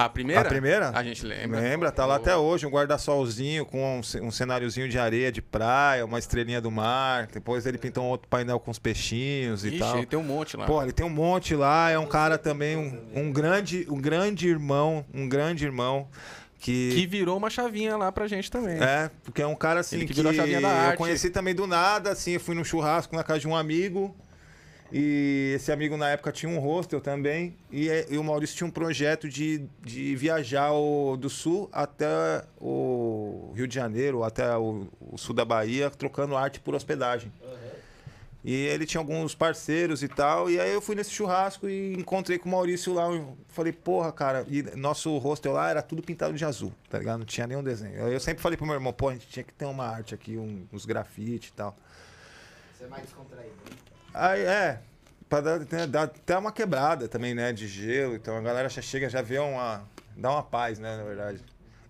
A primeira? A primeira? A gente lembra. Lembra? Tá lá até hoje, um guarda-solzinho com um, ce- um cenáriozinho de areia de praia, uma estrelinha do mar. Depois ele pintou um outro painel com os peixinhos e Ixi, tal. ele tem um monte lá. Pô, ele tem um monte lá, é um cara também, um, um grande, um grande irmão, um grande irmão que virou uma chavinha lá pra gente também. É, porque é um cara assim Ele que, que virou a chavinha da eu arte. conheci também do nada, assim, eu fui num churrasco na casa de um amigo. E esse amigo na época tinha um hostel também. E, é- e o Maurício tinha um projeto de, de viajar o- do sul até o Rio de Janeiro, até o, o sul da Bahia, trocando arte por hospedagem. E ele tinha alguns parceiros e tal. E aí eu fui nesse churrasco e encontrei com o Maurício lá. Eu falei, porra, cara. E nosso hostel lá era tudo pintado de azul, tá ligado? Não tinha nenhum desenho. Aí Eu sempre falei pro meu irmão, pô, a gente tinha que ter uma arte aqui, um- uns grafites e tal. Você é mais descontraído. né? Aí, é, pra dar, né, dar até uma quebrada também, né, de gelo. Então a galera já chega, já vê uma. dá uma paz, né, na verdade.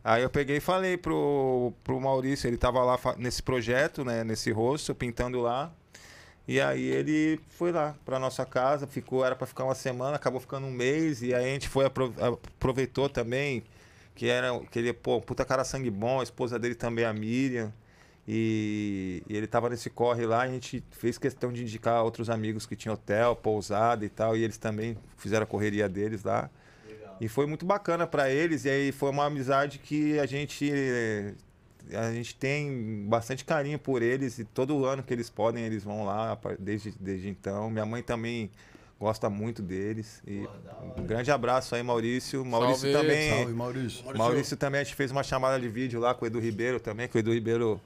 Aí eu peguei e falei pro, pro Maurício, ele tava lá fa- nesse projeto, né, nesse rosto, pintando lá. E aí ele foi lá pra nossa casa, ficou, era pra ficar uma semana, acabou ficando um mês, e aí a gente foi apro- aproveitou também que era que ele, pô, um puta cara sangue bom, a esposa dele também a Miriam. E, e ele tava nesse corre lá, a gente fez questão de indicar outros amigos que tinham hotel, pousada e tal, e eles também fizeram a correria deles lá. E foi muito bacana pra eles, e aí foi uma amizade que a gente eh, a gente tem bastante carinho por eles e todo ano que eles podem, eles vão lá pa- desde, desde então. Minha mãe também gosta muito deles. E um grande abraço aí, Maurício. Maurício Salve, também. Salve, Maurício. Maurício. Maurício também a gente fez uma chamada de vídeo lá com o Edu Ribeiro também, que o Edu Ribeiro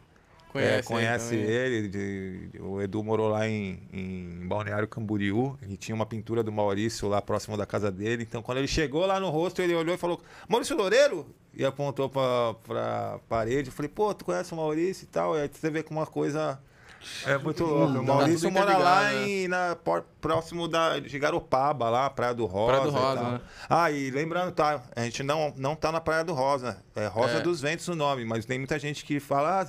Conhece é, ele conhece também. ele. de- de- o Edu morou lá em, em Balneário Camboriú e tinha uma pintura do Maurício lá próximo da casa dele. Então, quando ele chegou lá no rosto, ele olhou e falou: Maurício Loureiro? E apontou pra, pra parede. Eu falei: pô, tu conhece o Maurício e tal? E aí você vê que uma coisa. É muito louca. O Maurício Hum, tudo mora lá interligado, né? em, na, por- próximo da, de Garopaba, lá, Praia do Rosa. do e Rosa, tal. né? Ah, e lembrando, tá? A gente não, não tá na Praia do Rosa. É Rosa É. dos Ventos o nome, mas tem muita gente que fala.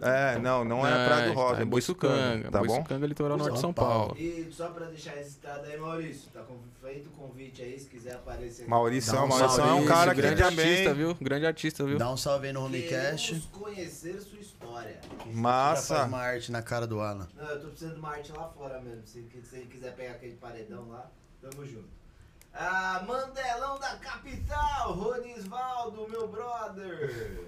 Ah, é, não, não é a Praia do Rosa, é Boiçucanga, tá bom? tá Boiçucanga, litoral norte de São Paulo. E só pra deixar registrado aí, Maurício, tá com- feito o convite aí, se quiser aparecer. aqui. Maurição, Dá um Maurição é um salve, cara que esse grande também. artista, viu? Grande artista, viu? Dá um salve aí no Homecast. Queremos conhecer sua história. Já faz Massa. uma arte na cara do Alan. Não, eu tô precisando de uma arte lá fora mesmo. Se que- se ele quiser pegar aquele paredão lá, tamo junto. Ah, Mandelão da capital, Ronisvaldo, meu brother.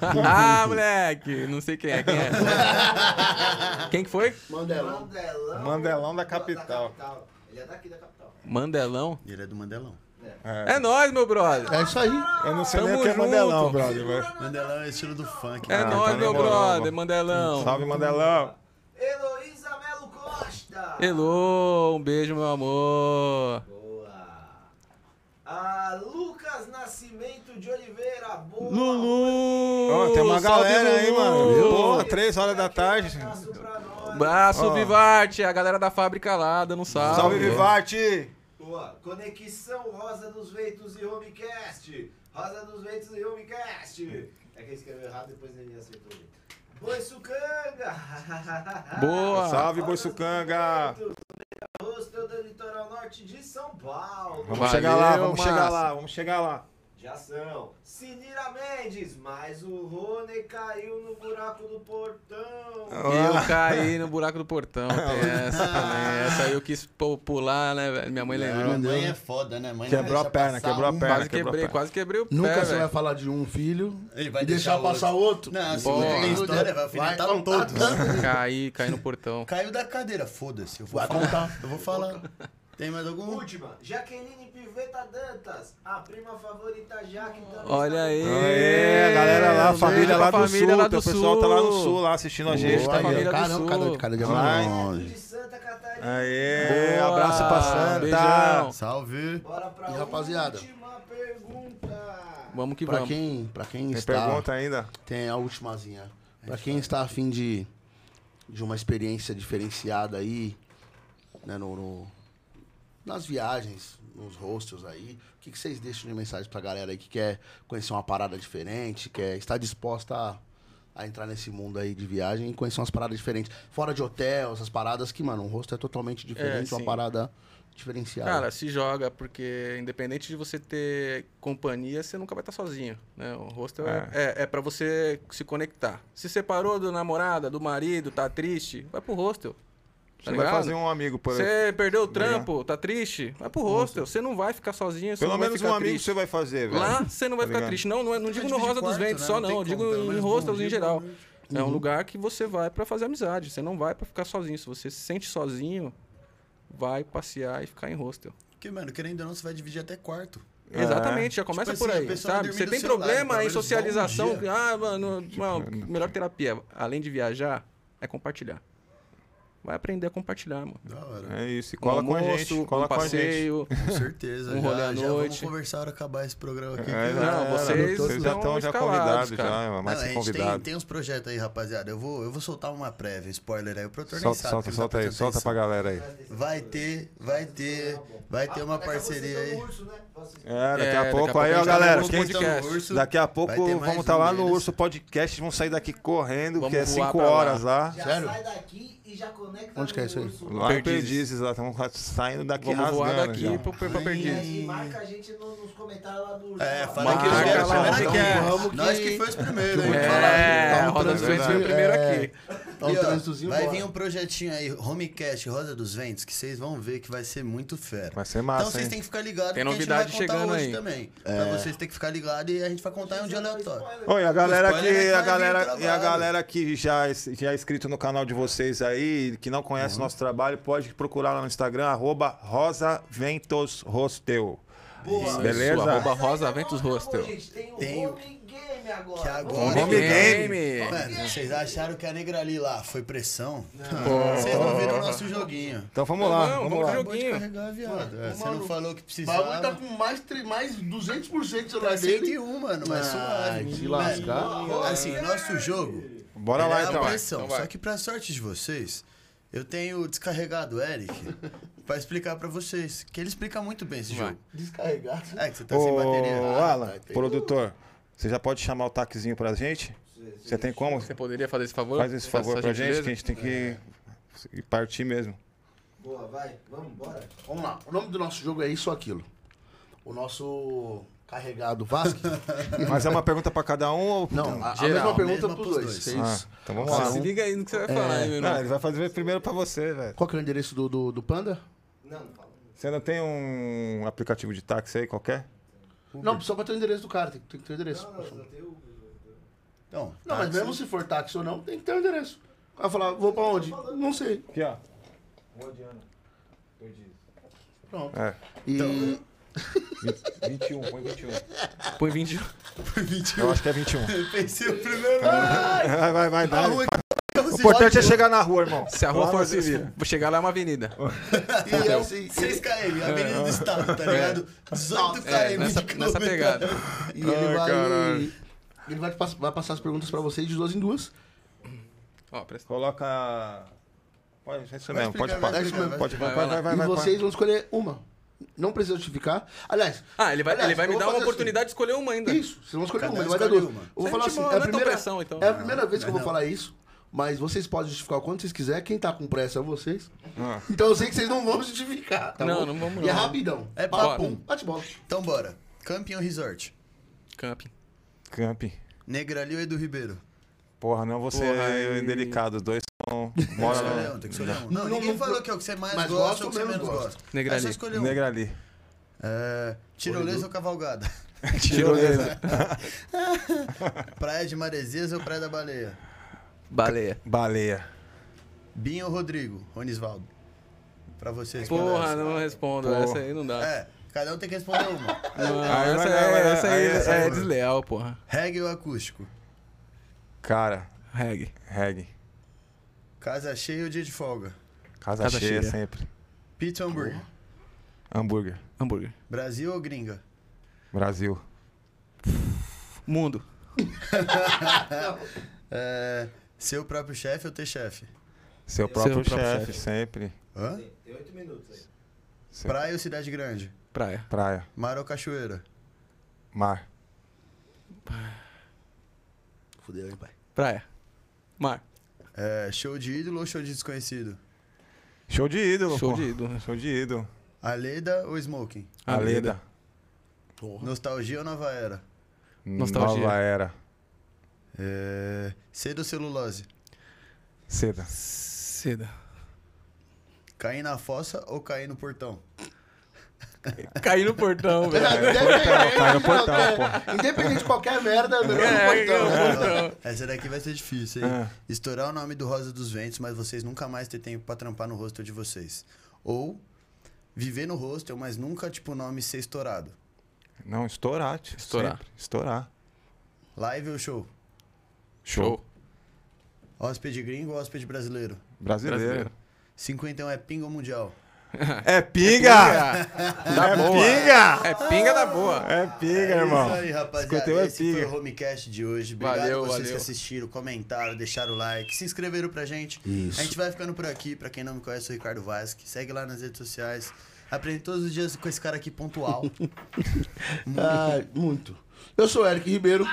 ah, moleque! Não sei quem é, quem é? quem que foi? Mandela. Mandelão. Mandelão da capital. Ele é daqui da capital. Mandelão? E ele é do Mandelão. É nós, meu brother! É isso aí. Eu não sei nem o Tamo que é junto. Mandelão, brother. mas- Mandelão é estilo do funk. É Ah, nós, então meu demorou, brother, mano. Mandelão! Salve, Mandelão. Heloísa Melo Costa. Hello, um beijo, meu amor! Boa. Ah, Lucas Nascimento de Oliveira. Boa. Lulu! Ó, tem uma salve, galera aí, Lulu! mano. Viu? Porra, três horas da tarde. Um Abraço pra nós. Braço, Ó. Vivarte! A galera da fábrica lá, dando um salve. Salve, Vivarte. Boa. Conexão Rosa dos Ventos e Homecast. Rosa dos Ventos e Homecast. É que ele escreveu errado, depois ele acertou. <laughs> Boiçucanga! Boa! Salve, Boiçucanga. Hostel do Litoral Norte de São Paulo. Vamos chegar lá, Valeu, vamos massa. chegar lá, vamos chegar lá. Já são. Sinira Mendes, mas o Rony caiu no buraco do portão. Ah. Eu caí no buraco do portão. <laughs> Tem essa também. Essa aí eu quis pu- pular, né, velho? Minha mãe lembrou. Mãe, mãe é foda, né? Mãe não Quebrou deixa a perna, passar quebrou a um. perna. Quase quebrei, quebrou a perna. quase quebrei o Nunca pé, você velho. vai falar de um filho Ele vai e deixar, deixar passar outro. Não, se Boa. não tem história, vai tá alfinetar Vai todos. Caí, caí no portão. Caiu da cadeira, foda-se. Eu vou Vai falar. contar. Eu vou falar. Tem mais algum? Última, Jaqueline Piveta Dantas, a prima favorita Jaque também. tá Olha aí. Aê, a galera lá, a família lá do Família sul, lá tem o do pessoal tá lá no sul. sul, lá assistindo a gente tá Boa, também. família do Caramba, Sul. cada, cada dia Vai. mais Direto longe. de Santa É. Catarina. Aê, Boa, abraço pra Santa. beijão. Salve. Bora pra E, rapaziada? última pergunta. Vamos que Pra vamos. quem, pra quem Tem está... pergunta Tá ainda? Tem a ultimazinha. É Pra quem está afim de, de uma experiência diferenciada aí, né, no, no- nas viagens, nos hostels aí, o que, que vocês deixam de mensagem pra galera aí que quer conhecer uma parada diferente, quer está disposta a, a entrar nesse mundo aí de viagem e conhecer umas paradas diferentes. Fora de hotel, essas paradas que, mano, um hostel é totalmente diferente, uma sim. parada diferenciada. Cara, se joga, porque independente de você ter companhia, você nunca vai estar sozinho, né? O hostel é, é, é para você se conectar. Se separou do namorada, do marido, tá triste, vai pro hostel. Tá Você vai ligado? fazer um amigo por Você perdeu o Obrigado. trampo, tá triste? Vai pro hostel. Você não vai ficar sozinho. você Pelo não vai menos um ficar amigo triste. você vai fazer, velho. Lá você não vai Tá ficar ligado? triste. Não, não, é- não digo no dividir Rosa dos quarto, Ventos né? só, Não tem não. Eu como, digo pelo em menos hostels bom em dia, geral. boa noite. É um lugar que você vai pra fazer amizade. Você não vai pra ficar sozinho. Se você se sente sozinho, vai passear e ficar em hostel. Porque, mano, querendo ou não, você vai dividir até quarto. Exatamente, já começa É, Tipo por assim, a aí, pessoa sabe? dorme Você no tem seu lado, problema pelo em menos dá um socialização. dia. Tipo, Ah, mano, não, melhor terapia, além de viajar, é compartilhar. Vai aprender a compartilhar, mano. Da <laughs> hora. É isso. E Um cola com a almoço, gente. Cola um com a gente. <laughs> passeio. Com certeza. Um já, rolê à já vamos noite. conversar a hora acabar esse programa aqui. É, que- Não, já era, vocês já estão estão já escalados, convidados, cara. já, é Não, mais a que gente tem, convidado. tem uns projetos aí, rapaziada. Eu vou, eu vou soltar uma prévia, spoiler aí. O produtor nem Solta, sabe. que solta, não solta tá aí, prestando solta pra galera aí. atenção. Vai ter, vai ter, vai ter uma parceria aí. É, daqui É, a pouco a aí, ó, gente tá galera. no Quem podcast. Então, Urso, Daqui a pouco vai ter mais vamos um estar lá no deles. Urso Podcast, vamos sair daqui correndo, Vamos que é voar 5 pra lá. horas lá. Já Sério? sai daqui e já conecta Onde que é isso aí? Lá em Perdizes. Perdizes, lá estamos saindo daqui Vamos rasgando. voar daqui já. pro, pra Perdiz. E marca a gente no- nos comentários lá do... É, Jornal. fala que Marca eu lá, marca. Vamos que- Nós que foi os primeiros, hein? É, Tá um a Roda dos trânsito, Ventos veio primeiro aqui. Tá E, um ó, trânsitozinho vai bom. vir um projetinho aí, Homecast, Rosa dos Ventos, que vocês vão ver que vai ser muito fera. Vai ser massa, Então vocês hein? têm que ficar ligados, Tem porque a gente vai contar novidade chegando hoje aí. também. Pra vocês têm que ficar ligados e a gente vai contar em um dia aleatório. Oi, a O galera spoiler é que que vai a vir o galera trabalho. e a galera que já é- já é inscrito no canal de vocês aí, que não conhece nosso trabalho, pode procurar lá no Instagram arroba @rosaventosrostel. Boa. Beleza? Isso, arroba Mas aí Rosa agora Ventos acabou, Hostel. gente, Tem o Tem o- Home Game agora. Que Vamos- agora. Home Game. É. Mano, vocês acharam que a negra ali lá foi pressão? Vocês não viram o nosso joguinho. Então vamos lá, Não, vamos vamos lá. jogar. Acabou de Joguinho. carregar, viado. É, você mano, não falou que O precisava. bagulho tá com mais, tre- mais 200% de Tá celular dele. 101, mano, mas suave. te Mano, lascar. Assim, nosso jogo. Bora lá Ele é então. uma pressão. Então vai. Só que pra sorte de vocês, eu tenho descarregado o <laughs> Eric pra explicar pra vocês. Que ele explica muito bem esse Vai. jogo. Descarregar. É, que você tá sem bateria. Ah, Ô, Alan, tá, tem- produtor, você já pode chamar o taquezinho pra gente? Você tem como? Você poderia fazer esse favor? Faz esse favor Essa pra gente, que a gentileza? gente tem que ir partir mesmo. Boa, vai. Vamos embora. Vamos lá. O nome do nosso jogo é isso ou aquilo. O nosso carregado Vasco. Mas é uma pergunta pra cada um ou Não, a, a Geral, mesma pergunta mesma pros pros dois. dois. Vocês- Ah, então vamos Cada lá. um. Se liga aí no que você vai falar, hein, meu Não, irmão. ele vai fazer primeiro pra você, velho. Qual que é o endereço do, do, do Panda? Não, não fala. Você não tem um aplicativo de táxi aí qualquer? Não, só pra ter o endereço do cara. Tem, tem que ter o endereço. Não, não, só tem o... Então, Não, mas mesmo se for táxi ou não, tem que ter o endereço. O cara falar, vou pra onde? Não sei. Aqui, ó. Pronto. É. E 21, põe 21. Põe 20. Eu acho que é 21. <laughs> eu pensei o primeiro. vai, vai, vai. A dá. rua que O importante é chegar na rua, irmão. Se a rua Lá for nós- se vira. Vou chegar lá é uma avenida. e é assim, 6 km, Avenida do Estado, tá ligado? 18 km. É, de nessa, nessa quilômetro. pegada. E ele Ai, vai. caralho. Ele vai, te pass- vai passar as perguntas pra vocês de duas em duas. Ó, presta Coloca. Pode, é isso mesmo, explicar, pode, pode, vai explicar, pode, vai vai, vai, vai, explicar. vai, e vai. vocês vão escolher uma. Não precisa justificar. Aliás. Ah, ele vai, aliás, ele vai eu me vou dar uma fazer oportunidade de escolher um uma ainda. Assim. Isso, vocês vão escolher Cada uma, um ele vai dar escolhe duas. Eu uma. vou Sem falar assim, timão, não é é a tão primeira, pressão, então. é a primeira vez que eu não. vou falar isso, mas vocês podem justificar o quanto vocês quiserem, quem tá com pressa é vocês. Então eu sei que vocês não vão justificar, tá Ah. Não, bom? não vamos E é não. rapidão. É papum. bora. Bate bola. Então bora. Campion Resort. Camping. Camping. Negralil e Edu Ribeiro. Porra, não você Porra, é e- indelicado. Os dois <laughs> são. Tem que Mora escolher um, no. tem que escolher um. Não, Não, ninguém não- falou que é o que você mais Mas gosta gosto ou o que você ou menos menos gosta. Negrali. É só escolher um. Negra ali. É, tirolesa ou cavalgada? Tirolesa. Praia de Maresias ou Praia da Baleia? Baleia. Baleia. Binho ou Rodrigo? Ronisvaldo. Pra vocês. Porra, não respondo. Porra. Essa aí não dá. É, cada um tem que responder uma. Não, Aí essa, vai é, dar, vai dar. essa aí, Aí essa vai aí é dar. desleal, porra. Reggae ou acústico? Cara, Reg. reggae. Casa cheia ou dia de folga? Casa, Casa cheia, cheia. sempre. Pizza ou hambúrguer? Hambúrguer. Hambúrguer. Brasil ou gringa? Brasil. Mundo. É, seu próprio chefe ou ter chefe? Seu próprio próprio chefe, chefe. sempre. Hã? Tem oito minutos aí. Sempre. Praia ou cidade grande? Praia. Praia. Mar ou cachoeira? Mar. Fudeu, hein, pai. Praia. Mar. É, show de ídolo ou show de desconhecido? Show de ídolo. Show pô. de ídolo. Show de ídolo. Aleda ou smoking? Aleda. Nostalgia ou nova era? Nostalgia. Nova era. É, cedo ou celulose? Seda. Seda. Cair na fossa ou cair no portão? Caí no portão, velho. Cai no portão, pô. Independente de qualquer merda, é melhor no É, portão. no portão. Essa daqui vai ser Ah, difícil, hein? Estourar o nome do Rosa dos Ventos, mas vocês nunca mais ter tempo pra trampar no rosto de vocês. Ou viver no hostel, mas nunca, tipo, o nome ser estourado. Não, estourar, tio. Estourar. sempre. Estourar. Live ou show? Show. Hóspede gringo ou hóspede brasileiro? Brasileiro. Brasileiro. 51 é pingo mundial. É pinga! É pinga! É pinga da boa. É pinga, irmão. Isso aí, rapaziada. 51 é Esse foi pinga. o Homecast de hoje. Obrigado Valeu, a vocês valeu. que assistiram, comentaram, deixaram o like, se inscreveram pra gente. Isso. A gente vai ficando por aqui. Pra quem não me conhece, eu sou o Ricardo Vasque. Segue lá nas redes sociais. Aprendi todos os dias com esse cara aqui <laughs> pontual. Ah, muito. Eu sou o Eric Ribeiro.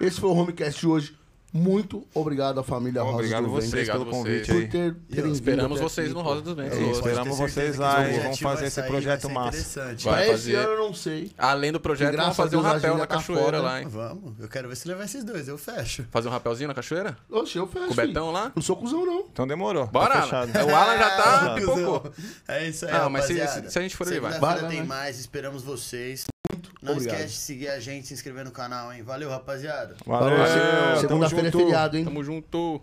Esse foi o Homecast de hoje. Muito obrigado à família Rosa Obrigado do Vento vocês Obrigado pelo vocês. convite por aí. ter terem vindo Esperamos até vocês aqui, no pô. Rosa dos Ventos. É isso. hoje. Esperamos Pode ter certeza vocês que lá, esse hein? projeto Vamos fazer vai esse sair, projeto vai ser massa. interessante. Vai Pra esse fazer. ano eu não sei. Além do projeto, vamos Graças fazer a um Deus, a rapel agenda na tá cachoeira fora. né? lá, hein? Vamos, eu quero ver se levar esses dois, eu fecho. Fazer um rapelzinho na cachoeira? Oxe, eu fecho. Com o Betão lá? Não sou cuzão, não. Então demorou. tá Bora! fechado. o Alan já tá Ah, pipocou. cuzão. É isso aí, Não, Ah, mas se- rapaziada. se- se a gente for, ele vai. Segunda-feira Vai, vai, tem né? vai. mais, esperamos vocês. Não Obrigado. esquece de seguir a gente, se inscrever no canal, hein? Valeu, rapaziada. Valeu, tamo Segunda-feira é junto. feriado, hein? Tamo junto.